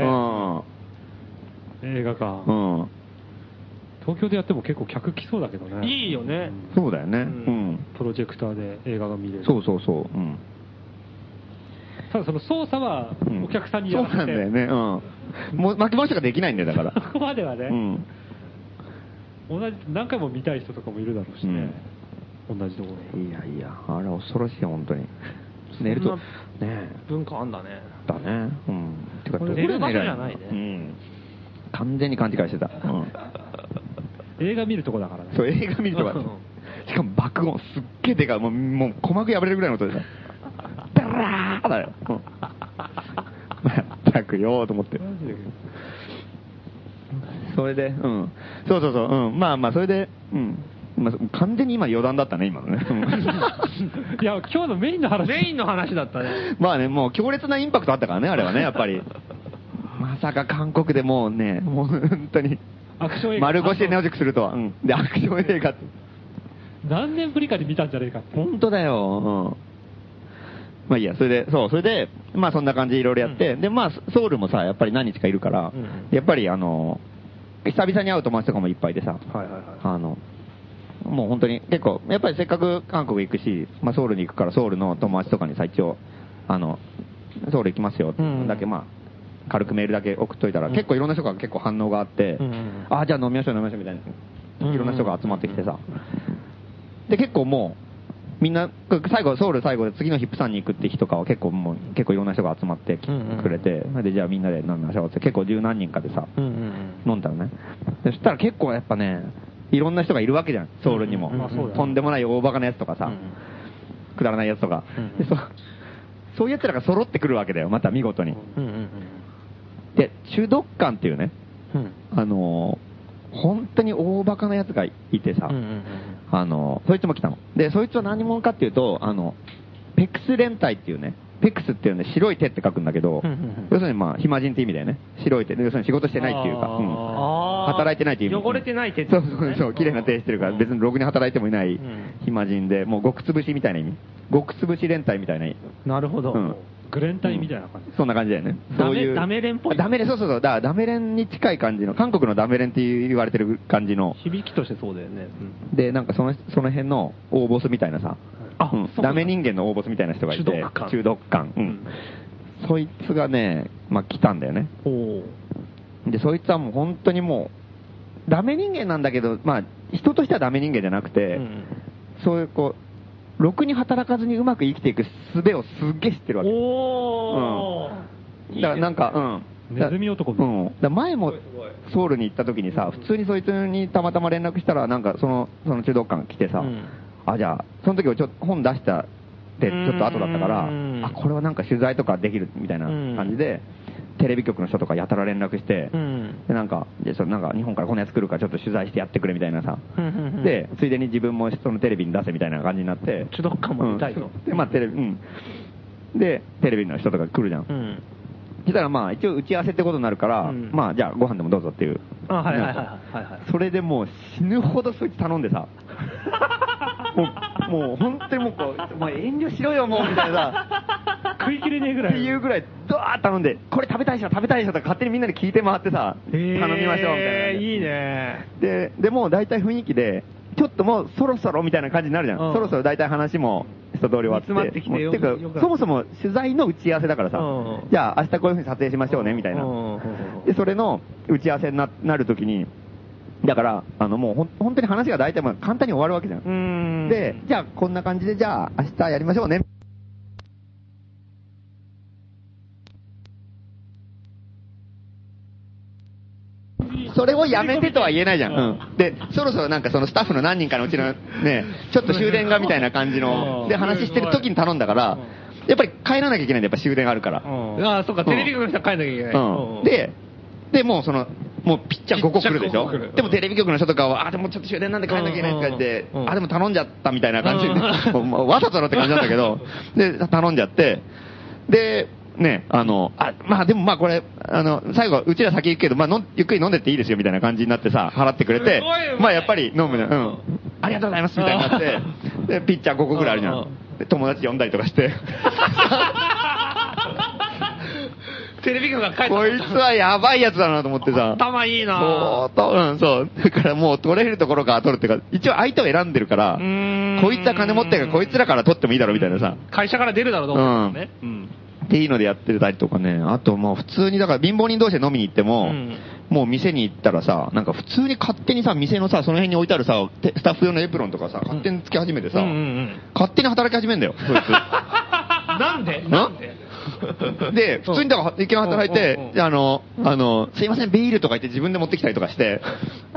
Speaker 4: う
Speaker 2: ね、
Speaker 4: ん。
Speaker 2: 映画館、
Speaker 4: うん。
Speaker 2: 東京でやっても結構客来そうだけどね。
Speaker 5: いいよね
Speaker 4: そうだよね。う
Speaker 5: うん
Speaker 4: ん。
Speaker 2: プロジェクターで映画が見れる。
Speaker 4: そうそうそう。うん。
Speaker 2: ただその操作は
Speaker 4: うん
Speaker 2: お客さんに
Speaker 4: そ
Speaker 2: や
Speaker 4: う
Speaker 2: らせて、
Speaker 4: なんだよね。うん。もう巻き戻しができないんだよ、だから。
Speaker 2: そこまではね、
Speaker 4: うん。
Speaker 2: 同じ何回も見たい人とかもいるだろうしね、同じところに
Speaker 4: いやいや、あら、恐ろしいよ、本当に。寝ると、
Speaker 5: そん
Speaker 4: ね
Speaker 5: な
Speaker 4: え
Speaker 5: 文化あんだね
Speaker 4: だね。うん。てか、
Speaker 5: これ
Speaker 4: どこで
Speaker 5: 寝る場所
Speaker 4: 寝りゃ
Speaker 5: じゃないね
Speaker 4: うん。完全に勘違いしてた。うん。
Speaker 2: 映画見るとこだからね
Speaker 4: そう、映画見るとか
Speaker 5: うん。
Speaker 4: しかも爆音、すっげえでかい。もう、もう鼓膜破れるぐらいの音 [LAUGHS] でさ。ダラーだよ。うんまったくよーと思って。それで、うん。そうそうそう、うん。まあまあ、それで、うん。まあ、完全に今余談だったね、今 [LAUGHS] のね。うん
Speaker 2: いや今日のメインの話
Speaker 5: メインの話だったね
Speaker 4: まあね、もう強烈なインパクトあったからね、あれはね、やっぱり。まさか韓国でもうね、もう本当に。
Speaker 2: アクション映画
Speaker 4: 丸腰でネオジックするとは。うん。で、アクション映画って。
Speaker 2: 何年ぶりかに見たんじゃねえかって
Speaker 4: 本当だよ。うん。まあいいや、それで、そう、それで、まあそんな感じでいろいろやって、で、まあソウルもさ、やっぱり何日かいるから、
Speaker 5: うん
Speaker 4: やっぱりあの、久々に会う友達とかもいっぱいでさ、
Speaker 5: はいはいはい
Speaker 4: あの、もう本当に結構、やっぱりせっかく韓国行くし、まあソウルに行くからソウルの友達とかに最長、あの、ソウル行きますよって、
Speaker 5: うん
Speaker 4: だけまあ、軽くメールだけ送っといたら、結構いろんな人が結構反応があって、
Speaker 5: うんうん
Speaker 4: ああ、じゃあ飲みましょう飲みましょうみたい
Speaker 5: うんうん
Speaker 4: な、いろんな人が集まってきてさ、で、結構もう、みんな、最後、ソウル最後で次のヒップさんに行くって日とかは結構もう、結構いろんな人が集まってき
Speaker 5: うんうん
Speaker 4: くれて、で、じゃあみんなで飲みましょうって、結構十何人かでさ、
Speaker 5: うんうん
Speaker 4: 飲んだのね。でそしたら結構やっぱね、いろんな人がいるわけじゃん、ソウルにも。
Speaker 5: うんうんうんまあそうだよね
Speaker 4: とんでもない大バカなやつとかさ、くだらないやつとか。
Speaker 5: うん
Speaker 4: でそうそういうやつらが揃ってくるわけだよ、また見事に。
Speaker 5: うんうんうん
Speaker 4: で、中毒感っていうね、
Speaker 5: うん
Speaker 4: あのー本当に大バカなやつがいてさ、
Speaker 5: うんうんうん
Speaker 4: あの、そいつも来たの。で、そいつは何者かっていうと、あの、ペクス連隊っていうね、ペクスっていうね、白い手って書くんだけど、
Speaker 5: うんうんうん
Speaker 4: 要するにまあ、暇人って意味だよね。白い手。要するに仕事してないっていうか、
Speaker 2: あー
Speaker 4: うん
Speaker 5: あー
Speaker 4: 働いてないっていう意味。
Speaker 5: 汚れてない手って
Speaker 4: そ
Speaker 5: こ
Speaker 4: う
Speaker 5: とね
Speaker 4: そうそう、綺麗な手してるから、別にろくに働いてもいない
Speaker 5: ん
Speaker 4: 暇人で、もう極潰しみたいな意味。極潰し連隊みたいな意味。
Speaker 5: なるほど、
Speaker 4: うん
Speaker 2: グレンタイみたいな感じ、
Speaker 4: そんな感じだよね。
Speaker 5: ダ
Speaker 4: そ
Speaker 5: メ
Speaker 4: ういう
Speaker 5: ダメ連っぽい
Speaker 4: ダメ連、そうそうそう。だからダメ連に近い感じの、韓国のダメ連って言われてる感じの、
Speaker 5: 響きとしてそうだよね、うん
Speaker 4: で、なんかそのその辺の大ボスみたいなさ、
Speaker 5: あ
Speaker 4: うん
Speaker 5: そうな
Speaker 4: ダ
Speaker 5: んだ
Speaker 4: メ人間の大ボスみたいな人がいて、
Speaker 5: 中毒感
Speaker 4: 中毒感うん。そいつがね、まあ来たんだよね。
Speaker 5: おー
Speaker 4: で、そいつはもう本当にもう、ダメ人間なんだけど、まあ、人としてはダメ人間じゃなくて、
Speaker 5: うん
Speaker 4: そういうこう、ろくに働かずにうまく生きていく術をすっげえ知ってるわけ。
Speaker 5: おーいい
Speaker 4: だか
Speaker 5: ね
Speaker 4: らなんか、うん。だ
Speaker 2: ネズミ男みた
Speaker 4: う。
Speaker 2: いなん
Speaker 4: だから前もソウルに行った時にさ、普通にそいつにたまたま連絡したら、なんかその、その中毒感来てさ、
Speaker 5: うん
Speaker 4: あ、じゃあ、その時をちょっと本出したってちょっと後だったから
Speaker 5: うん、
Speaker 4: あ、これはなんか取材とかできるみたいな感じで、テレビ局の人とかやたら連絡して、
Speaker 5: うん
Speaker 4: で、なんか、でそのなんか日本からこんなやつ来るからちょっと取材してやってくれみたいなさ、
Speaker 5: うんうんうん
Speaker 4: で、ついでに自分もそのテレビに出せみたいな感じになって、
Speaker 5: 中毒感も見たいと
Speaker 4: うんで、まあテレビ、うん。で、テレビの人とか来るじゃん。
Speaker 5: うん
Speaker 4: そしたらまあ一応打ち合わせってことになるから、
Speaker 5: うん
Speaker 4: まあじゃあご飯でもどうぞっていう。
Speaker 5: あはいはいはいはいはい
Speaker 4: それでもう死ぬほどそいつ頼んで
Speaker 5: [LAUGHS]
Speaker 4: さ、もう、もう本当にもうこう、もう遠慮しろよもうみたいなさ、
Speaker 2: 食い切れねえぐ
Speaker 4: っ
Speaker 2: ら
Speaker 4: て
Speaker 2: い
Speaker 4: いうぐらい、ドワーッと頼んで、これ食べたい人食べたい人とか勝手にみんなで聞いて回ってさ、頼みましょうみたいな。
Speaker 5: いいね
Speaker 4: で、でもう大体雰囲気で、ちょっともうそろそろみたいな感じになるじゃん。
Speaker 5: うん
Speaker 4: そろそろ大体話も一通り終わって。
Speaker 5: 煮詰まってきてよ
Speaker 4: もうか
Speaker 5: よかった
Speaker 4: そもそも取材の打ち合わせだからさ、
Speaker 5: うん
Speaker 4: じゃあ明日こういうふうに撮影しましょうね、みたいな。
Speaker 5: うん
Speaker 4: で、それの打ち合わせにななるときに、だから、あの、もうほん本当に話が大体もう簡単に終わるわけじゃん。
Speaker 5: うん
Speaker 4: で、じゃあこんな感じで、じゃあ明日やりましょうね。それをやめてとは言えないじゃん。うん。で、そろそろなんかそのスタッフの何人かのうちのね、ちょっと終電がみたいな感じの、で話してる時に頼んだから、やっぱり帰らなきゃいけないんだよ、やっぱ終電があるから。
Speaker 5: ああそっかテレビ局の人は帰んなきゃいけない
Speaker 4: うんで、で、もうその、もうピッチャー5個来るでしょ
Speaker 5: ピッチャー五個来る
Speaker 4: でもテレビ局の人とかは、あ、でもちょっと終電なんで帰んなきゃいけないって感じで
Speaker 5: うんうんう、ん
Speaker 4: あ、でも頼んじゃったみたいな感じで、
Speaker 5: うん
Speaker 4: [LAUGHS] もうもうわざとだって感じなんだけど、で、頼んじゃって、で、ね、あの、あ、まあでもまあこれ、あの、最後、うちら先行くけど、まあのんゆっくり飲んでっていいですよみたいな感じになってさ、払ってくれ
Speaker 5: す
Speaker 4: て
Speaker 5: ごいよね、
Speaker 4: まあやっぱり飲むじゃん、うん。ありがとうございますみたいになって、で、ピッチャー5個ぐらいあるじゃ
Speaker 5: うんん。
Speaker 4: で友達呼んだりとかして、 [LAUGHS]
Speaker 5: テレビ局が [LAUGHS] 帰って
Speaker 4: こいつはやばいやつだなと思ってさ。
Speaker 5: 頭いい
Speaker 4: そ
Speaker 5: な
Speaker 4: う、と、うん、そう。だからもう取れるところから取るっていうか、一応相手を選んでるから
Speaker 5: うーん、
Speaker 4: こいつは金持ってるから、こいつらから取ってもいいだろみたいなさ、
Speaker 5: 会社から出るだろうと思ってたね。うん。
Speaker 4: っていうのでやってたりとかね、あともう普通に、だから貧乏人同士で飲みに行っても、
Speaker 5: うん
Speaker 4: もう店に行ったらさ、なんか普通に勝手にさ、店のさ、その辺に置いてあるさ、てスタッフ用のエプロンとかさ、勝手につけ始めてさ、
Speaker 5: うんうんうん
Speaker 4: 勝手に働き始めんだよ、そいつ。
Speaker 5: なんで
Speaker 4: な
Speaker 5: なんで
Speaker 4: [LAUGHS] で、普通にだから、一見働い
Speaker 5: うんうん
Speaker 4: て
Speaker 5: う、ん
Speaker 4: であの、あの、すいません、ビールとか言って自分で持ってきたりとか
Speaker 5: [LAUGHS]
Speaker 4: して、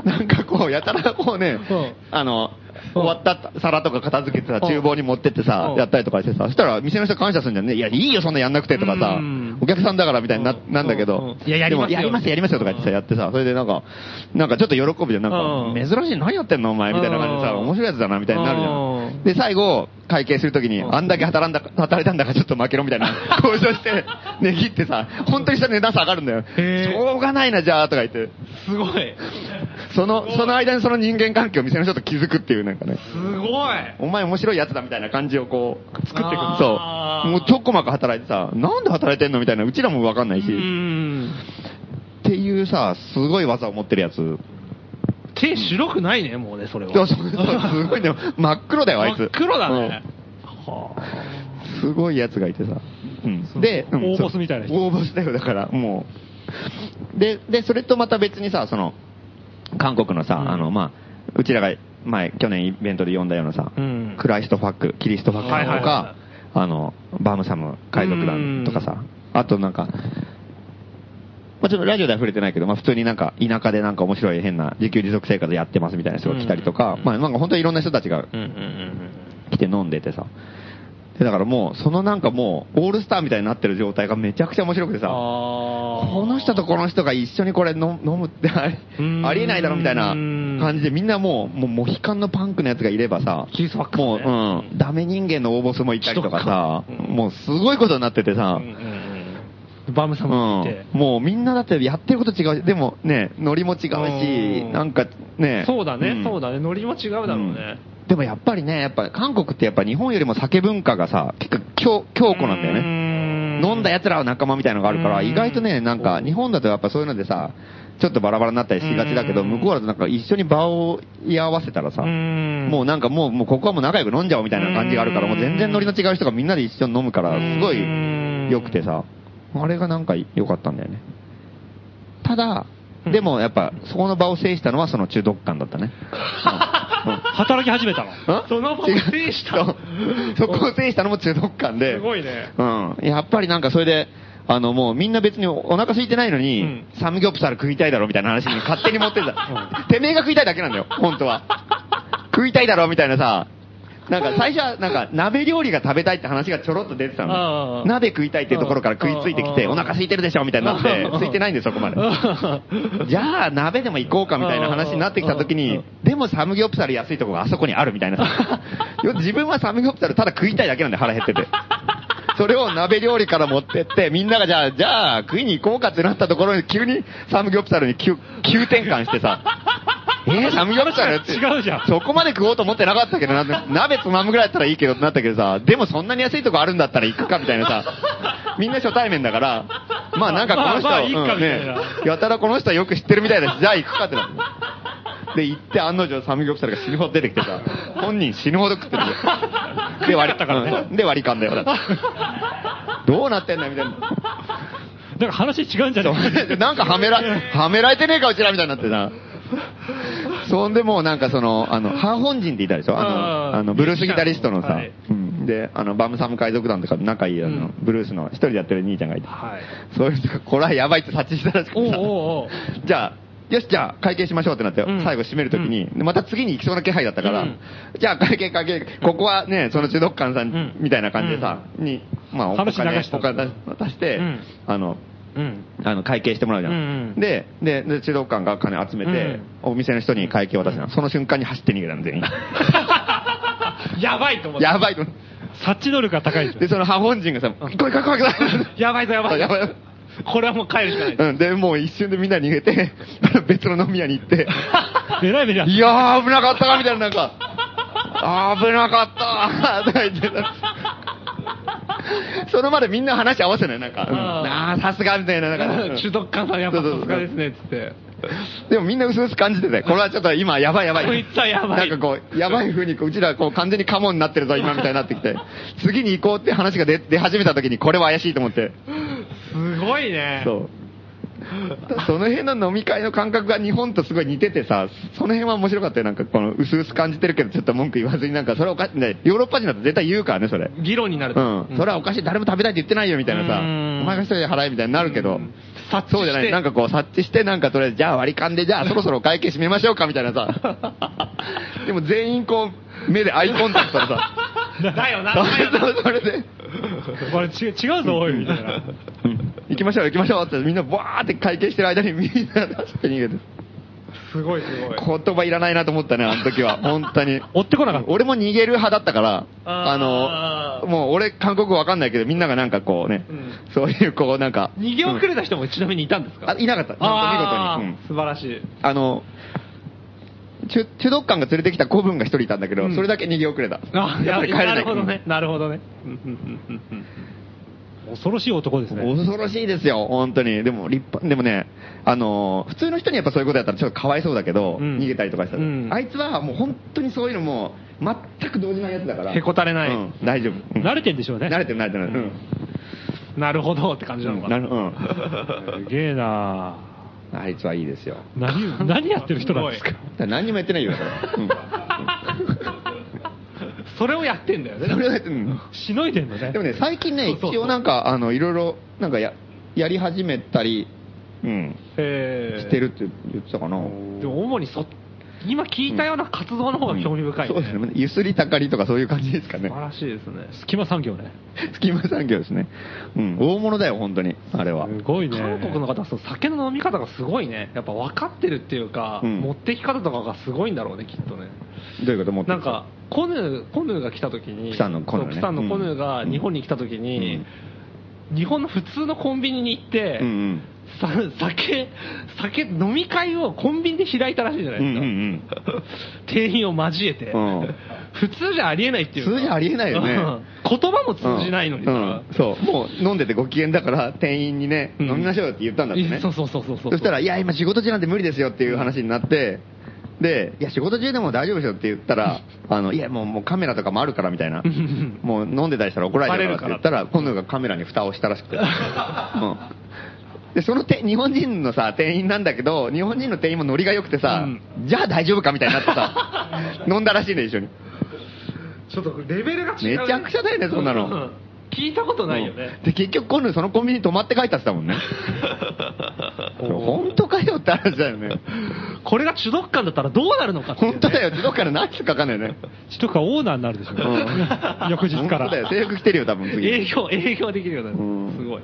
Speaker 4: なんかこう、やたらこうね
Speaker 5: うん、
Speaker 4: あの、
Speaker 5: うん
Speaker 4: 終わった皿とか片付けてさ、
Speaker 5: うん
Speaker 4: 厨房に持ってってさ
Speaker 5: う、ん
Speaker 4: やったりとかしてさ、そしたら店の人感謝するんじゃんね。いや、いいよ、そんなやんなくてとかさ
Speaker 5: うん、
Speaker 4: お客さんだからみたいにな、
Speaker 5: うん
Speaker 4: なんだけ
Speaker 5: うん
Speaker 4: ど
Speaker 5: う、んいややりますよ
Speaker 4: でもやります、やりますよとか言ってさ、
Speaker 5: うん
Speaker 4: やってさ、それでなんか、なんかちょっと喜ぶじゃん、なん
Speaker 5: うん
Speaker 4: か、珍しい、何やってんのお前、みたいな感じでさ、
Speaker 5: うん
Speaker 4: 面白いやつだな、みたいになるじゃ
Speaker 5: うん
Speaker 4: ん。で、最後、会計するときに、
Speaker 5: うん
Speaker 4: あんだけ働んだ、働いたんだからちょっと負けろみたい
Speaker 5: [LAUGHS]
Speaker 4: な交渉して、値切ってさ、本当にしたら値段下がるんだよ。
Speaker 5: へー
Speaker 4: しょうがないな、じゃあ、とか言って。
Speaker 5: すごい。
Speaker 4: その、その間にその人間関係を店の人と気づくっていう、なんかね。
Speaker 5: すごい。
Speaker 4: お前面白いやつだみたいな感じをこう、作ってくる
Speaker 5: あ。ー
Speaker 4: そう。もうちょこまか働いてさ、なんで働いてんのみたいな、うちらもわかんないし。
Speaker 5: う
Speaker 4: っ
Speaker 5: ん。
Speaker 4: ていうさ、すごい技を持ってるやつ。
Speaker 5: 手白くないね、もうね、それは。
Speaker 4: そうそうそう、すごいね。真っ黒だよ、あいつ。
Speaker 5: 真っ黒だね
Speaker 4: うん。
Speaker 5: はあ
Speaker 4: すごいやつがいてさ。うん、で、うん
Speaker 2: 大ボスみたいな人
Speaker 4: そう大ボスだよ、だから、もう。で、で、それとまた別にさ、その、韓国のさ、
Speaker 5: うん
Speaker 4: あの、まあ、うちらが前、去年イベントで呼んだようなさ、
Speaker 5: うん
Speaker 4: クライストファック、キリストファックとか、
Speaker 5: はいはいは
Speaker 4: あの、バムサム海賊団とかさ、あとなんか、まあ、ちょっとラジオでは触れてないけど、まあ、普通になんか田舎でなんか面白い変な自給自足生活やってますみたいな人が来たりとか、
Speaker 5: うん
Speaker 4: まあなんか本当にいろんな人たちが
Speaker 5: うんうんうん
Speaker 4: 来て飲んでてさ。で、だからもう、そのなんかもう、オールスターみたいになってる状態がめちゃくちゃ面白くて
Speaker 5: うん。
Speaker 4: さ、
Speaker 5: あ
Speaker 4: この人とこの人が一緒にこれ飲飲む [LAUGHS] ってあり
Speaker 5: うーん
Speaker 4: ありえないだろみたいな感じで、みんなもう、もう、モヒカンのパンクのやつがいればさ、
Speaker 5: キリストファックスね
Speaker 4: もう、うん、ダメ人間の大ボスもいたりとかさ、
Speaker 5: 人かうん
Speaker 4: もうすごいことになってて
Speaker 5: う
Speaker 4: さ
Speaker 5: ん、うんうん。バムさ
Speaker 4: うん
Speaker 5: もいて
Speaker 4: ん。、もうみんなだってやってること違うし、でもね、ノリも違う
Speaker 5: うん
Speaker 4: し、なんかね、
Speaker 5: そうだね、
Speaker 4: ん
Speaker 5: そうだね。ノリも違うだろうね。
Speaker 4: でもやっぱりね、やっぱ韓国ってやっぱ日本よりも酒文化がさ、結構強強固なんだよ
Speaker 5: う
Speaker 4: ね。
Speaker 5: ー
Speaker 4: 飲んだ奴らは仲間みたいなのがあるから、
Speaker 5: うん
Speaker 4: 意外とね、なんか日本だとやっぱそういうのでさ、ちょっとバラバラになったりしがちだけど、
Speaker 5: うん
Speaker 4: 向こうだとなんか一緒に場を居合わせたらさ、
Speaker 5: うん
Speaker 4: もうなんかもう、もうここはもう仲良く飲んじゃおうみたいな感じがあるから、
Speaker 5: うん
Speaker 4: もう全然ノリの違う人がみんなで一緒に飲むから、すごい
Speaker 5: うん
Speaker 4: 良くてさ、あれがなんか良かったんだよね。ただ、でもやっぱ、そこの場を制したのはその中毒感だったね。うんうん
Speaker 2: 働き始めたの。
Speaker 5: その場を制した
Speaker 4: 違うそうそこを制したのも中毒感で。
Speaker 5: すごいね
Speaker 4: うん。やっぱりなんかそれで、あのもうみんな別にお腹空いてないのに、
Speaker 5: うん
Speaker 4: サムギョプサル食いたいだろみたいな話に勝手に持って
Speaker 5: [LAUGHS]
Speaker 4: た。てめえが食いたいだけなんだよ、本当は。食いたいだろみたいなさ。なんか最初はなんか鍋料理が食べたいって話がちょろっと出てた
Speaker 5: あ
Speaker 4: の。
Speaker 5: あ
Speaker 4: 鍋食いたいっていうところから食いついてきて、
Speaker 5: ああ
Speaker 4: お腹空いてるでしょみたいになって
Speaker 5: ああ、
Speaker 4: 空いてないんでそこまで。
Speaker 5: あ
Speaker 4: [LAUGHS] じゃあ、鍋でも行こうかみたいな話になってきたとき
Speaker 5: うんうん
Speaker 4: に
Speaker 5: う、
Speaker 4: でもサムギョプサル安いとこがあそこにあるみたいな
Speaker 5: [LAUGHS]
Speaker 4: さ。要は自分はサムギョプサルただ食いたいだけなんで腹減ってて。それを鍋料理から持ってって、みんながじゃあ、じゃあ食いに行こうかってなったところに急にサムギョプサルに急急転換して
Speaker 5: [LAUGHS]
Speaker 4: さ。えー、サムギョプサルって。
Speaker 2: 違うじゃん
Speaker 4: そこまで食おうと思ってなかったけど、なんで鍋つまむぐらいだったらいいけどってなったけどさ、でもそんなに安いとこあるんだったら行くかみたいなさ。みんな初対面だから、まあなんかこの人
Speaker 2: まあまあ
Speaker 4: は、
Speaker 2: いいか
Speaker 4: うんね
Speaker 2: みたいな
Speaker 4: やたらこの人はよく知ってるみたいだし、じゃあ行くかってなって。で、行って案の定サムギョプサルが死ぬほど出てきてさ、本人死ぬほど食ってるよ。で、割り、うんで、割り勘だよ。だってどうなってんだよみたいな。
Speaker 2: だから話違うんじゃない
Speaker 4: そう [LAUGHS] なんかはめら、はめられてねえか、うちらみたいになってさ。そんでもうなんかその、あの、ハーホン人っていたでしょあ
Speaker 5: あー
Speaker 4: の、あのブルースギタリストのさ、
Speaker 5: はい
Speaker 4: うんで、あの、バムサム海賊団とか仲いいあの、
Speaker 5: うん
Speaker 4: ブルースの一人でやってる兄ちゃんがい
Speaker 2: [LAUGHS]
Speaker 4: て、
Speaker 5: はい。
Speaker 4: そういう人が、これはやばいって察知したらしく
Speaker 5: おう
Speaker 4: てさ。
Speaker 5: おうおう。
Speaker 4: じゃあ、よし、じゃあ、会計しましょうってなって、
Speaker 5: うん
Speaker 4: 最後締めるときに、でまた次に行きそうな気配だったから、
Speaker 5: うん
Speaker 4: じゃあ、会計、会計、ここはね、その中毒官さん、
Speaker 5: うん
Speaker 4: みたいな感じでさ、に、まあ、お
Speaker 2: 話流
Speaker 4: 金、
Speaker 2: した
Speaker 4: お金出し出して、
Speaker 5: うん
Speaker 4: あの、
Speaker 5: うん
Speaker 4: あの会計してもらうじゃん、
Speaker 5: うんうん
Speaker 4: ででで指導官が金集めて、お店の人に会計渡すじゃん、その瞬間に走って逃げたの全
Speaker 5: [LAUGHS]
Speaker 4: 員が
Speaker 5: やばいと思って。
Speaker 4: やばいと思っ
Speaker 2: 察知能力が高い
Speaker 4: てでその破本人がさ「来い来い来い来い
Speaker 5: やばいぞ、やばいぞ。
Speaker 4: やばいぞ
Speaker 5: これはもう帰るしか
Speaker 4: [LAUGHS]
Speaker 5: ない。
Speaker 4: うん、でもう一瞬でみんな逃げて [LAUGHS] 別の飲み屋に行
Speaker 5: [LAUGHS]
Speaker 4: って
Speaker 2: えらい目にあっ
Speaker 4: いやー、危なかったかみたいな、なんか、あー危なかったーとか [LAUGHS] 言ってた。その場でみんな話合わせない、なんか、うん
Speaker 5: あ
Speaker 4: あー、さすがみたいな、なんか、
Speaker 5: 中毒感さんやっぱさすがですね、つって。
Speaker 4: でもみんな薄々感じてて、これはちょっと今、やばいやばい。
Speaker 5: [LAUGHS] こいつはやばい
Speaker 4: なんかこう、やばい風に、こううちらこう完全にカモになってるぞ、今みたいになってきて、次に行こうって話が出出始めた時に、これは怪しいと思って。
Speaker 5: すごいね。
Speaker 4: そう。その辺の飲み会の感覚が日本とすごい似ててさ、その辺は面白かったよ。なんかこの、薄々感じてるけど、ちょっと文句言わずになんか、それはおかしい。ねヨーロッパ人だと絶対言うからね、それ。
Speaker 5: 議論になる
Speaker 4: う
Speaker 5: と。
Speaker 4: ん。それはおかしい。誰も食べたいって言ってないよ、みたいなさ。お
Speaker 5: うん
Speaker 4: 前が一人で払え、みたいになるけど。
Speaker 5: 察知して
Speaker 4: そうじゃない。なんかこう、察知して、なんかとりあえず、じゃあ割り勘で、じゃあそろそろお会計閉めましょうか、みたいなさ。
Speaker 5: [LAUGHS]
Speaker 4: でも全員こう、目でアイコンタクトでさ。
Speaker 5: だよな。
Speaker 4: そ
Speaker 5: だ
Speaker 4: れ
Speaker 5: よ
Speaker 4: [LAUGHS]
Speaker 5: な
Speaker 4: それで。
Speaker 2: た。あれ、ち違うぞ、おい、みたいな。
Speaker 4: 行きましょう行きましょうってみんなバーって会計してる間にみんな出して逃げて
Speaker 5: すごいすごい。
Speaker 4: 言葉いらないなと思ったねあの時
Speaker 5: [LAUGHS]
Speaker 4: は本当に
Speaker 2: 追ってこなかった。
Speaker 4: 俺も逃げる派だったから
Speaker 5: あ
Speaker 4: あ
Speaker 5: ー
Speaker 4: のもう俺韓国語わかんないけどみんながなんかこうね、そういうこうなんか
Speaker 5: 逃げ遅れた人もちなみにいたんですか
Speaker 4: あいなかった
Speaker 5: あ
Speaker 4: なんと見事に、うん
Speaker 5: ー素晴らしい。
Speaker 4: あの中中毒官が連れてきた子分が一人いたんだけど、
Speaker 5: うん
Speaker 4: それだけ逃げ遅れた
Speaker 5: あ
Speaker 4: やっぱり帰れない
Speaker 5: なるほどね。なるほどね。うんうんうんうん
Speaker 2: 恐ろしい男ですね。
Speaker 4: 恐ろしいですよ、本当に。でも立派、でもね、あのー普通の人にやっぱそういうことやったらちょっとかわいそうだけど、
Speaker 5: うん
Speaker 4: 逃げたりとかしたら、
Speaker 5: うん
Speaker 4: あいつはもう本当にそういうのもう全く同時ないやつだから。
Speaker 5: へこたれない
Speaker 4: うん大丈夫。うん
Speaker 2: 慣れてんでしょうね。
Speaker 4: 慣れてる慣れてる。うん
Speaker 5: なるほどって感じなのか
Speaker 4: な
Speaker 5: な。
Speaker 4: るうん
Speaker 2: すげえな
Speaker 4: あいつはいいですよ。
Speaker 2: 何、何やってる人なんですか
Speaker 5: す
Speaker 4: だから何にもやってないよ、だから。うん
Speaker 5: それをやってんだよね。
Speaker 4: それはやってんの
Speaker 2: しのいでんのね
Speaker 4: で。もね、最近ね、
Speaker 5: そうそうそう
Speaker 4: 一応なんか、あの、いろいろ、なんかや、やり始めたり、うん、
Speaker 5: へー
Speaker 4: してるって言ってたかな。
Speaker 5: でも主にそ今聞いたような活動の方が興味深い、ね
Speaker 4: そうですね。ゆすりたかりとかそういう感じですかね
Speaker 5: 素。晴らしいですね
Speaker 2: 隙間産業ね。
Speaker 4: 隙間産業ですね。うん、大物だよ、本当に、あれは。
Speaker 2: すごいね。
Speaker 5: 韓国の方はその酒の飲み方がすごいねやっぱ分かってるっていうか、
Speaker 4: うん
Speaker 5: 持ってき方とかがすごいんだろうねきっとね
Speaker 4: どういうこと思って
Speaker 5: なんかコヌーコヌーが来た時に
Speaker 4: プサンのコヌーね
Speaker 5: そうプサンのコヌーが日本に来た時に、日本の普通のコンビニに行って、
Speaker 4: うんうん。
Speaker 5: さ酒酒飲み会をコンビニで開いたらしいじゃな
Speaker 4: う
Speaker 5: い
Speaker 4: ん
Speaker 5: で
Speaker 4: う
Speaker 5: す
Speaker 4: ん
Speaker 5: か、
Speaker 4: うん。
Speaker 5: 店員を交えて、
Speaker 4: うん
Speaker 5: 普通じゃありえないっていうか
Speaker 4: 普通じゃありえないよね
Speaker 5: うん言葉も通じないのにさ、
Speaker 4: うんうんそう。もう飲んでてご機嫌だから、店員にね、
Speaker 5: うん
Speaker 4: 飲みましょうよって言ったんだってね。
Speaker 5: そうそうそうそうそう
Speaker 4: そしたら、いや、今仕事中なんて無理ですよっていう話になって、で、いや、仕事中でも大丈夫ですよって言った [LAUGHS] ら、あの、いや、もうもうカメラとかもあるからみたいな
Speaker 5: うんうん。
Speaker 4: もう飲んでたりしたら怒られるからって言った
Speaker 5: バレ
Speaker 4: ら、今度がカメラに蓋をしたらし [LAUGHS] くて。うんで、そのて日本人のさ、店員なんだけど、日本人の店員もノリが良くてさ、じゃあ大丈夫かみたいになって [LAUGHS] さ、飲んだらしいね、一緒に。
Speaker 5: ちょっとレベルが違う、
Speaker 4: めちゃくちゃだよねそんなの
Speaker 5: う聞いたことないよね、
Speaker 4: で、結局今度そのコンビニに泊まって帰ったって言
Speaker 5: [LAUGHS]
Speaker 4: ってたもんね。本当かよって話だよ
Speaker 5: [LAUGHS]
Speaker 4: ね。
Speaker 5: これが主読感だったらどうなるのかっていうね
Speaker 4: 本当だよ、どっから何つうかわかんないよね。
Speaker 2: 血とかオーナーになるでしょうね
Speaker 4: う。
Speaker 2: [LAUGHS]
Speaker 4: ん
Speaker 2: 翌日から
Speaker 4: 本当だ。よ、制服着てるよ、多分次。
Speaker 5: [LAUGHS] 営業営業できるようにな
Speaker 4: うん
Speaker 5: るすごい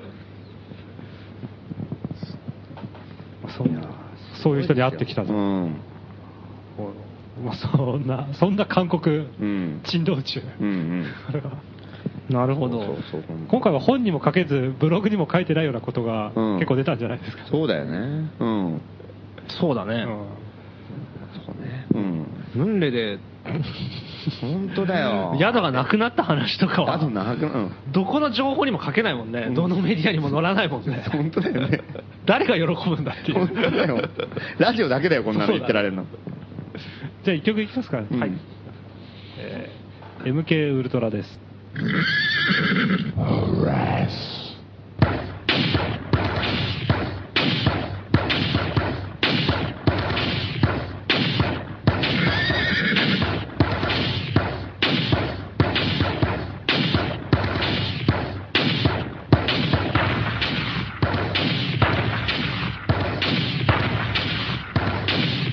Speaker 2: そうそういう人に会ってきた
Speaker 4: う
Speaker 2: ぞ。
Speaker 4: ん。
Speaker 2: まあそんな、そんな韓国
Speaker 4: うん。
Speaker 2: 珍道中。
Speaker 4: うんうん。
Speaker 5: なるほど
Speaker 4: そうそうそう
Speaker 2: 今回は本にも書けず、ブログにも書いてないようなことが
Speaker 4: うん
Speaker 2: 結構出たんじゃないですか。
Speaker 4: そうだよね。うん。
Speaker 5: そうだ
Speaker 2: う
Speaker 5: ね
Speaker 2: ん
Speaker 4: うん。
Speaker 5: 文礼で
Speaker 4: 本当だよ。
Speaker 5: 宿がなくなった話とか
Speaker 4: あと
Speaker 5: は
Speaker 4: 長くうん。
Speaker 5: どこの情報にも書けないもんね、どのメディアにも載らないもんね
Speaker 4: 本当だ
Speaker 5: [LAUGHS]
Speaker 4: よね。
Speaker 5: 誰が喜ぶんだってい
Speaker 4: 本当だよ
Speaker 5: う。
Speaker 4: ラジオだけだよ、こんなの言ってられるの。
Speaker 2: じゃあ一曲いきますか。
Speaker 4: うん
Speaker 2: はい。えー MK ウルトラです。
Speaker 6: 「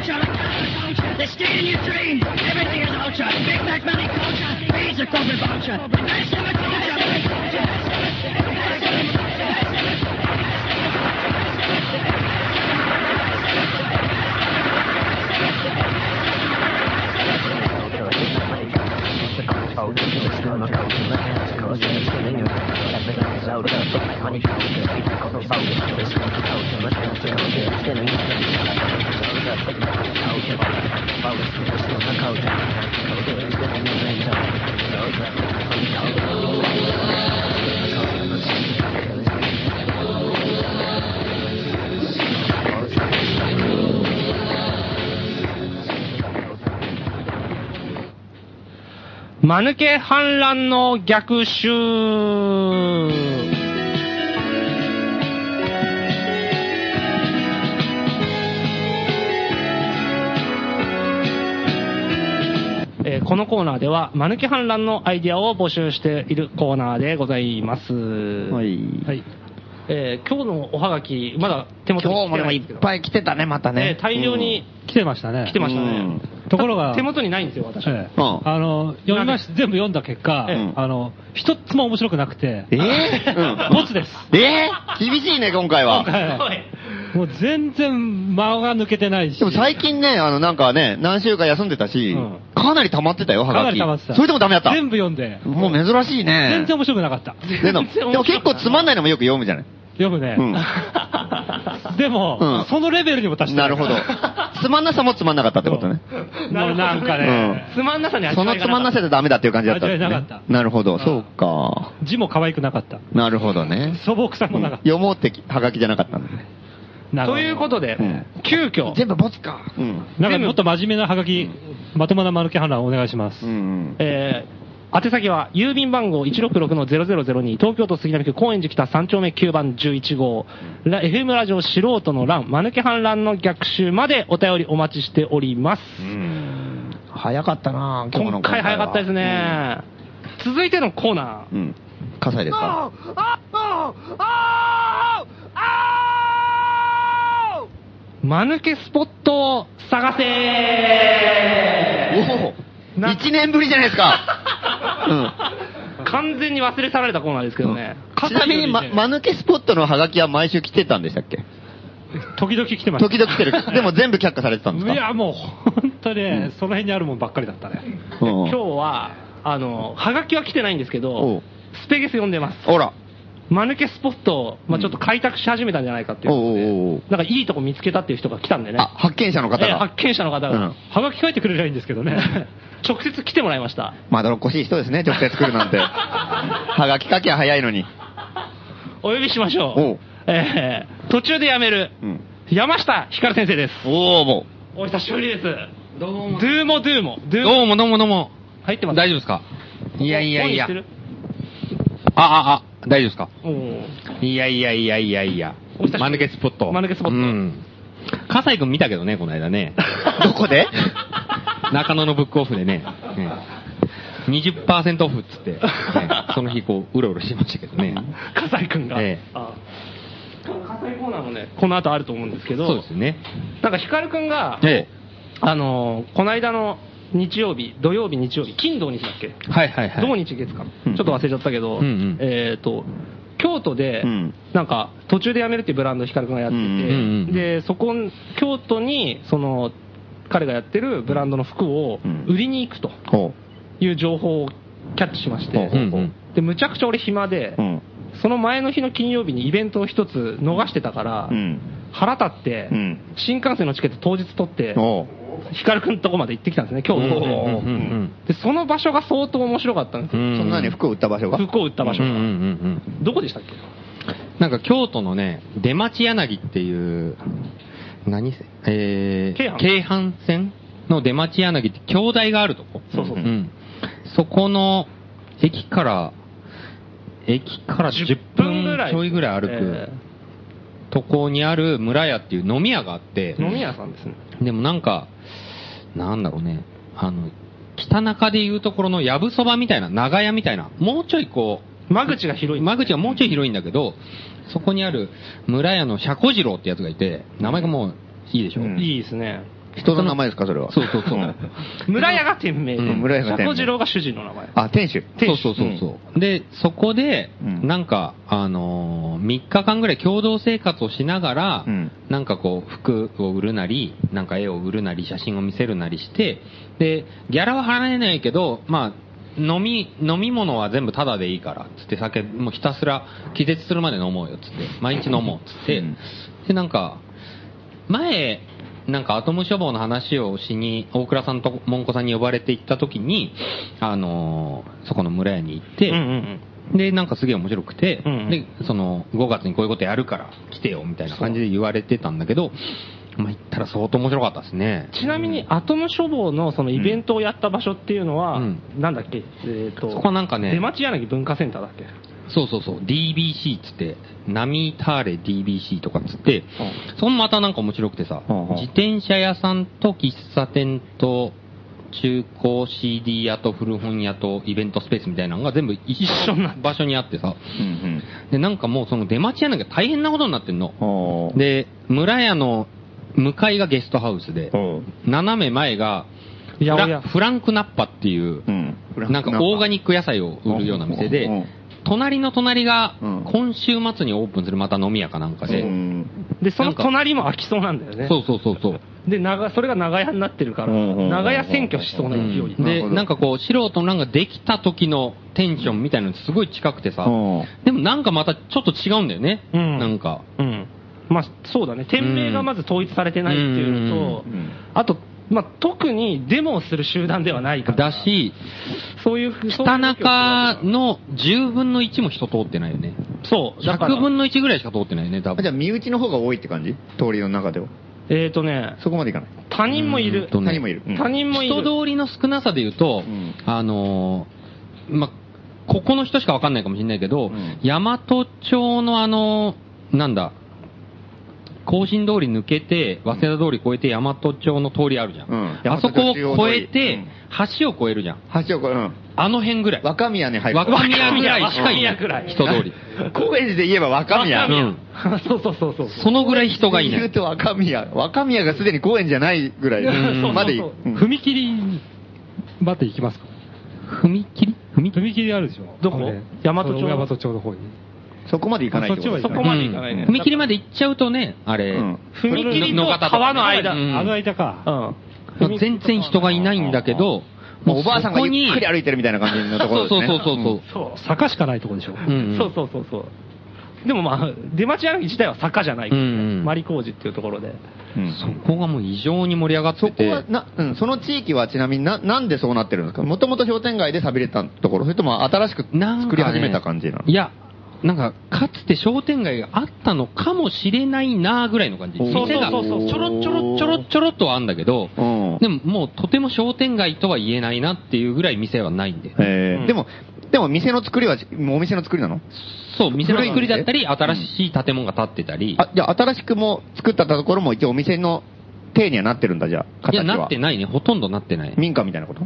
Speaker 6: They're stealing your dreams. Everything is about you. Big Mac money culture. Bees are talking about you. Nice to meet you.
Speaker 5: 間抜け反乱の逆襲えーこのコーナーでは、間抜け反乱のアイディアを募集しているコーナーでございます。は
Speaker 4: はい
Speaker 5: い。えー今日のおはがき、まだ手元に
Speaker 4: 今日もで
Speaker 5: 来てな
Speaker 4: も
Speaker 5: い
Speaker 4: い
Speaker 5: んですけ
Speaker 4: っ
Speaker 5: ど。
Speaker 4: ぱい来てたね、またね
Speaker 5: ね。大量に
Speaker 2: 来てましたね。
Speaker 5: 来てましたね。
Speaker 2: うんところが
Speaker 5: 手元にないんですよ、私。
Speaker 2: ええ
Speaker 4: うん
Speaker 2: あの、読みまし、全部読んだ結果、
Speaker 4: ええ
Speaker 2: あの、一つも面白くなくて、
Speaker 4: うん。えーうん
Speaker 2: ボツです。
Speaker 4: えー厳しいね、今回は。
Speaker 2: はいもう全然間が抜けてないし。
Speaker 4: でも最近ね、あの、なんかね、何週か休んでたし、
Speaker 2: うん
Speaker 4: かなり溜まってたよ、は
Speaker 2: か
Speaker 4: が
Speaker 2: な
Speaker 4: き。
Speaker 2: り溜まってた。
Speaker 4: それでもダメだった。
Speaker 2: 全部読んで。
Speaker 4: もう珍しいね
Speaker 2: 全。然面白くなかった。
Speaker 4: でもでも結構つまんないのもよく読むじゃない。
Speaker 2: 読むね。 [LAUGHS] でも、
Speaker 4: うん
Speaker 2: そのレベルにも
Speaker 4: う
Speaker 2: 達し
Speaker 4: ん。
Speaker 2: て
Speaker 4: ないる
Speaker 2: か
Speaker 4: ほ
Speaker 2: ら
Speaker 4: ど。つまんなさもつまんなかったってことね。
Speaker 5: な
Speaker 2: [LAUGHS] もう
Speaker 5: るほどね
Speaker 2: なんかね、
Speaker 5: つまんなさに味
Speaker 4: そ
Speaker 5: わ
Speaker 4: の
Speaker 5: い
Speaker 4: つ
Speaker 5: が
Speaker 4: まんな
Speaker 5: か
Speaker 4: さ
Speaker 5: った
Speaker 4: じゃダメだっていう感じだったんですね
Speaker 2: 味わいなかった
Speaker 4: なるほど、そうか。
Speaker 2: 字も可愛くなかった。
Speaker 4: なるほどね。
Speaker 2: 素朴さもなかった。
Speaker 4: 読もうってはがきじゃなかったんだね。
Speaker 2: なるほ
Speaker 5: と
Speaker 2: ど
Speaker 5: いうことで
Speaker 4: うん、
Speaker 5: 急遽、
Speaker 4: 部ボツか。うん。
Speaker 2: なんかもっと真面目なハガキ、まともなマルケ反乱お願いします
Speaker 4: うんう。ん。
Speaker 5: えー宛先は、郵便番号166-0002、東京都杉並区高円寺北3丁目9番11号、ラ FM ラジオ素人の乱、間抜け反乱の逆襲までお便りお待ちしております。
Speaker 4: うん早かったな今日の
Speaker 5: 今回早かったです
Speaker 4: は
Speaker 5: ね。続いてのコーナ
Speaker 4: うん。うん葛西ですか
Speaker 5: ー、間抜けスポットを探せ
Speaker 4: おお
Speaker 5: な
Speaker 4: !1 年ぶりじゃないですか
Speaker 5: [LAUGHS] [LAUGHS] 完全に忘れ去られたコーナーですけどね。
Speaker 4: うん。ちなみに、ま、間抜けスポットのハガキは毎週来てたんでしたっけ
Speaker 2: 時々来てました。
Speaker 4: 時々来てる。
Speaker 5: [LAUGHS]
Speaker 4: でも全部却下されてたんですか
Speaker 2: いや、もう、本当ね、その辺にあるもんばっかりだったね。
Speaker 4: うん
Speaker 5: 今日は、あの、はがきは来てないんですけ
Speaker 4: お
Speaker 5: ど
Speaker 4: う、
Speaker 5: スペゲス読んでます。
Speaker 4: ほら。
Speaker 5: 間抜けスポットを、まあ、ちょっと開拓し始めたんじゃないかっていうことで
Speaker 4: おうおうおう
Speaker 5: なんかいいとこ見つけたっていう人が来たんでね。
Speaker 4: あ、発見者の方
Speaker 5: えー
Speaker 4: が
Speaker 5: 発。見者の方が、
Speaker 4: うん
Speaker 2: ハガキ書いてくれりゃいいんですけどね。
Speaker 4: [LAUGHS]
Speaker 5: 直接来てもらいました。
Speaker 4: まどろっこしい人ですね、直接来るなん
Speaker 5: [LAUGHS]
Speaker 4: て。はがき書きゃ早いのに。
Speaker 5: お呼びしましょう。
Speaker 4: おう
Speaker 5: えー途中でやめる、
Speaker 4: うん
Speaker 5: 山下ひかる先生です。
Speaker 4: おおも
Speaker 5: お久しぶりです。どうも。ドゥーモドゥーモ。ドゥーモ
Speaker 7: どうもどうもどうも。
Speaker 5: 入ってます。
Speaker 7: 大丈夫ですかいやいやいや
Speaker 5: 声。にしてる
Speaker 7: あ、あ、あ、大丈夫ですか
Speaker 5: おー
Speaker 7: いやいやいやいやいや
Speaker 5: お久しぶり。
Speaker 7: マヌケスポット。
Speaker 5: 間抜けスポット
Speaker 7: うん。笠井くん見たけどね、この
Speaker 5: [LAUGHS]
Speaker 7: 間ね。
Speaker 4: う。どこで
Speaker 7: 中野のブックオフでね。ええ20%オフっつって、ええその日こう、うろうろしてましたけどね。
Speaker 5: 笠井君が、
Speaker 7: ええ
Speaker 5: あ葛西コーナーもねこの後あると思うんですけど
Speaker 7: そうですね。
Speaker 5: なんか光君が、
Speaker 7: え
Speaker 5: あのーこの間の日曜日土曜日日曜日金土日だっけ、
Speaker 7: え。はいはいはい。
Speaker 5: 土日月か、
Speaker 4: うん
Speaker 5: ちょっと忘れちゃったけど、
Speaker 7: うんうん
Speaker 5: えっ、と京都で、
Speaker 4: うん
Speaker 5: なんか途中でやめるっていうブランド光君がやってて、
Speaker 4: うんうん
Speaker 7: うん
Speaker 5: でそこ京都にその彼がやってるブランドの服を
Speaker 4: うん
Speaker 5: 売りに行くと
Speaker 4: ほ
Speaker 5: いう情報をキャッチしまして、
Speaker 7: うんうん
Speaker 5: でむちゃくちゃ俺暇で、
Speaker 4: う。うん。
Speaker 5: その前の日の金曜日にイベントを一つ逃してたから、
Speaker 4: うん。
Speaker 5: 腹立って、
Speaker 4: うん
Speaker 5: 新幹線のチケット当日取って、
Speaker 4: おう。
Speaker 5: 光くんとこまで行ってきたんですね、今日、
Speaker 7: うんうんうん
Speaker 5: で、その場所が相当面白かったんです
Speaker 7: う
Speaker 5: よ。
Speaker 7: ん。
Speaker 4: そんなに服を売った場所が
Speaker 5: 服を売った場所
Speaker 7: う
Speaker 5: が、
Speaker 7: んうんうんうん。
Speaker 5: どこでしたっけ
Speaker 7: なんか京都のね、出町柳っていう、何せ、えー、
Speaker 5: 京阪
Speaker 7: 京阪線の出町柳って京台があるとこ。
Speaker 5: そうそう
Speaker 7: う。ん。そこの駅から、駅から10
Speaker 5: 10分ぐら
Speaker 7: 分
Speaker 5: い。
Speaker 7: ちょいぐらい歩く
Speaker 5: え
Speaker 7: とこにある村屋っていう飲み屋があって、
Speaker 5: ー飲み屋さんですね。
Speaker 7: でもなんか、なんだろうね、あの、北中でいうところのやぶそばみたいな、長屋みたいな、もうちょいこう、
Speaker 5: 間口が広い。
Speaker 7: 間口はもうちょい広いんだけど、そこにある村屋の車庫次郎ってやつがいて、名前がもういいでしょ、
Speaker 4: うん
Speaker 5: いいですね。
Speaker 4: 人の名前ですか、それは。
Speaker 7: そうそうそう。
Speaker 5: 村屋が店名で、
Speaker 4: うん村屋が店名
Speaker 5: 社交二郎が主人の名前。
Speaker 4: あ、店主。
Speaker 7: そ
Speaker 4: 店
Speaker 7: う
Speaker 4: 主
Speaker 7: そうそうそう。で、そこで、
Speaker 4: うん
Speaker 7: なんか、あのー、3日間ぐらい共同生活をしながら、
Speaker 4: うん
Speaker 7: なんかこう、服を売るなり、なんか絵を売るなり、写真を見せるなりして、で、ギャラは払えないけど、まあ、飲み、飲み物は全部タダでいいから、つって酒、もうひたすら気絶するまで飲もうよ、つって。毎日
Speaker 2: [LAUGHS]
Speaker 7: 飲もう、つって。
Speaker 4: うん
Speaker 7: で、なんか、前、なんかアトム処方の話をしに、大倉さんと文子さんに呼ばれて行った時に、あのーそこの村屋に行って、
Speaker 5: うんうん
Speaker 7: で、なんかすげえ面白くて、
Speaker 5: うんうん
Speaker 7: で、その、5月にこういうことやるから来てよ、みたいな感じで言われてたんだけど、まあ、行ったら相当面白かったですね。
Speaker 5: ちなみに、アトム処方のそのイベントをやった場所っていうのは、
Speaker 7: うん
Speaker 5: なんだっけ、えっ、と、
Speaker 7: そこはなんかね
Speaker 5: 出町柳文化センターだっけ。
Speaker 7: そうそうそう、DBC っつって、ナミターレ DBC とかっつって、そのまたなんか面白くてさ、
Speaker 4: うんうん
Speaker 7: 自転車屋さんと喫茶店と中古 CD 屋と古本屋とイベントスペースみたいなのが全部一緒な場所にあってさ、
Speaker 4: うん。うん
Speaker 7: で、なんかもうその出町柳が大変なことになってんの
Speaker 4: うん。。おー
Speaker 7: で、村屋の向かいがゲストハウスで、
Speaker 4: おう
Speaker 7: 斜め前がフ
Speaker 5: 八百屋
Speaker 7: ラ、フランクナッパっていう、
Speaker 4: うん。
Speaker 7: なんかオーガニック野菜を売るような店で
Speaker 4: うんうん、
Speaker 7: 隣の隣が
Speaker 4: うん
Speaker 7: 今週末にオープンするまた飲み屋かなんかで
Speaker 4: う、ん
Speaker 5: で、そ
Speaker 7: な
Speaker 5: の
Speaker 7: んか
Speaker 5: 隣も空きそうなんだよね。
Speaker 7: そうそうそうそう。
Speaker 5: で、長、それが長屋になってるから、
Speaker 4: うんうんうんうん
Speaker 5: 長屋占拠しそうな勢い。
Speaker 4: なる
Speaker 7: で、
Speaker 4: ほど
Speaker 7: なんかこう、素人のなんかできた時のテンションみたいなのすごい近くてさ、
Speaker 4: うん
Speaker 7: でもなんかまたちょっと違うんだよね、
Speaker 5: うん
Speaker 7: なんか。
Speaker 5: うん。まあ、そうだね。店名がまず統一されてないっていうのと、
Speaker 4: うんうん
Speaker 5: あと、まあ、特にデモをする集団ではないから。
Speaker 7: だ、し、
Speaker 5: そういう、そうい
Speaker 7: 北
Speaker 5: う動きをするわ
Speaker 7: 中
Speaker 5: けだ
Speaker 7: の10分の1も人通ってないよね。
Speaker 5: そう。だから
Speaker 7: 100分の1ぐらいしか通ってないよね、多
Speaker 4: あじゃ
Speaker 7: 分。
Speaker 4: あ、身内の方が多いって感じ通りの中では。
Speaker 5: えっ、ー、とね、
Speaker 4: そこまでいかない。
Speaker 5: 他人もいる。
Speaker 7: うん
Speaker 4: 何もいる。うん
Speaker 5: 他人もいる。
Speaker 7: 人通りの少なさで言うと、
Speaker 4: うん
Speaker 7: あのーま、ここの人しかわかんないかもしれないけど、
Speaker 4: ん
Speaker 7: 大和町のあの、なんだ、甲信通り抜けて、早稲田通り越えて、大和町の通りあるじゃん。
Speaker 4: うん
Speaker 7: あそこを越えて、橋を越えるじゃん。
Speaker 4: 橋を越え、うん。
Speaker 7: あの辺ぐらい。
Speaker 4: 若宮に入る。
Speaker 7: 若宮ぐらいしかいな
Speaker 5: 若宮ぐらい
Speaker 7: い。人通り。
Speaker 4: 高円寺で言えば若宮。
Speaker 5: 若宮
Speaker 7: うん。
Speaker 5: そうそうそうそう。
Speaker 7: そのぐらい人がいな
Speaker 4: 言う
Speaker 7: い。
Speaker 4: と若宮。若宮がすでに高円寺じゃないぐらい
Speaker 7: ん
Speaker 4: までいい。
Speaker 5: そうそう
Speaker 4: うん
Speaker 2: 踏切まで行きますか
Speaker 7: 踏切踏切
Speaker 2: 踏切あるでしょ
Speaker 5: どこ
Speaker 2: あれ
Speaker 5: 大和町
Speaker 2: その大和町の方に
Speaker 4: そこまで行かないってこと
Speaker 2: あ
Speaker 4: です
Speaker 2: そっちは行かない
Speaker 4: ね
Speaker 5: こまで行かないね
Speaker 7: うん踏切まで行っちゃうとね、あれ、
Speaker 4: うん
Speaker 5: 踏切と川の間。
Speaker 7: う
Speaker 5: うん
Speaker 7: ん
Speaker 2: あの間か
Speaker 5: うん
Speaker 7: 全然人がいないんだけど、
Speaker 4: もうおばあさんがゆっくり歩
Speaker 7: いて
Speaker 4: いてるみたいな感じのところです
Speaker 7: そう
Speaker 4: ね。
Speaker 7: そうそうそう。
Speaker 5: そう。
Speaker 2: 坂しかないとこでしょ
Speaker 7: うんうん
Speaker 5: そうそうそうそう。でもまあ、出町柳自体は坂じゃないからね、
Speaker 7: うんうん
Speaker 5: マリ工事っていうところで。
Speaker 4: うんうん
Speaker 7: そこがもう異常に盛り上がっ
Speaker 4: そ
Speaker 7: て
Speaker 4: こ
Speaker 7: て
Speaker 4: は、な、うん、その地域はちなみにな、なんでそうなってるんですかもともと商店街で寂れたところ、それとも新しく
Speaker 7: なん
Speaker 4: 作り
Speaker 7: かね
Speaker 4: 始めた感じなの
Speaker 7: いや、なんか、かつて商店街があったのかもしれないなぐらいの感じ。
Speaker 4: おー
Speaker 7: 店がち
Speaker 5: そうそうそう
Speaker 7: ょろちょろちょろちょろっとはあんだけど、
Speaker 4: うん
Speaker 7: でももうとても商店街とは言えないなっていうぐらい店はないんで。
Speaker 4: えー
Speaker 5: うん
Speaker 4: でも、でも店の作りは、もうお店の作りなの
Speaker 7: そう、店の作りだったり、新しい建物が建ってたり。
Speaker 4: あ、じゃあ新しくも作ったところも一応お店の体にはなってるんだ、じゃあ、
Speaker 7: い
Speaker 4: 形は。
Speaker 7: や、なってないね。ほとんどなってない。
Speaker 4: 民家みたいなこと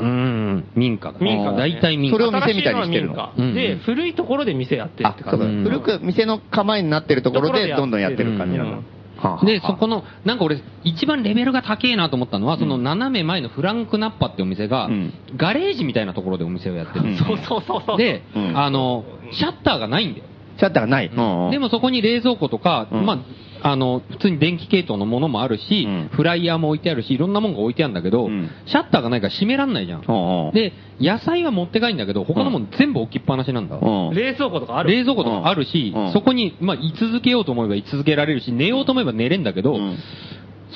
Speaker 7: うん、民家だ。
Speaker 5: 民家だね
Speaker 7: 大体民家。
Speaker 4: それを店みたいにしてるの
Speaker 5: 新しいは
Speaker 7: うんう
Speaker 5: 民
Speaker 7: ん
Speaker 5: 家で、古いところで店やってる
Speaker 4: あ
Speaker 5: って、
Speaker 4: そう
Speaker 5: 感
Speaker 4: だ
Speaker 5: じ。
Speaker 7: うん
Speaker 4: 古く店の構えになってるところで
Speaker 5: ところでやってる
Speaker 4: どんどんやってる感じなの。
Speaker 5: うん
Speaker 4: はあ
Speaker 7: で、
Speaker 4: はあ
Speaker 7: そこの、なんか俺、一番レベルが高えなと思ったのは、その斜め前のフランクナッパってお店が、
Speaker 4: うん
Speaker 7: ガレージみたいなところでお店をやってる。
Speaker 4: うん
Speaker 5: そうそうそうそう。
Speaker 7: で、
Speaker 4: うん
Speaker 7: あの、シャッターがないんだよ。
Speaker 4: シャッターがない。うんうん
Speaker 7: でもそこに冷蔵庫とか、
Speaker 4: うん
Speaker 7: まあ、あの、普通に電気系統のものもあるし、
Speaker 4: うん
Speaker 7: フライヤーも置いてあるし、いろんなものが置いてあるんだけど、
Speaker 4: うん
Speaker 7: シャッターがないから閉めらんないじゃん。
Speaker 4: うんうん
Speaker 7: で、野菜は持って帰んだけど、他のもの全部置きっぱなしなんだ。
Speaker 4: うん
Speaker 5: 冷蔵庫とかある
Speaker 7: 冷蔵庫とかあるし、
Speaker 4: うん
Speaker 7: そこに、まあ、居続けようと思えば居続けられるし、寝ようと思えば寝れんだけど、
Speaker 4: うん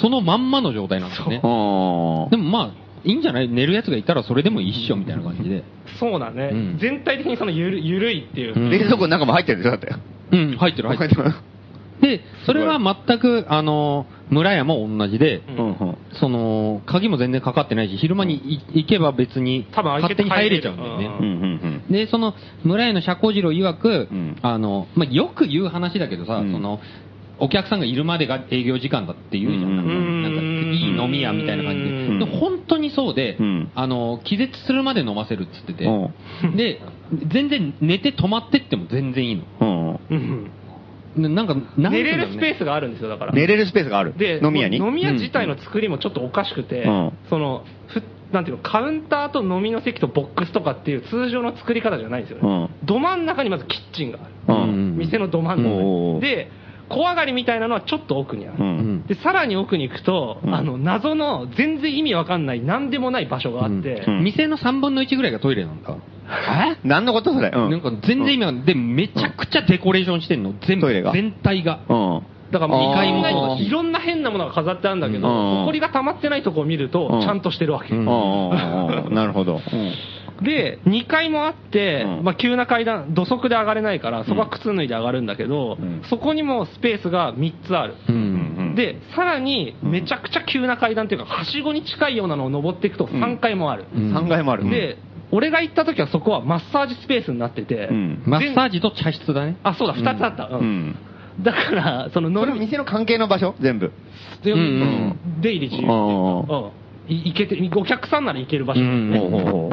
Speaker 7: そのまんまの状態なんですよね。
Speaker 4: うん
Speaker 7: でもまあ、いいんじゃない寝るやつがいたらそれでも一緒みたいな感じで。
Speaker 5: そうだね、
Speaker 7: うん
Speaker 5: 全体的にそのゆるゆるいっていう、
Speaker 7: うん
Speaker 4: 冷蔵庫の中も入ってるでしょ、だって。
Speaker 7: うん、入ってる、入ってる。で、それは全く、あの、村屋も同じで、
Speaker 5: う
Speaker 4: うんうん
Speaker 7: その、鍵も全然かかってないし、昼間にい行けば別に、
Speaker 5: 多分開
Speaker 7: 勝
Speaker 5: け
Speaker 7: 手
Speaker 5: て
Speaker 7: に入れちゃうんだよ
Speaker 5: 入れる
Speaker 7: ね
Speaker 4: うんう。ん
Speaker 7: で、その、村屋の社交次郎曰く、
Speaker 4: うん
Speaker 7: あの、まあ、よく言う話だけどさ、
Speaker 4: うん
Speaker 7: その、お客さんがいるまでが営業時間だって言うじゃん。
Speaker 4: うん
Speaker 7: なんか、いい飲み屋みたいな感じで。
Speaker 4: ん
Speaker 7: で本当にそうで、
Speaker 4: うん
Speaker 7: あの、気絶するまで飲ませるっつってて、
Speaker 4: うん
Speaker 7: で、全然寝て止まってっても全然いいの。
Speaker 4: うんうん
Speaker 5: うん
Speaker 7: ななんか、なん
Speaker 5: 寝
Speaker 7: てい
Speaker 5: れ
Speaker 7: うんだろうね
Speaker 5: るスペースがあるんですよ、だから。
Speaker 4: 寝れるスペースがある。
Speaker 5: で、
Speaker 4: 飲み屋に。
Speaker 5: もう飲み屋自体の作りもちょっとおかしくて、
Speaker 4: うん
Speaker 5: その、ふなんていうの、カウンターと飲みの席とボックスとかっていう通常の作り方じゃないんですよね。ど真ん中にまずキッチンがある。
Speaker 4: うん。
Speaker 7: うん
Speaker 5: 店のど真ん
Speaker 4: おうおうお
Speaker 5: 中
Speaker 4: う
Speaker 5: に。で、小上がりみたいなのはちょっと奥にある。
Speaker 4: うん
Speaker 7: うん
Speaker 5: で、さらに奥に行くと、
Speaker 4: うん
Speaker 5: あの、謎の、全然意味わかんない、なんでもない場所があって、
Speaker 4: うん
Speaker 7: 店の3分の1ぐらいがトイレなんだ。
Speaker 4: え何のことそれ。うん。
Speaker 7: なんか全然今、で、めちゃくちゃデコレーションしてんの。全部
Speaker 4: トイレが、
Speaker 7: 全体が。
Speaker 4: うん。
Speaker 5: だからもう
Speaker 7: あー
Speaker 5: 2階もそうだしいろんな変なものが飾ってあるんだけど、
Speaker 4: うん
Speaker 5: 埃が溜まってないとこを見ると
Speaker 4: うん、
Speaker 5: ちゃんとしてるわけ。
Speaker 7: うん
Speaker 4: ああ、なるほど。
Speaker 5: で、2階もあって、
Speaker 4: うん
Speaker 5: まあ、急な階段、土足で上がれないから、そこは靴脱いで上がるんだけど、
Speaker 4: うん
Speaker 5: そこにもスペースが3つある。
Speaker 7: う。
Speaker 4: うんん、
Speaker 5: で、さらに、
Speaker 4: うん
Speaker 5: めちゃくちゃ急な階段っていうか、はしごに近いようなのを登っていくと3階もある。
Speaker 7: うん
Speaker 4: 3階もある。
Speaker 5: で、俺が行った時はそこはマッサージスペースになってて、
Speaker 4: うん
Speaker 7: マッサージと茶室だね。
Speaker 5: あ、そうだ、2つあった。
Speaker 4: う
Speaker 5: うん
Speaker 4: ん。
Speaker 5: だから、その
Speaker 4: そ
Speaker 5: 乗
Speaker 4: れ
Speaker 5: る
Speaker 4: は店の関係の場所全部。
Speaker 5: で
Speaker 7: うん
Speaker 5: 出入り自由っていう
Speaker 4: う
Speaker 5: か
Speaker 4: ん
Speaker 5: うんい行けて、お客さんなら行ける場所、
Speaker 7: うん
Speaker 5: ね
Speaker 4: ほうほうほ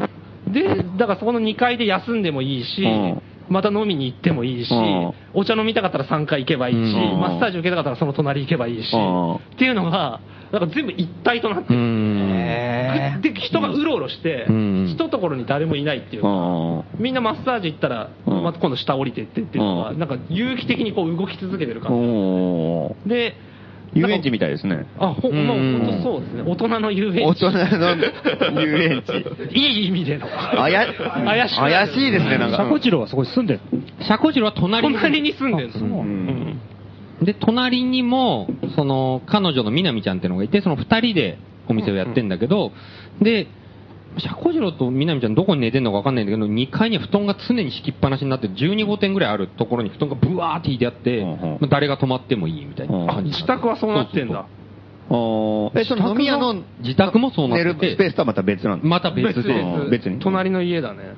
Speaker 5: で、だからそこの2階で休んでもいいし、
Speaker 4: うん
Speaker 5: また飲みに行ってもいいし、
Speaker 4: うん
Speaker 5: お茶飲みたかったら3階行けばいいし、
Speaker 4: うん
Speaker 5: マッサージ受けたかったらその隣行けばいいし、
Speaker 4: うん
Speaker 5: っていうのが、だから全部一体となってる。
Speaker 7: うん。
Speaker 5: で、人がうろうろして、
Speaker 7: うん
Speaker 5: 一ところに誰もいないっていう
Speaker 4: う
Speaker 5: か、
Speaker 4: ん。
Speaker 5: みんなマッサージ行ったら、
Speaker 4: うん
Speaker 5: また今度下降りてってっていうのが、
Speaker 4: うん
Speaker 5: なんか有機的にこう動き続けてる
Speaker 4: う
Speaker 5: 感
Speaker 4: ん。
Speaker 5: じ。で、
Speaker 4: 遊園地みたいですね。
Speaker 5: あ、ほ、
Speaker 7: うん
Speaker 5: まあ、本当そうですね。大人の遊園地。
Speaker 4: 大人の遊園地。
Speaker 5: いい意味
Speaker 4: [LAUGHS]
Speaker 5: での。
Speaker 4: あや、
Speaker 5: 怪しくない
Speaker 4: 怪しいですね、なんか。
Speaker 2: 車庫次郎はそこに住んでる
Speaker 7: 車庫城は隣に。
Speaker 5: 隣に住んでる
Speaker 7: あそ
Speaker 4: う
Speaker 7: う
Speaker 5: の。
Speaker 4: ん。
Speaker 7: で、隣にも、その、彼女のみなみちゃんっていうのがいて、その二人でお店をやってんだけど、で、シャコジロとみなみちゃんどこに寝てんのかわかんないんだけど、2階には布団が常に敷きっぱなしになって、12号店ぐらいあるところに布団がブワーって引いてあって、
Speaker 4: うんうん
Speaker 7: まあ誰が泊まってもいいみたいな
Speaker 4: う
Speaker 5: あ
Speaker 7: 感じ。
Speaker 5: 自宅はそうなってんだ。
Speaker 4: おーえ、その飲み屋の
Speaker 7: 自宅もそうな
Speaker 4: 寝
Speaker 7: っ
Speaker 4: る
Speaker 7: て
Speaker 4: スペー
Speaker 7: て、
Speaker 4: スとはまた別なんだ。
Speaker 7: また別で。
Speaker 4: 々
Speaker 7: うん
Speaker 4: 別に
Speaker 5: 隣の家だね。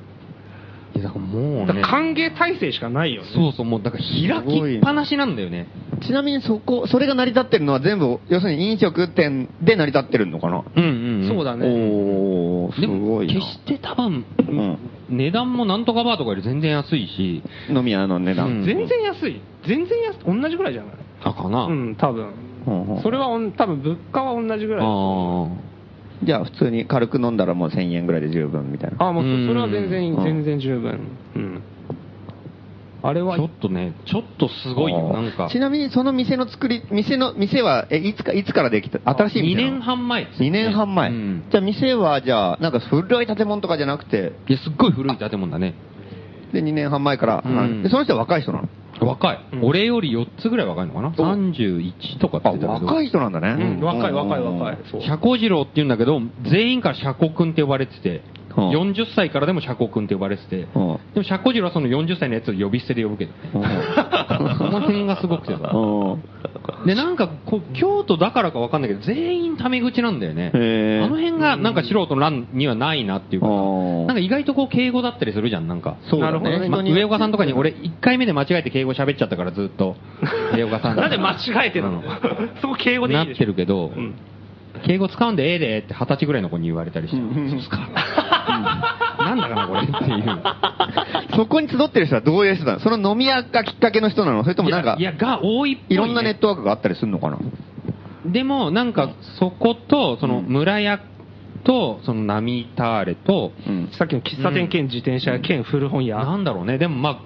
Speaker 7: いやだからもう
Speaker 5: だか
Speaker 7: ね
Speaker 5: ら、歓迎体制しかないよね。
Speaker 7: そうそう、もうだから開きっぱなしなんだよね。
Speaker 4: ちなみにそこ、それが成り立ってるのは全部、要するに飲食店で成り立ってるのかな
Speaker 7: うんうんん
Speaker 5: そうだね。
Speaker 4: おー、す
Speaker 7: でも、
Speaker 4: ごいな
Speaker 7: 決して多分、
Speaker 4: ん
Speaker 7: 値段もなんとかバーとかより全然安いし、
Speaker 4: 飲み屋の値
Speaker 7: うん
Speaker 4: 段。
Speaker 5: 全然安い。全然安い。同じぐらいじゃない
Speaker 7: あかな。
Speaker 5: うん、多分
Speaker 4: うんうん。
Speaker 5: それはおん多分物価は同じぐらい。
Speaker 7: あ
Speaker 4: じゃあ普通に軽く飲んだらもう1000円ぐらいで十分みたいな。
Speaker 5: ああ、もうそそれは全然いい、
Speaker 4: うん
Speaker 5: 全然十分。うん。あれ
Speaker 7: あ。
Speaker 5: は
Speaker 7: ちょ、っとね、ちょっとすごいよ、なんか。
Speaker 4: ちなみにその店の作り、店の、店は、え、いつか、いつからできた新しい店
Speaker 7: 2年半前ですね、
Speaker 4: 2年半前。
Speaker 7: うん
Speaker 4: じゃあ店はじゃあ、なんか古い建物とかじゃなくて、
Speaker 7: いや、すっごい古い建物だね。
Speaker 4: で、2年半前から、
Speaker 7: うん
Speaker 4: でその人は若い人なの
Speaker 7: 若い、
Speaker 5: うん
Speaker 7: 俺より4つぐらい若いのかな ?31 とかって
Speaker 4: あ、
Speaker 7: 言ってたけど。
Speaker 4: 若い人なんだね。
Speaker 5: うん、若い若い若い。そう。
Speaker 7: 社交二郎って言うんだけど、全員から社交くんって呼ばれてて、
Speaker 4: うん
Speaker 7: 40歳からでも社交くんって呼ばれてて、
Speaker 4: うん
Speaker 7: でも社交二郎はその40歳のやつを呼び捨てで呼ぶけどね。
Speaker 4: うん
Speaker 7: [LAUGHS] その辺がすごくてさ。
Speaker 4: うん
Speaker 7: で、なんかこう、京都だからかわかんないけど、全員タメ口なんだよね。
Speaker 4: へー
Speaker 7: あの辺がなんか素人の欄にはないなっていうか、
Speaker 4: うん
Speaker 7: なんか意外とこう敬語だったりするじゃん、なんか。
Speaker 4: そうだねなるほどね
Speaker 7: まあ
Speaker 4: 人によって
Speaker 7: 上岡さんとかに俺1回目で間違えて敬語喋っちゃったからずっと、上岡さん
Speaker 5: なんで間違えてるの [LAUGHS] そこ敬語でい
Speaker 7: ないっ
Speaker 5: でしょ。
Speaker 7: てるけど、
Speaker 5: うん。
Speaker 7: 敬語使うんでええでって二十歳ぐらいの子に言われたりして、
Speaker 4: うんうん
Speaker 7: そうっすか。うんなんだかな、こ
Speaker 4: [LAUGHS]
Speaker 7: れっていう。
Speaker 4: そこに集ってる人はどういう人なのその飲み屋がきっかけの人なのそれともなんか
Speaker 7: い、や、いやが多いっぽい、
Speaker 4: いろんなネットワークがあったりするのかな
Speaker 7: でも、なんか、そこと、その、
Speaker 4: うん
Speaker 7: 村屋と、その、波ターレと、
Speaker 4: うん
Speaker 5: さっきの喫茶店兼自転車兼古本屋。
Speaker 7: なんだろうね、でもまあ、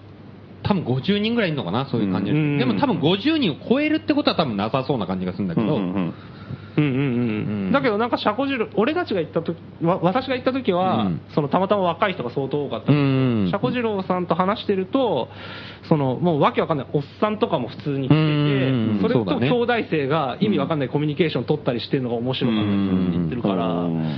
Speaker 7: 多分50人ぐらいいるのかな、そういう感じで。
Speaker 5: うん
Speaker 7: でも多分50人を超えるってことは多分なさそうな感じがするんだけ
Speaker 4: うん
Speaker 7: ど、
Speaker 4: うん
Speaker 5: うんうん
Speaker 7: う
Speaker 5: うんん。だけどなんか車庫汁、俺たちが行ったとき、わ私が行ったときは、
Speaker 7: うん
Speaker 5: そのたまたま若い人が相当多かった。
Speaker 7: うん
Speaker 5: 車庫次郎さんと話してると、そのもうわけわかんないおっさんとかも普通に来てて、
Speaker 7: うん
Speaker 5: それ
Speaker 7: そうだ
Speaker 5: と
Speaker 7: ね
Speaker 5: 兄弟生が意味わかんないコミュニケーション取ったりしてるのが面白かったって言ってるから、
Speaker 4: うん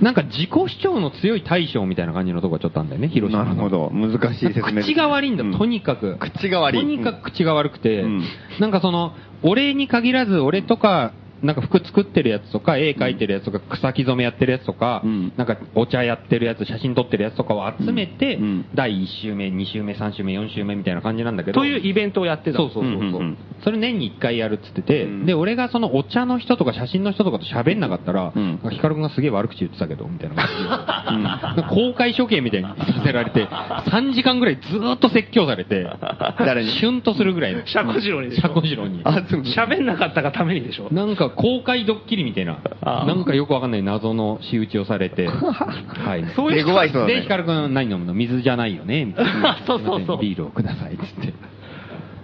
Speaker 7: なんか自己主張の強い大将みたいな感じのとこがちょっとあんだよね、広島
Speaker 4: なるほ
Speaker 7: の
Speaker 4: ど。難しい説明です。
Speaker 7: 口が悪いんだ、
Speaker 4: う
Speaker 7: とにかく。
Speaker 4: 口が悪い
Speaker 7: とにかく口が悪くて、
Speaker 4: うん
Speaker 7: なんかその、俺に限らず、俺とか、なんか服作ってるやつとか、絵描いてるやつとか、草木染めやってるやつとか、
Speaker 4: うん
Speaker 7: なんかお茶やってるやつ、写真撮ってるやつとかを集めて、
Speaker 4: うんうん
Speaker 7: 第1週目、2週目、3週目、4週目みたいな感じなんだけど。
Speaker 5: というイベントをやってた。
Speaker 7: そうそうそうそう、
Speaker 4: うんうんうん
Speaker 7: それ年に1回やるっつってて、
Speaker 4: うん
Speaker 7: で、俺がそのお茶の人とか写真の人とかと喋んなかったら、
Speaker 4: うん
Speaker 7: なんかヒカル君がすげえ悪口言ってたけど、みたいな感じで
Speaker 4: うん
Speaker 7: なんか公開処刑みたいにさせられて、3時間ぐらいずーっと説教されて、
Speaker 4: 誰に
Speaker 7: シュンとするぐらいの。
Speaker 5: シャコジロにでしょ
Speaker 7: シャコジロに。
Speaker 4: あ、でも
Speaker 5: 喋んなかったがためにでしょ。。
Speaker 7: なんか公開ドッキリみたいな、
Speaker 4: あー
Speaker 7: なんかよくわかんない謎の仕打ちをさ
Speaker 4: [LAUGHS]
Speaker 7: れて、はい。
Speaker 4: そういう手強い人だね
Speaker 7: で、ヒカル君何飲むの水じゃないよねみたいな
Speaker 4: [LAUGHS]
Speaker 5: そうそうそう
Speaker 7: すいませんビールをくださいっつって。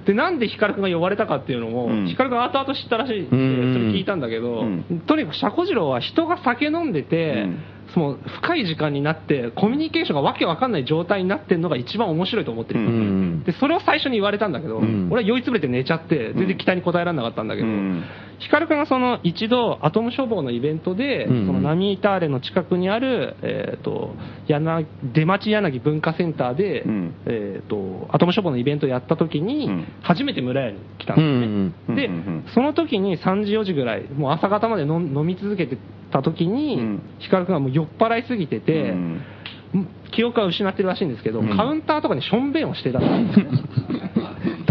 Speaker 5: で、なんでヒカル君が呼ばれたかっていうのも、
Speaker 4: うん
Speaker 5: ヒカル君後々知ったらしいんで、そ
Speaker 7: うん
Speaker 5: れ
Speaker 7: うん
Speaker 5: 聞いたんだけど、
Speaker 4: うん
Speaker 5: とにかくシャコジロは人が酒飲んでて、
Speaker 4: うん
Speaker 5: その深い時間になって、コミュニケーションがわけわかんない状態になってるのが一番面白いと思ってる。
Speaker 4: う
Speaker 7: うんん。
Speaker 5: で、それを最初に言われたんだけど、
Speaker 7: うん
Speaker 5: 俺は酔いつぶれて寝ちゃって、全然期待に応えられなかったんだけど、
Speaker 4: うん
Speaker 5: ヒカル君がその一度、アトム消防のイベントで、
Speaker 7: うん
Speaker 5: そのナミイターレの近くにある、えっ、と、柳出町柳文化センターで、
Speaker 4: うん
Speaker 5: えっ、と、アトム消防のイベントやった時に、
Speaker 4: うん
Speaker 5: 初めて村屋に来たん
Speaker 7: う
Speaker 5: です
Speaker 7: んう
Speaker 5: ね。
Speaker 7: ん。
Speaker 5: で
Speaker 4: うんうんうん、
Speaker 5: その時に3時、4時ぐらい、もう朝方まで飲ん飲み続けてた時に、
Speaker 4: うん
Speaker 5: ヒカル君がもう酔っ払いすぎてて、
Speaker 4: うん
Speaker 5: 記憶は失ってるらしいんですけど、
Speaker 4: うん
Speaker 5: カウンターとかにしょんべんをしてたらしいんですね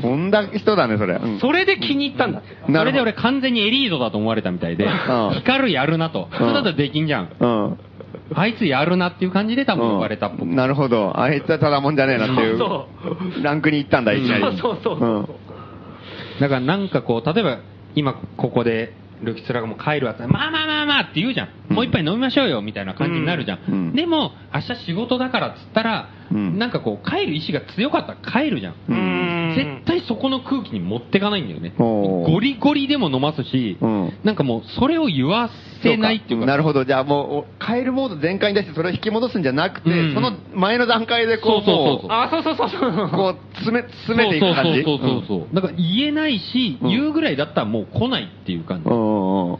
Speaker 4: 飛んだ人だね、それ。うん
Speaker 5: それで気に入ったんだって。
Speaker 4: な
Speaker 7: そ
Speaker 4: る
Speaker 7: れで
Speaker 4: ほど
Speaker 7: 俺完全にエリートだと思われたみたいで、
Speaker 4: ん
Speaker 7: ヒカルやるなと。それだったらできんじゃん。
Speaker 4: うん。
Speaker 7: あいつやるなっていう感じで多分呼ばれたっぽく。
Speaker 4: なるほど。あいつはただもんじゃねえなってい、
Speaker 5: そう
Speaker 4: ランクに行ったんだ、いきなり。
Speaker 5: [LAUGHS] そうそうそう
Speaker 7: だからなんかこう、例えば、今ここで、ルキスラがもう帰るわって、まあまあまあまあって言うじゃ
Speaker 4: うん
Speaker 7: ん。もう一杯飲みましょうよ、みたいな感じになるじゃん。
Speaker 4: うんうん
Speaker 7: でも、明日仕事だからっつったら、
Speaker 4: うん
Speaker 7: なんかこう、帰る意志が強かったら帰るじゃん。
Speaker 4: うん
Speaker 7: 絶対そこの空気に持ってかないんだよね。
Speaker 4: おー
Speaker 7: ゴリゴリでも飲ますし、
Speaker 4: うん
Speaker 7: なんかもう、それを言わせないっていうか、
Speaker 4: なるほど。じゃあもう、おカエルモード全開に出してそれを引き戻すんじゃなくて、
Speaker 7: うん
Speaker 4: その前の段階でこう、
Speaker 7: そうそうそうそう
Speaker 5: あ、そうそうそうそ
Speaker 4: [LAUGHS]
Speaker 5: う。
Speaker 4: もうこう、詰め、詰めていく感じ。
Speaker 7: そうそうそうそうそう。だから言えないし、
Speaker 4: うん
Speaker 7: 言うぐらいだったらもう来ないっていう感じ。
Speaker 4: そ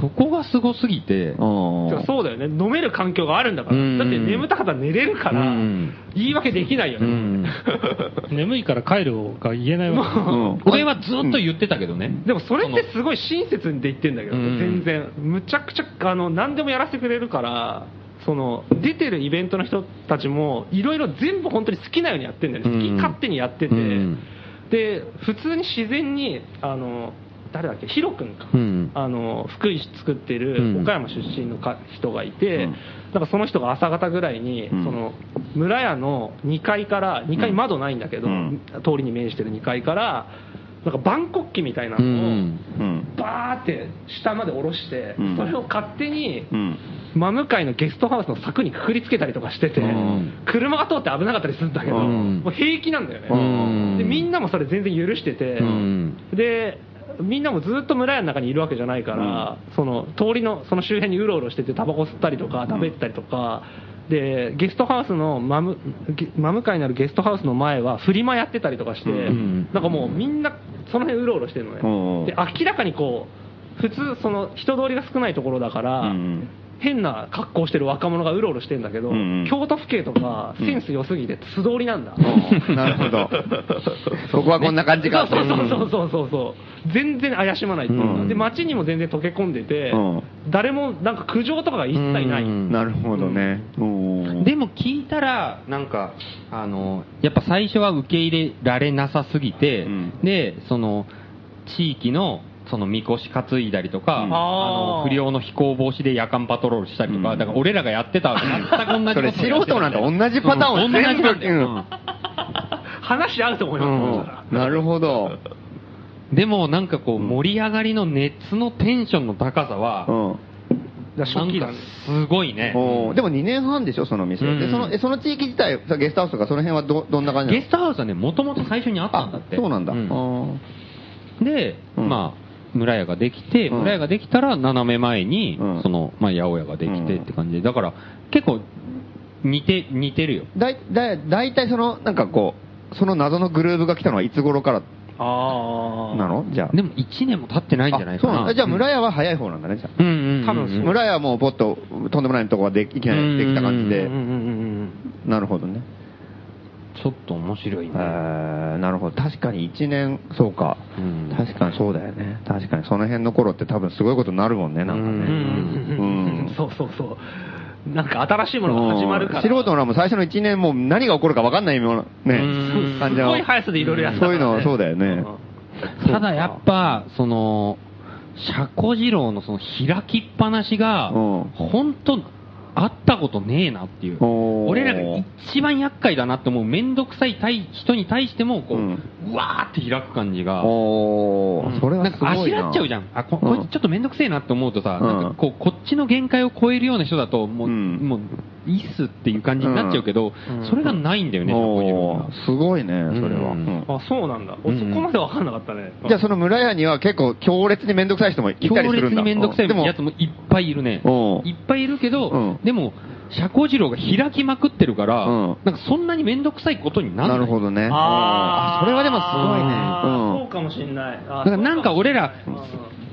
Speaker 7: そこがすごすぎて、
Speaker 4: うん。うん。
Speaker 5: てかそうだよね。飲める環境があるんだから。
Speaker 7: うん
Speaker 5: だって眠たかったら寝れるから
Speaker 7: うん、
Speaker 5: 言い訳できないよ
Speaker 7: う
Speaker 5: ね。
Speaker 7: ん
Speaker 2: 眠いから帰るが言えないわ
Speaker 4: うん
Speaker 7: 俺はずっと言ってたけどね。
Speaker 5: [LAUGHS] でもそれってすごい親切で言ってんだけど、
Speaker 7: うん
Speaker 5: 全然。むちゃくちゃ、あの、何でもやらせてくれるから、その、出てるイベントの人たちも、いろいろ全部本当に好きなようにやってんだよね。
Speaker 7: うん
Speaker 5: 好き勝手にやってて
Speaker 7: うん。
Speaker 5: で、普通に自然に、あの、誰だっけ、ヒロ君か。
Speaker 7: うん
Speaker 5: あの福井市作って
Speaker 7: う
Speaker 5: る
Speaker 7: ん
Speaker 5: 岡山出身のか人がいて、
Speaker 4: うん
Speaker 5: なんかその人が朝方ぐらいに、
Speaker 4: うん
Speaker 5: その村屋の2階から、2階
Speaker 4: うん
Speaker 5: 窓ないんだけど、
Speaker 4: うん
Speaker 5: 通りに面してる2階から、なんか万国旗みたいな
Speaker 7: う
Speaker 5: のを
Speaker 7: ん。
Speaker 4: うん。
Speaker 5: バーって下まで下ろして、
Speaker 4: うん
Speaker 5: それを勝手に
Speaker 4: うん。
Speaker 5: 真向かいのゲストハウスの柵にくくりつけたりとかしてて、
Speaker 7: ん
Speaker 5: 車が通って危なかったりするんだけど、
Speaker 4: うん
Speaker 5: もう平気なんだよね、
Speaker 7: うん
Speaker 5: でみんなもそれ全然許してて、
Speaker 7: うん
Speaker 5: でみんなもずっと村屋の中にいるわけじゃないから、その通りのその周辺にうろうろしててタバコ吸ったりとか食べてたりとか、でゲストハウスの真むげ真向かいにあるゲストハウスの前はフリマやってたりとかして、
Speaker 7: ん
Speaker 5: なんかもうみんなその辺うろうろしてるのね、
Speaker 4: うん
Speaker 5: で明らかにこう普通その人通りが少ないところだから、
Speaker 4: うん
Speaker 5: 変な格好してる若者がうろうろしてんだけど、
Speaker 4: うんうん
Speaker 5: 京都府警とかセンス良すぎて素通りなんだ、
Speaker 4: うんなるほど。そこはこんな感じか。
Speaker 5: そうそうそうそうそうそう全然怪しまないっていうか、
Speaker 4: うん
Speaker 5: で街にも全然溶け込んでて、
Speaker 4: う
Speaker 5: 誰もなんか苦情とかが一切ない、
Speaker 7: うん
Speaker 4: なるほどね。うん
Speaker 7: でも聞いたら、なんか、あの、やっぱ最初は受け入れられなさすぎて、
Speaker 4: うん
Speaker 7: で、その、地域の、その、みこし担いだりとか、
Speaker 4: うん
Speaker 5: あー
Speaker 7: あの、不良の飛行防止で夜間パトロールしたりとか、
Speaker 4: うん
Speaker 7: だから俺らがやってた、全く同じことをや
Speaker 4: そ
Speaker 7: ってた
Speaker 4: れ素人なんだ。同じパターンを
Speaker 7: うん同じなん
Speaker 4: 全
Speaker 7: だ
Speaker 4: 部。
Speaker 7: よ
Speaker 4: うん
Speaker 5: 話合うと思います、だから
Speaker 4: うんなるほど。
Speaker 7: でもなんかこう、盛り上がりの熱のテンションの高さは、
Speaker 4: うん
Speaker 5: だから
Speaker 7: な
Speaker 5: 初期
Speaker 7: ん
Speaker 5: だ
Speaker 7: か
Speaker 5: ね
Speaker 7: すごいね。
Speaker 4: おーでも2年半でしょ、その店。
Speaker 7: うん
Speaker 4: でそのえその地域自体、ゲストハウスとかその辺はどどんな感じな
Speaker 7: ゲ
Speaker 4: の
Speaker 7: ストハウスはね、もともと最初にあったんだって。
Speaker 4: そうなんだ。あ
Speaker 7: う
Speaker 4: ー
Speaker 7: で、
Speaker 4: うん
Speaker 7: まあ、村屋ができて、
Speaker 4: うん
Speaker 7: 村屋ができたら斜め前に、
Speaker 4: うん
Speaker 7: その、まあ、八百屋ができてって感じで、だから、結構、似て、似てるよ。
Speaker 4: だいだいだいたいその、なんかこう、その謎のグルーブが来たのはいつ頃から
Speaker 5: あ
Speaker 4: なのじゃあ。
Speaker 7: でも、1年も経ってないんじゃないか
Speaker 4: あそう
Speaker 7: な。
Speaker 4: んだじゃあ村
Speaker 7: 屋、
Speaker 4: 屋は早い方なんだね、じゃ
Speaker 7: うんうんうん。
Speaker 5: 多分そ
Speaker 4: あ。
Speaker 5: う
Speaker 4: 村屋はもうポッと、とんでもないとこがでいきなりできた感じ
Speaker 7: う
Speaker 4: で
Speaker 5: うんう。んうんうん
Speaker 4: なるほどね。
Speaker 7: ちょっと面白い
Speaker 4: え
Speaker 7: ね。
Speaker 4: ーなるほど。確かに1年、そうか
Speaker 7: うん。
Speaker 4: 確かにそうだよね。確かにその辺の頃って多分すごいことになるもんね、なんか
Speaker 7: う
Speaker 4: ね。
Speaker 5: うん
Speaker 4: うん
Speaker 5: そうそうそう。なんか新しいものが始まるから。
Speaker 4: うん素人のらもう最初の1年もう何が起こるか分かんないもの、
Speaker 7: う
Speaker 4: ね
Speaker 7: ん、
Speaker 4: 感
Speaker 5: す
Speaker 4: じの
Speaker 5: ごい速さでいろいろやってた
Speaker 4: そう
Speaker 5: か
Speaker 4: いう
Speaker 5: ら
Speaker 4: の、
Speaker 5: ね
Speaker 4: そうだよね。
Speaker 7: ただやっぱ、その、車庫二郎のその開きっぱなしが、
Speaker 4: うん
Speaker 7: 本当会ったことねえなっていう。
Speaker 4: おー
Speaker 7: 俺らが一番厄介だなって思うめんどくさい対人に対しても、こう、
Speaker 4: う
Speaker 7: うんわーって開く感じが。
Speaker 4: おー、それは
Speaker 7: なん
Speaker 4: す
Speaker 7: かあ
Speaker 4: ご
Speaker 7: し
Speaker 4: いな。
Speaker 7: らっちゃうじゃん。あ、こ
Speaker 4: うん
Speaker 7: こいつちょっとめんどくせえなって思うとさ、
Speaker 4: うん
Speaker 7: なんかこう、こっちの限界を超えるような人だと、もう、
Speaker 4: うん
Speaker 7: もう、いいっすっていう感じになっちゃうけど、
Speaker 5: うん
Speaker 7: それがないんだよね、車庫二郎
Speaker 4: お
Speaker 7: が
Speaker 4: ーすごいね、それは。
Speaker 7: うん
Speaker 4: うん
Speaker 5: あ、そうなんだ。お
Speaker 7: うん
Speaker 5: そこまでわかんなかったね。
Speaker 4: じゃあその村屋には結構強烈に面倒くさい人もい
Speaker 7: 強
Speaker 4: たりす
Speaker 7: 烈
Speaker 4: るんだ
Speaker 7: にめんどくさい
Speaker 4: うんでも
Speaker 7: やつもいっぱいいるね。
Speaker 4: うん
Speaker 7: いっぱいいるけど
Speaker 4: う、ん
Speaker 7: でも、社交二郎が開きまくってるから
Speaker 4: うん、
Speaker 7: なんかそんなにめんどくさいことにな
Speaker 4: な
Speaker 7: ら
Speaker 4: る
Speaker 7: ない。
Speaker 4: ほどね。
Speaker 5: あー
Speaker 4: あそれはでもすごいね
Speaker 5: あー
Speaker 4: うん
Speaker 5: そうかもしんない。あ
Speaker 7: だからなんか俺ら、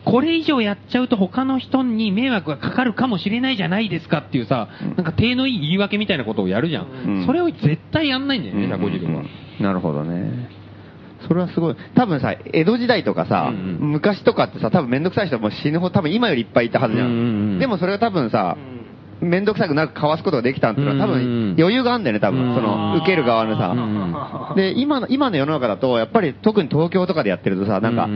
Speaker 7: これ以上やっちゃうと他の人に迷惑がかかるかもしれないじゃないですかっていうさ、なんか手のいい言い訳みたいなことをやるじゃ
Speaker 4: うん
Speaker 7: ん。それを絶対やんないんだよね、社交二郎は。
Speaker 4: なるほどね。それはすごい。多分さ、江戸時代とかさ、
Speaker 7: うんうん
Speaker 4: 昔とかってさ、多分めんどくさい人も死ぬほど多分今よりいっぱいいたはずじゃん。
Speaker 7: うんうんうん
Speaker 4: でもそれは多分さ、めんどくさくなくかわすことができたんっていうのは多
Speaker 7: うんうんう
Speaker 4: 分
Speaker 7: ん
Speaker 4: 余裕があんだよね、多
Speaker 7: う
Speaker 4: 分。
Speaker 7: ん
Speaker 4: その、受ける側のさ。
Speaker 7: う
Speaker 4: で、今の、今の世の中だと、やっぱり特に東京とかでやってるとさ、なんか、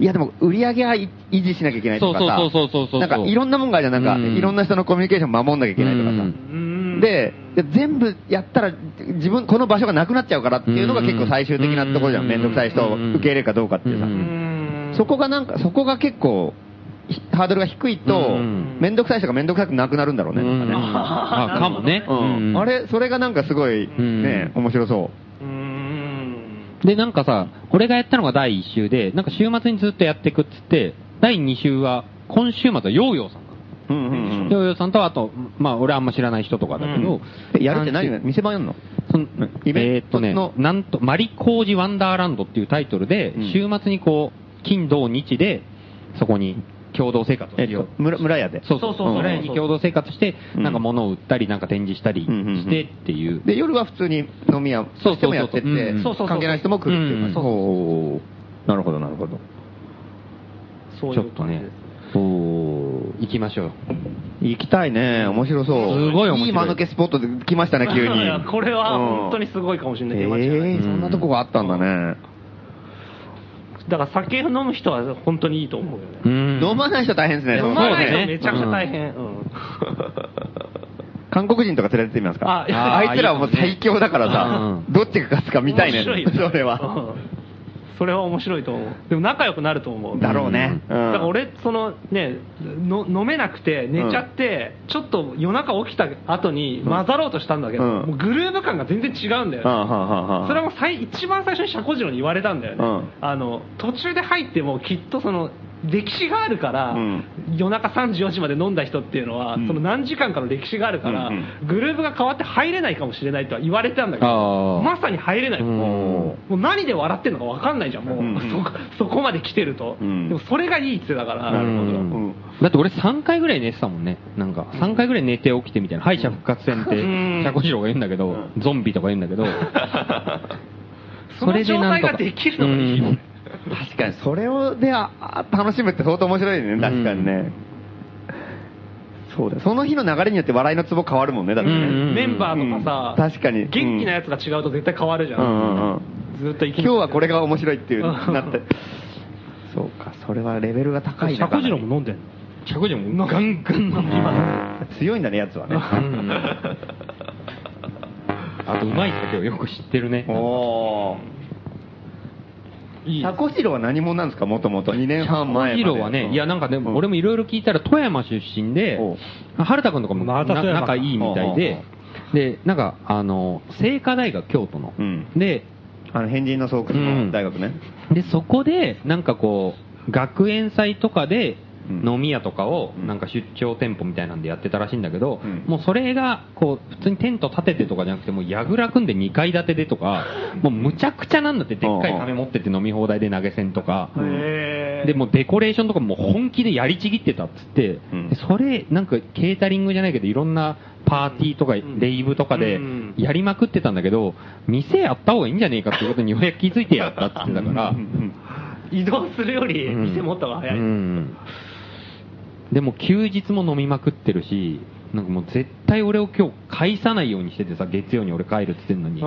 Speaker 4: いやでも売り上げはい維持しなきゃいけないとかさ、
Speaker 7: そうそうそうそうそうそう
Speaker 4: なんかいろんなもんがあるじゃん、なんか
Speaker 7: うん
Speaker 4: いろんな人のコミュニケーション守んなきゃいけないとかさ。
Speaker 7: うん
Speaker 4: で、で全部やったら自分、この場所がなくなっちゃうからっていうのが結構最終的なところじゃ。
Speaker 7: うんん
Speaker 4: めんどくさい人を受け入れるかどうかっていうさ
Speaker 7: う。
Speaker 4: そこがなんか、そこが結構、ひハードルが低いと
Speaker 7: うん、
Speaker 4: めんどくさい人がめんどくさくなくなるんだろう
Speaker 7: う
Speaker 4: ね。なんか
Speaker 7: ん
Speaker 4: ね
Speaker 7: あ、かもね。
Speaker 4: うんあれ、それがなんかすごい、
Speaker 7: ん
Speaker 4: ね、面白そう
Speaker 5: ーん。
Speaker 7: で、なんかさ、俺がやったのが第1週で、なんか週末にずっとやっていくっつって、第2週は、今週末はヨーヨーさんなの。。
Speaker 4: うんうんうん
Speaker 7: ヨーヨーさんと、あと、まあ、俺あんま知らない人とかだけど、
Speaker 4: えやるって何
Speaker 7: なんて
Speaker 4: 店番やんの
Speaker 7: その
Speaker 4: イベント
Speaker 7: えーっとね
Speaker 4: の、
Speaker 7: なんと、マリコージワンダーランドっていうタイトルで
Speaker 4: うん、
Speaker 7: 週末にこう、金、土、日で、そこに共同生活を
Speaker 4: え
Speaker 7: し
Speaker 4: っ
Speaker 7: よう
Speaker 4: と。、村村屋で。
Speaker 7: そうそう
Speaker 5: そうそうそう
Speaker 7: それに共同生活して、
Speaker 4: うん
Speaker 7: なんか物を売ったり、なんか展示したり
Speaker 4: うんうんうん
Speaker 7: してっていう。
Speaker 4: で、夜は普通に飲み屋、
Speaker 7: そうそうそう
Speaker 4: 人もやってて、
Speaker 7: うんそうそうそう
Speaker 4: 関係ない人も来るっていう
Speaker 7: う
Speaker 4: か、
Speaker 7: ん
Speaker 4: そ
Speaker 7: そうう
Speaker 4: なるほど、なるほど。
Speaker 5: そう
Speaker 7: ち
Speaker 5: い
Speaker 7: ょっ
Speaker 5: う
Speaker 7: と
Speaker 5: 感じ
Speaker 7: ね
Speaker 5: で。、
Speaker 7: お行きましょうよ。
Speaker 4: 行きたいね、面白そう。
Speaker 7: すごい面白い
Speaker 4: い間抜けスポットで来ましたね、急
Speaker 5: [LAUGHS] いや
Speaker 4: に。
Speaker 5: これは本当に
Speaker 4: す
Speaker 5: すごいかもしれ
Speaker 4: ご。
Speaker 5: ないい
Speaker 4: え
Speaker 5: 出間違いない。
Speaker 4: ー、そんなとこがあったんだね。
Speaker 5: だから酒飲む人は本当にいいと思うよね。
Speaker 4: 飲まない人大変ですね、
Speaker 5: 飲
Speaker 4: その
Speaker 5: まな
Speaker 7: そう
Speaker 5: い
Speaker 7: ね
Speaker 5: とめちゃくちゃ大変。うん
Speaker 4: [LAUGHS] 韓国人とか連れてってみますか
Speaker 5: あいや
Speaker 4: あいつらはもう最強だからさ
Speaker 7: う、ん
Speaker 4: どっちが勝つか見たいね、
Speaker 5: 面白よ
Speaker 4: それ
Speaker 5: う
Speaker 4: は。
Speaker 5: んそれは面白いと思う。でも仲良くなると思う。
Speaker 4: だろうね。
Speaker 5: だか
Speaker 4: うん
Speaker 5: ら俺、そのね、の飲めなくて寝ちゃって、ちょっと夜中起きた後に混ざろうとしたんだけど、
Speaker 4: うん
Speaker 5: もうグルーヴ感が全然違うんだよ
Speaker 4: う
Speaker 5: ね。
Speaker 4: んはんはんはん
Speaker 5: それはもう最一番最初に社交辞郎に言われたんだよね、
Speaker 4: う
Speaker 5: あの途中で入ってもきっとその歴史があるから、
Speaker 4: うん
Speaker 5: 夜中3時、4時まで飲んだ人っていうのは、
Speaker 4: うん
Speaker 5: その何時間かの歴史があるから、
Speaker 4: うん
Speaker 5: グループが変わって入れないかもしれないとは言われてたんだけ
Speaker 7: あ
Speaker 5: ど、
Speaker 7: ー
Speaker 5: まさに入れない、
Speaker 7: うん
Speaker 5: もう何で笑ってるのか分かんないじゃん、もう、
Speaker 4: うん
Speaker 5: そこそこまで来てると、
Speaker 4: うん
Speaker 5: でもそれがいいって言ってたから、
Speaker 7: なるほど
Speaker 4: うん
Speaker 7: だって俺3回ぐらい寝てたもんね。なんか、3回ぐらい寝て起きてみたいな。敗者復活戦って、
Speaker 5: ん
Speaker 7: シャコジロウが言うんだけど、ゾンビとか言うんだ
Speaker 4: [LAUGHS]
Speaker 7: けど、
Speaker 5: その状態ができるのがいいよね。
Speaker 4: 確かに、それをでああ楽しむって相当面白いね、確かにね。そうだよその日の流れによって笑いのツボ変わるもんね、だってね。
Speaker 7: うんうん
Speaker 5: メンバーとかさ、
Speaker 4: うん確かに
Speaker 5: 元気なやつが違うと絶対変わるじゃん、
Speaker 4: うんうんうん
Speaker 5: ずっと生き
Speaker 4: 今日はこれが面白いっていう、
Speaker 5: うん
Speaker 4: なって。そうか、それはレベルが高い
Speaker 2: 社
Speaker 4: な。
Speaker 2: 交辞郎も飲んでんの
Speaker 7: シャコジロウもガンガン飲みま
Speaker 4: 強いんだね、やつはね。
Speaker 7: あと、うまい酒をよく知ってるね。
Speaker 4: おー。タコシロは何者なんですか、もともと。2年半前まで。
Speaker 7: ヒーローはね、いや、なんかね、
Speaker 4: うん
Speaker 7: 俺もいろいろ聞いたら、富山出身で
Speaker 4: おう、
Speaker 7: 春田君とかも
Speaker 2: ま
Speaker 7: な
Speaker 2: た富山
Speaker 7: 仲いいみたい
Speaker 4: おうおう
Speaker 7: で、で、なんか、あの、聖火大学、京都の
Speaker 4: うん。
Speaker 7: で、
Speaker 4: あの、変人の巣窟の大学ね。
Speaker 7: で、そこで、なんかこう、学園祭とかで、
Speaker 4: うん
Speaker 7: 飲み屋とかを
Speaker 4: うん
Speaker 7: なんか出張店舗みたいなんでやってたらしいんだけど、
Speaker 4: うん
Speaker 7: もうそれがこう普通にテント立ててとかじゃなくてもうやぐら組んで2階建てでとかもうむちゃくちゃなんだってでっかい金持ってて飲み放題で投げ銭とか
Speaker 5: へー
Speaker 3: へー
Speaker 7: で、もうデコレーションとかも本気でやりちぎってたっつって、
Speaker 4: うん
Speaker 7: でそれ、なんかケータリングじゃないけど、いろんなパーティーとか、レイブとかで
Speaker 2: うん
Speaker 7: やりまくってたんだけど、店やった方がいいんじゃねえかっていうことにようやく気づいてやったっつってたから、
Speaker 8: 移動するより
Speaker 7: うん
Speaker 8: 店持った方が早い。
Speaker 7: うんでも休日も飲みまくってるし、なんかもう絶対俺を今日返さないようにしててさ、月曜に俺帰るっつってんのに、
Speaker 8: あ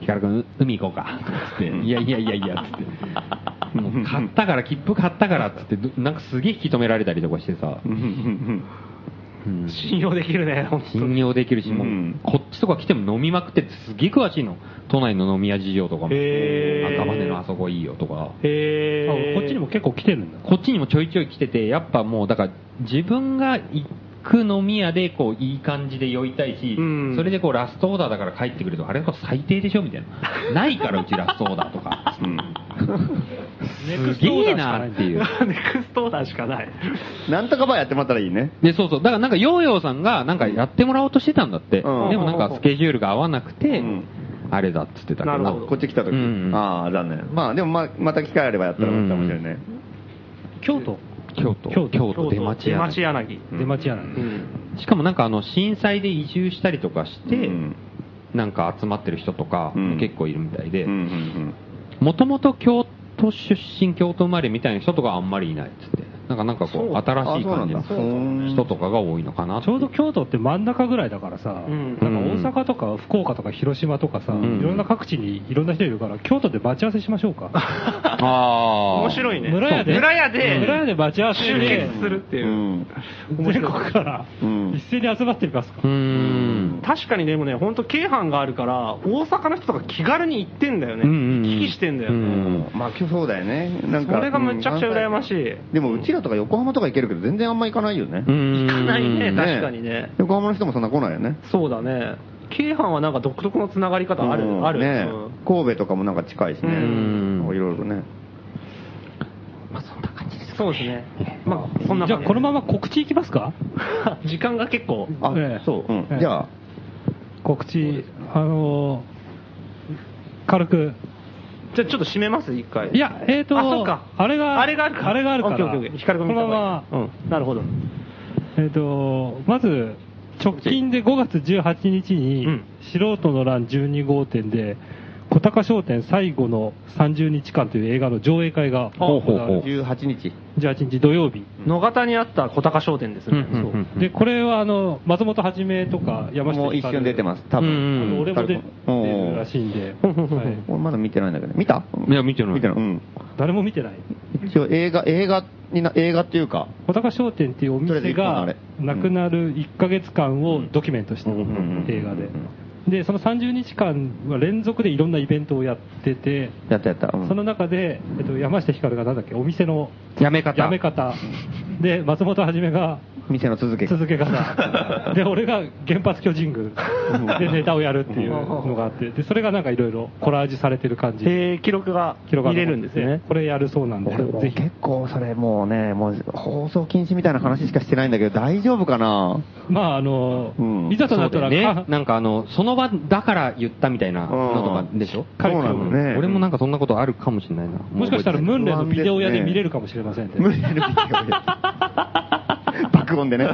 Speaker 8: ー
Speaker 7: ヒカル君、海行こうかっつって、いやいやいやいやっつって、もう買ったから、切符買ったからっつって、どなんかすげえ引き止められたりとかしてさ、うん
Speaker 8: 信用できるね、本当に。
Speaker 7: 信用できるし、も
Speaker 4: う
Speaker 7: うんこっちとか来ても飲みまくっててすげえ詳しいの、都内の飲み屋事情とかも、
Speaker 8: へー
Speaker 7: 赤羽のあそこいいよとか。
Speaker 8: へー
Speaker 2: あこっちにも結構来てるんだ。
Speaker 7: こっちにもちょいちょい来てて、やっぱもう、だから、自分が行く飲み屋で、こう、いい感じで酔いたいし、
Speaker 8: うん
Speaker 7: それでこう、ラストオーダーだから帰ってくると、あれこれ最低でしょみたいな。ないから、うちラストオーダーとか。すげえなっていう。
Speaker 8: [LAUGHS] ネクストオーダーしかない。
Speaker 4: なんとかばやってもらったらいいね。
Speaker 7: で、そうそう。だからなんか、ヨーヨーさんが、なんかやってもらおうとしてたんだって。
Speaker 4: うん
Speaker 7: でもなんか、スケジュールが合わなくて、
Speaker 4: うん
Speaker 7: あれだっつってたけ
Speaker 8: な
Speaker 7: ど。
Speaker 8: るほど
Speaker 4: こっち来た時。
Speaker 7: うんうん
Speaker 4: ああ、残念。まあ、でもま、また機会あればやったらもいいかもしれないね。
Speaker 2: 京都
Speaker 7: 京都。
Speaker 2: 京都
Speaker 7: 京都出町
Speaker 8: 出
Speaker 7: 屋。
Speaker 8: 町柳。
Speaker 2: 出町屋なんで。
Speaker 7: しかもなんか、あの、震災で移住したりとかして、
Speaker 4: うん
Speaker 7: なんか集まってる人とか
Speaker 4: うん
Speaker 7: 結構いるみたいで
Speaker 4: うん、うん
Speaker 7: もともと京都出身、京都生まれみたいな人とかあんまりいないっつって、なんかなんかこう、新しい感じ
Speaker 4: あそうなん
Speaker 7: の
Speaker 4: だ
Speaker 7: 人とかが多いのかなって
Speaker 2: ちょうど京都って真ん中ぐらいだからさ、
Speaker 8: うん
Speaker 2: なんか大阪とか福岡とか広島とかさ、
Speaker 7: うん
Speaker 2: いろんな各地にいろんな人いるから、京都で待ち合わせしましょうか。
Speaker 7: あー
Speaker 8: 面白いね。
Speaker 2: 村屋で
Speaker 8: 村屋で、
Speaker 2: 村屋で待ち合わせ
Speaker 8: 集
Speaker 2: で、
Speaker 8: 結するって
Speaker 4: う
Speaker 8: い
Speaker 4: ん。
Speaker 8: う。
Speaker 4: うん
Speaker 8: 面
Speaker 2: 全
Speaker 8: 白い
Speaker 2: 国から
Speaker 4: うん
Speaker 2: 一斉に集まってるからっすか
Speaker 7: うーん。
Speaker 8: 確かにでもね、本当京阪があるから、大阪の人とか気軽に行ってんだよね。
Speaker 7: うんうんうん
Speaker 8: 行き来してんだよね。
Speaker 7: うん
Speaker 4: まあ、今日そうだよね。なんか。
Speaker 8: それがむちゃくちゃ羨ましい
Speaker 4: うんでも、うちらとか横浜とか行けるけど、全然あんま行かないよね。
Speaker 8: 行
Speaker 7: 行
Speaker 8: かないね、確かにね。
Speaker 4: 横浜の人もそんな来ないよね。
Speaker 8: そうだね。京阪はなんか独特のつながり方ある、
Speaker 4: うん
Speaker 8: ある。
Speaker 4: ね
Speaker 8: うん
Speaker 4: 神戸とかもなんか近いしね。
Speaker 8: う
Speaker 4: い
Speaker 7: ん
Speaker 4: ろいろね。
Speaker 8: そうですね。まあ、そんな
Speaker 2: じゃ
Speaker 8: 感
Speaker 2: あ
Speaker 8: じ。
Speaker 2: このまま告知いきますか
Speaker 8: [LAUGHS] 時間が結構。
Speaker 4: あ
Speaker 2: ええ、
Speaker 4: そう。うん
Speaker 2: ええ
Speaker 4: じゃあ、
Speaker 2: 告知、あのー軽く。
Speaker 8: じゃあちょっと締めます、一回。
Speaker 2: いや、えーと、
Speaker 8: あ、そっか。
Speaker 2: あれが、
Speaker 8: あれがあるから。
Speaker 2: あれがあるか
Speaker 8: オッ
Speaker 2: ら、
Speaker 8: ケーオッケーオッケー光
Speaker 2: こ
Speaker 8: 君見た
Speaker 2: の
Speaker 8: 方が
Speaker 2: まま、
Speaker 8: いいうん。なるほど。
Speaker 2: えーと、まず、直近で5月18日に、
Speaker 8: うん
Speaker 2: 素人の欄12号店で、小高商店最後の30日間という映画の上映会が行われる
Speaker 4: 18日。
Speaker 2: 18日土曜日。
Speaker 8: 野方にあった小高商店ですね。
Speaker 7: うんうん
Speaker 8: そう
Speaker 2: で、これはあの、松本はじめとか山下。
Speaker 4: もう一瞬出てますす、多
Speaker 7: うん
Speaker 4: 分。
Speaker 2: あの俺も出て
Speaker 4: うん
Speaker 2: るらしいんで、はい
Speaker 4: 俺まだ見てないんだけど。見た
Speaker 7: いや見てない
Speaker 4: 見てない。うん。
Speaker 2: 誰も見てない。
Speaker 4: 一応映画、映画にな、映画っていうか、
Speaker 2: 小高商店っていうお
Speaker 4: とりあ
Speaker 2: 店
Speaker 4: えず一本あ
Speaker 2: が
Speaker 4: れ
Speaker 2: なくなる1ヶ月間をドキュメントした
Speaker 4: うんうん
Speaker 2: 映画で
Speaker 4: うん。
Speaker 2: で、その30日間は連続でいろんなイベントをやってて、
Speaker 4: やったやった。うん
Speaker 2: その中で、えっと、山下ひかるがなんだっけ、お店の
Speaker 7: やめ方。
Speaker 2: やめ方。で、松本はじめが
Speaker 4: 店の続け。
Speaker 2: 続け方。
Speaker 4: [LAUGHS]
Speaker 2: で、俺が原発巨人軍でネタをやるっていうのがあって、で、それがなんかいろいろコラージュされてる感じ。
Speaker 8: えー記録が
Speaker 2: 広が
Speaker 8: 見れるんですね。
Speaker 2: これやるそうなんで、
Speaker 4: 俺も
Speaker 2: ぜひ。
Speaker 4: 結構それもうね、もう放送禁止みたいな話しかしてないんだけど、大丈夫かな
Speaker 2: まあ、あの、
Speaker 4: うん
Speaker 2: いざと
Speaker 7: そ
Speaker 2: な
Speaker 7: う
Speaker 2: った
Speaker 7: だよ
Speaker 2: ら、
Speaker 7: ね
Speaker 2: か。
Speaker 7: なんかあの、その場だから言ったみたいなのとかでしょ
Speaker 4: そうなのね。
Speaker 7: 俺もなんかそんなことあるかもしれないな。
Speaker 2: もしかしたらムンレイのビデオ屋で見れるかもしれませんね
Speaker 4: 無理やり見て
Speaker 2: [LAUGHS]
Speaker 4: くれ爆音でね。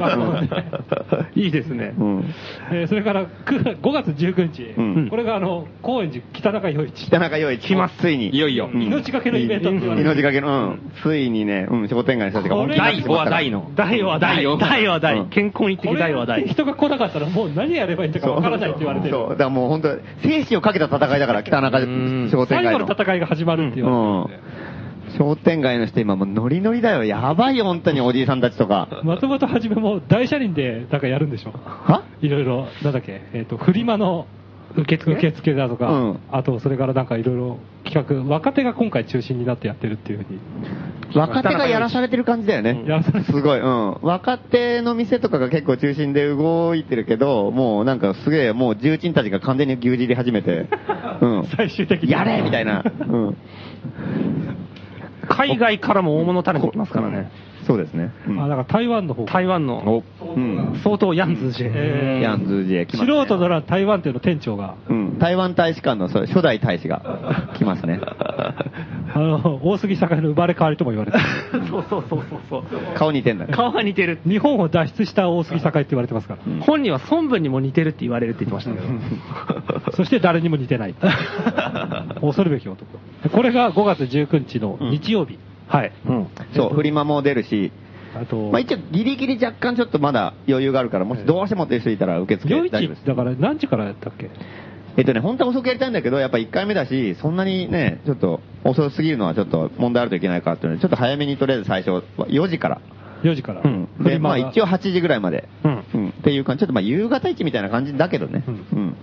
Speaker 8: いいですね。
Speaker 4: うん。
Speaker 2: えーそれからく5月19日、
Speaker 4: うん
Speaker 2: これがあの高円寺北中余市、
Speaker 4: 北中陽一。来ます。ついに。
Speaker 7: いよいよ
Speaker 4: うん
Speaker 2: 命がけのイベントって言われてる
Speaker 4: 命がけの、うん。ついにね、うん、商店街の人たちが本気になって
Speaker 7: 第
Speaker 4: き
Speaker 7: 5
Speaker 4: ました
Speaker 7: 話
Speaker 4: から
Speaker 7: 大の。
Speaker 8: 大は大、大は
Speaker 4: う
Speaker 8: 大
Speaker 4: ん、
Speaker 8: 健康に一
Speaker 2: こ
Speaker 8: 滴
Speaker 2: れ
Speaker 8: 大
Speaker 2: や
Speaker 8: は
Speaker 2: って
Speaker 8: 大。
Speaker 2: 人が来なかったら、もう何やればいいのかわからないって言われてる、
Speaker 4: そう、だからもう本当、生死をかけた戦いだから、北中
Speaker 7: ん
Speaker 4: 商店
Speaker 2: 最後
Speaker 4: 街
Speaker 2: の
Speaker 4: の。
Speaker 2: 戦いが始まるっていう、
Speaker 4: うん。商店街の人今もうノリノリだよ。やばいよ、本当におじいさんたち
Speaker 2: [LAUGHS]
Speaker 4: とか。
Speaker 2: 松本はじめも大車輪でなんかやるんでしょ、
Speaker 4: はい
Speaker 2: ろいろ、なんだっけ、えー、とフリマの受付受付だとか、
Speaker 4: うん
Speaker 2: あとそれからなんかいろいろ企画、若手が今回中心になってやってるっていうふうに。
Speaker 4: 若手がやらされてる感じだよね。
Speaker 2: やらされて
Speaker 4: すごい、うん。若手の店とかが結構中心で動いてるけど、もうなんかすげえ、もう重鎮たちが完全に牛耳り始めて、うん。
Speaker 2: [LAUGHS] 最終的に
Speaker 4: やれみたいな。うん。
Speaker 8: 海外からも大物タレント来ますからね。
Speaker 4: そうですね。うん
Speaker 2: あ、だから台湾の方
Speaker 8: 台湾の
Speaker 4: うん。
Speaker 8: 相当ヤンズジェ。
Speaker 2: えー
Speaker 4: ヤンズジェ来ますね
Speaker 2: 素人なら台湾店の店長が、
Speaker 4: うん。台湾大使館のそう初代大使が来ますね。
Speaker 2: あの、大杉栄の生まれ変わりとも言われてる。
Speaker 5: そうそうそうそうそう。
Speaker 4: 顔似てんだね。
Speaker 5: 顔が似てる。
Speaker 2: 日本を脱出した大杉栄って言われてますから。
Speaker 5: 本人は孫文にも似てるって言われるって言ってましたけど。
Speaker 2: そして誰にも似てない。恐るべき男。これが5月19日の日曜日。はい。
Speaker 4: そう、フリマも出るし、
Speaker 2: あと、
Speaker 4: まあ一応ギリギリ若干ちょっとまだ余裕があるから、もしどうしてもっていう人いたら受付
Speaker 2: 夜
Speaker 4: 大丈夫
Speaker 2: 市
Speaker 4: です。
Speaker 2: だから何時からやったっけ
Speaker 4: えっとね、本当は遅くやりたいんだけど、やっぱ1回目だし、そんなにね、ちょっと遅すぎるのはちょっと問題あるといけないからっていうので、ちょっと早めにとりあえず最初、4時から。
Speaker 2: 4時から。フ
Speaker 4: で、
Speaker 2: リマ
Speaker 4: まあ
Speaker 2: が
Speaker 4: 一応8時ぐらいまで。
Speaker 2: うん
Speaker 4: うんっていう感じ、ちょっとまあ夕方市みたいな感じだけどね。
Speaker 2: う
Speaker 4: うんん。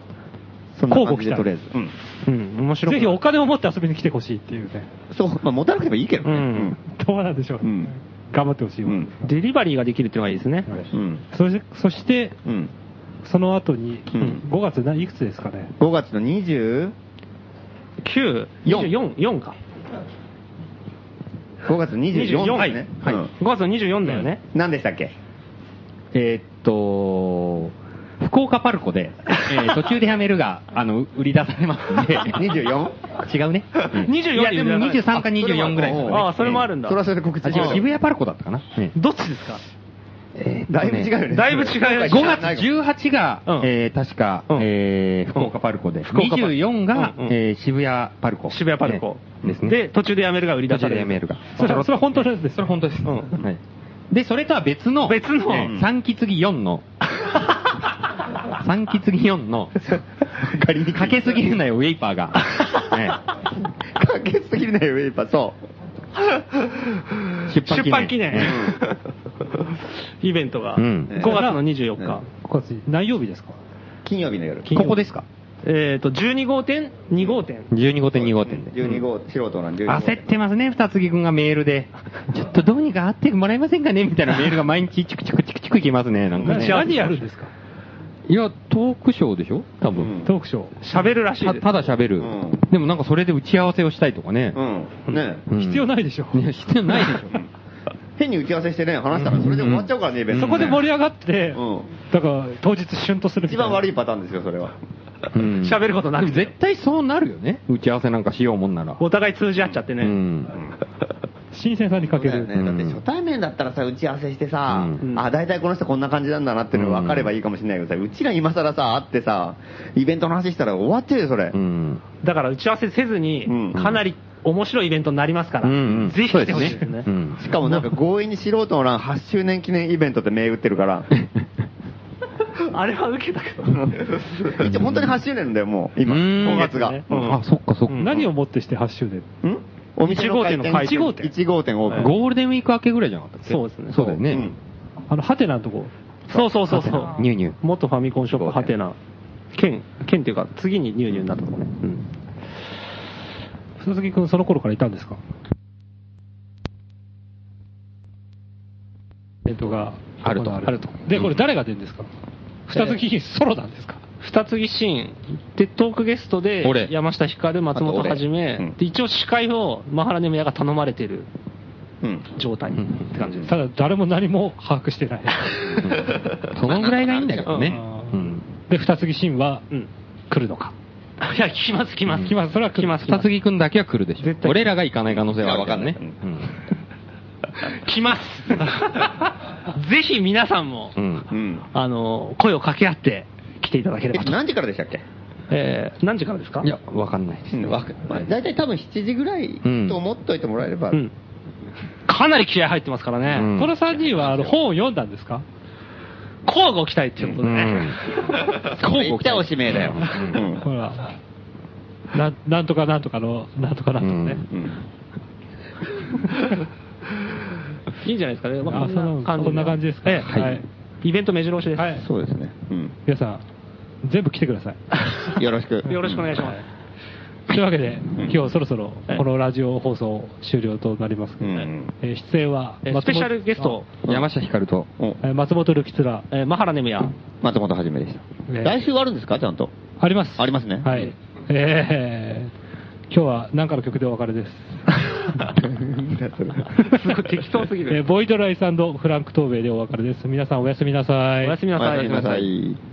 Speaker 4: そんな感じ
Speaker 2: 交互期
Speaker 4: で
Speaker 2: 待
Speaker 4: とりあえず。うん。
Speaker 5: うん、面白い。
Speaker 2: ぜひお金を持って遊びに来てほしいっていうね。
Speaker 4: そう、まあ持たなくてもいいけどね。
Speaker 5: うん
Speaker 2: どうなんでしょう。
Speaker 4: うん
Speaker 2: 頑張ってほしいもんです
Speaker 5: デリバリーができるっていうのがいいですね。
Speaker 4: うん。うん。
Speaker 2: そして、そして、
Speaker 4: うん。
Speaker 2: その後に、
Speaker 4: うん
Speaker 2: 5月何いくつですかね。
Speaker 4: 5月の 20?
Speaker 5: 9、
Speaker 4: 四
Speaker 5: 4、4か。
Speaker 4: 5月24ですね。
Speaker 5: はい。
Speaker 4: う
Speaker 5: 5
Speaker 4: ん
Speaker 5: 月24だよね。
Speaker 4: 何でしたっけ
Speaker 7: えーっと、福岡パルコで、え
Speaker 4: [LAUGHS]
Speaker 7: ー途中でやめるが、あの、売り出されますんで、
Speaker 4: 24?
Speaker 7: 違うね。
Speaker 5: 24
Speaker 7: いや、でも23か24ぐらいですかね。
Speaker 5: あ、それもあるんだ
Speaker 4: それ。はそれで告知
Speaker 7: あ違う渋谷パルコだったかな。ね
Speaker 5: どっちですか
Speaker 4: だいぶ違うよね。
Speaker 5: だいぶ違うよね
Speaker 4: 5
Speaker 7: 5月18が、
Speaker 5: うん
Speaker 7: えー確か、
Speaker 5: うん
Speaker 7: えー福岡パルコで、
Speaker 5: 福岡パルコ
Speaker 7: 24が、
Speaker 5: うんうん
Speaker 7: えー渋谷パルコ。
Speaker 5: 渋谷パルコ
Speaker 7: ねですね。
Speaker 5: で、途中でやめるが売り出
Speaker 7: 途
Speaker 5: され
Speaker 7: 中で
Speaker 5: る。
Speaker 7: やめるが。
Speaker 2: それはそれは本当ですね
Speaker 7: それ本当です。
Speaker 5: ん
Speaker 7: はいで、それとは別の、
Speaker 5: 別の
Speaker 7: 3期次4の、3期次4の、かけすぎるなよ、ウェイパー
Speaker 5: [LAUGHS]
Speaker 7: が。
Speaker 4: かけすぎるね、ウェイパー。そう。
Speaker 7: ね
Speaker 5: 出版記念。イベントが。
Speaker 7: う
Speaker 5: 5
Speaker 7: ん
Speaker 5: 月の24日。
Speaker 2: 5月何曜日ですか
Speaker 4: 金曜日の夜。
Speaker 7: ここですか
Speaker 5: えっと、12号店、2号店。
Speaker 7: ?12 号店2号店で。
Speaker 4: 12号、素人なん12号。
Speaker 7: 焦ってますね、二つぎくんがメールで。ちょっとどうにか会ってもらえませんかねみたいなメールが毎日チクチクチクチクいきますね、なんかね。
Speaker 2: 何やるんですか
Speaker 7: いや、トークショーでしょ多分。
Speaker 2: トークショー。
Speaker 5: 喋るらしい
Speaker 7: た
Speaker 5: です。
Speaker 7: ただ喋る、
Speaker 4: うん
Speaker 7: でもなんかそれで打ち合わせをしたいとかね
Speaker 4: う。ん。ね
Speaker 7: うん
Speaker 2: 必要ないでしょ。
Speaker 7: いや、必要ないでしょ。
Speaker 4: 変に打ち合わせしてね、話したらそれで終わっちゃうからね、イベント
Speaker 2: そ
Speaker 4: ね
Speaker 2: こで盛り上がって、
Speaker 4: うん
Speaker 2: だから当日シュンとするみた
Speaker 4: 一
Speaker 2: いな。
Speaker 4: 番悪いパターンですよ、それは。
Speaker 7: うん
Speaker 5: 喋ることなくて
Speaker 7: 絶対そうなるよね。打ち合わせなんかしようもんなら。
Speaker 5: お互い通じ合っちゃって
Speaker 7: う
Speaker 5: ね。
Speaker 7: ん。
Speaker 2: 新鮮さにかけ
Speaker 4: そう
Speaker 2: る。
Speaker 4: だよね。だって初対面だったらさ、打ち合わせしてさ、
Speaker 7: うん
Speaker 4: あ、大体この人こんな感じなんだなっていうのが分かればいいかもしれないけどさ、うちら今更さ、会ってさ、イベントの話したら終わってるよ、それ。
Speaker 7: うん。
Speaker 5: だから打ち合わせせずに、
Speaker 4: うん
Speaker 5: かなり面白いイベントになりますから、
Speaker 7: うんうん
Speaker 5: ぜひ来てほしいですね。
Speaker 7: うん。
Speaker 4: しかもなんか強引に素人の欄8周年記念イベントって銘打ってるから、
Speaker 5: あれは受けたけど。
Speaker 4: 一応本当に8周年だよ、もう、今、
Speaker 7: うん
Speaker 4: 今月が。
Speaker 7: うんあ、そっかそっか。
Speaker 2: 何をもってして8周年
Speaker 4: んお店の開店
Speaker 5: 1号店の開店
Speaker 4: 1号店1号店オープン。
Speaker 7: ゴールデンウィーク明けぐらいじゃなかったっけ
Speaker 5: そうですね
Speaker 7: そうだよ
Speaker 4: う
Speaker 7: ね
Speaker 4: ん。
Speaker 2: あの、ハテナのとこ。
Speaker 5: そうそうそうそう。
Speaker 7: ニューニュー
Speaker 5: 元ファミコンショップハテナ。県、県っていうか、次にニューニューになったとこね。うん。
Speaker 2: 鈴木くんその頃からいたんですかイベントが
Speaker 7: あると
Speaker 2: あると。で、これ誰が出るんですか二月ソロなんですか
Speaker 5: 二つぎシーン、で、トークゲストで
Speaker 7: 俺、
Speaker 5: 山下光、松本はじ
Speaker 4: あと俺う
Speaker 5: め
Speaker 4: ん、
Speaker 5: で、一応司会を、マハラネムヤが頼まれてる
Speaker 4: うん。
Speaker 5: 状態
Speaker 7: ん
Speaker 5: って感じです。
Speaker 2: ただ誰も何も把握してない。
Speaker 7: そのぐらいがいいんだけどね。
Speaker 2: う
Speaker 7: うんん。
Speaker 2: で、二月シーンは
Speaker 5: うん。
Speaker 2: 来るのか。
Speaker 5: いや、来ます、来ます。
Speaker 2: 来ますそれは来る
Speaker 5: 来ます。
Speaker 7: 二つぎくんだけは来るでし
Speaker 5: 絶
Speaker 7: ょ。
Speaker 5: 対
Speaker 7: 俺らが行かない可能性はあるからね
Speaker 4: いやわ。
Speaker 5: 来ます。ぜひ皆さんも、
Speaker 7: うん。うん
Speaker 4: うん。
Speaker 5: あの、声を掛け合って来ていただけれ
Speaker 4: え
Speaker 5: ばと。
Speaker 4: 何時からでしたっけ
Speaker 5: えー、何時からですか
Speaker 7: いや、わかんないです。
Speaker 4: わかまあ大体多分7時ぐらい
Speaker 7: うん
Speaker 4: と思っといてもらえれば、
Speaker 5: うん。かなり気合入ってますからね。
Speaker 7: うん
Speaker 2: この三人はあの本を読んだんですか
Speaker 5: 交互期待っていうことでね。 [LAUGHS]
Speaker 4: そう言ってはおしめえだよ。
Speaker 7: うん
Speaker 2: ほら。ななんとかなんとかの、なんとかなんとかね。
Speaker 7: うん
Speaker 4: うん
Speaker 5: いいんじゃないですかね。ま
Speaker 2: あ
Speaker 5: あ、こんな感じ
Speaker 2: そんな感じですか
Speaker 5: ええ
Speaker 2: は
Speaker 5: はいい。イベント目白押しです。
Speaker 2: はい。
Speaker 4: そうですね。うん
Speaker 2: 皆さん、全部来てくだ
Speaker 5: [LAUGHS]
Speaker 2: さい。
Speaker 4: よろしく。
Speaker 5: よろしくお願いします。
Speaker 2: というわけで、今日そろそろこのラジオ放送終了となりますけど、
Speaker 4: うん
Speaker 2: えー出演は
Speaker 5: えースペシャルゲスト、
Speaker 7: 山下光と、
Speaker 4: お
Speaker 2: あえー松本力つら、
Speaker 5: えーマハラネ
Speaker 2: [LAUGHS]
Speaker 5: ムヤ。 [LAUGHS]
Speaker 4: 松本はじめでし
Speaker 2: ね
Speaker 4: た。来週はあるんですかちゃんと。
Speaker 2: あります。
Speaker 4: ありますね
Speaker 2: はい。えー、今日は何かの曲でお別れです。
Speaker 5: 適当すぎ
Speaker 2: [LAUGHS] えー
Speaker 5: る。
Speaker 2: ボイドライスフランク・トーベイでお別れです。皆さんおやすみなさい。
Speaker 5: おやすみなさい。
Speaker 4: おやすみなさい。
Speaker 9: 「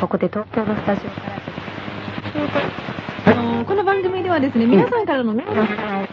Speaker 10: ここで東京のスタジオから。あのこの番組ではですね、皆さんからのメールを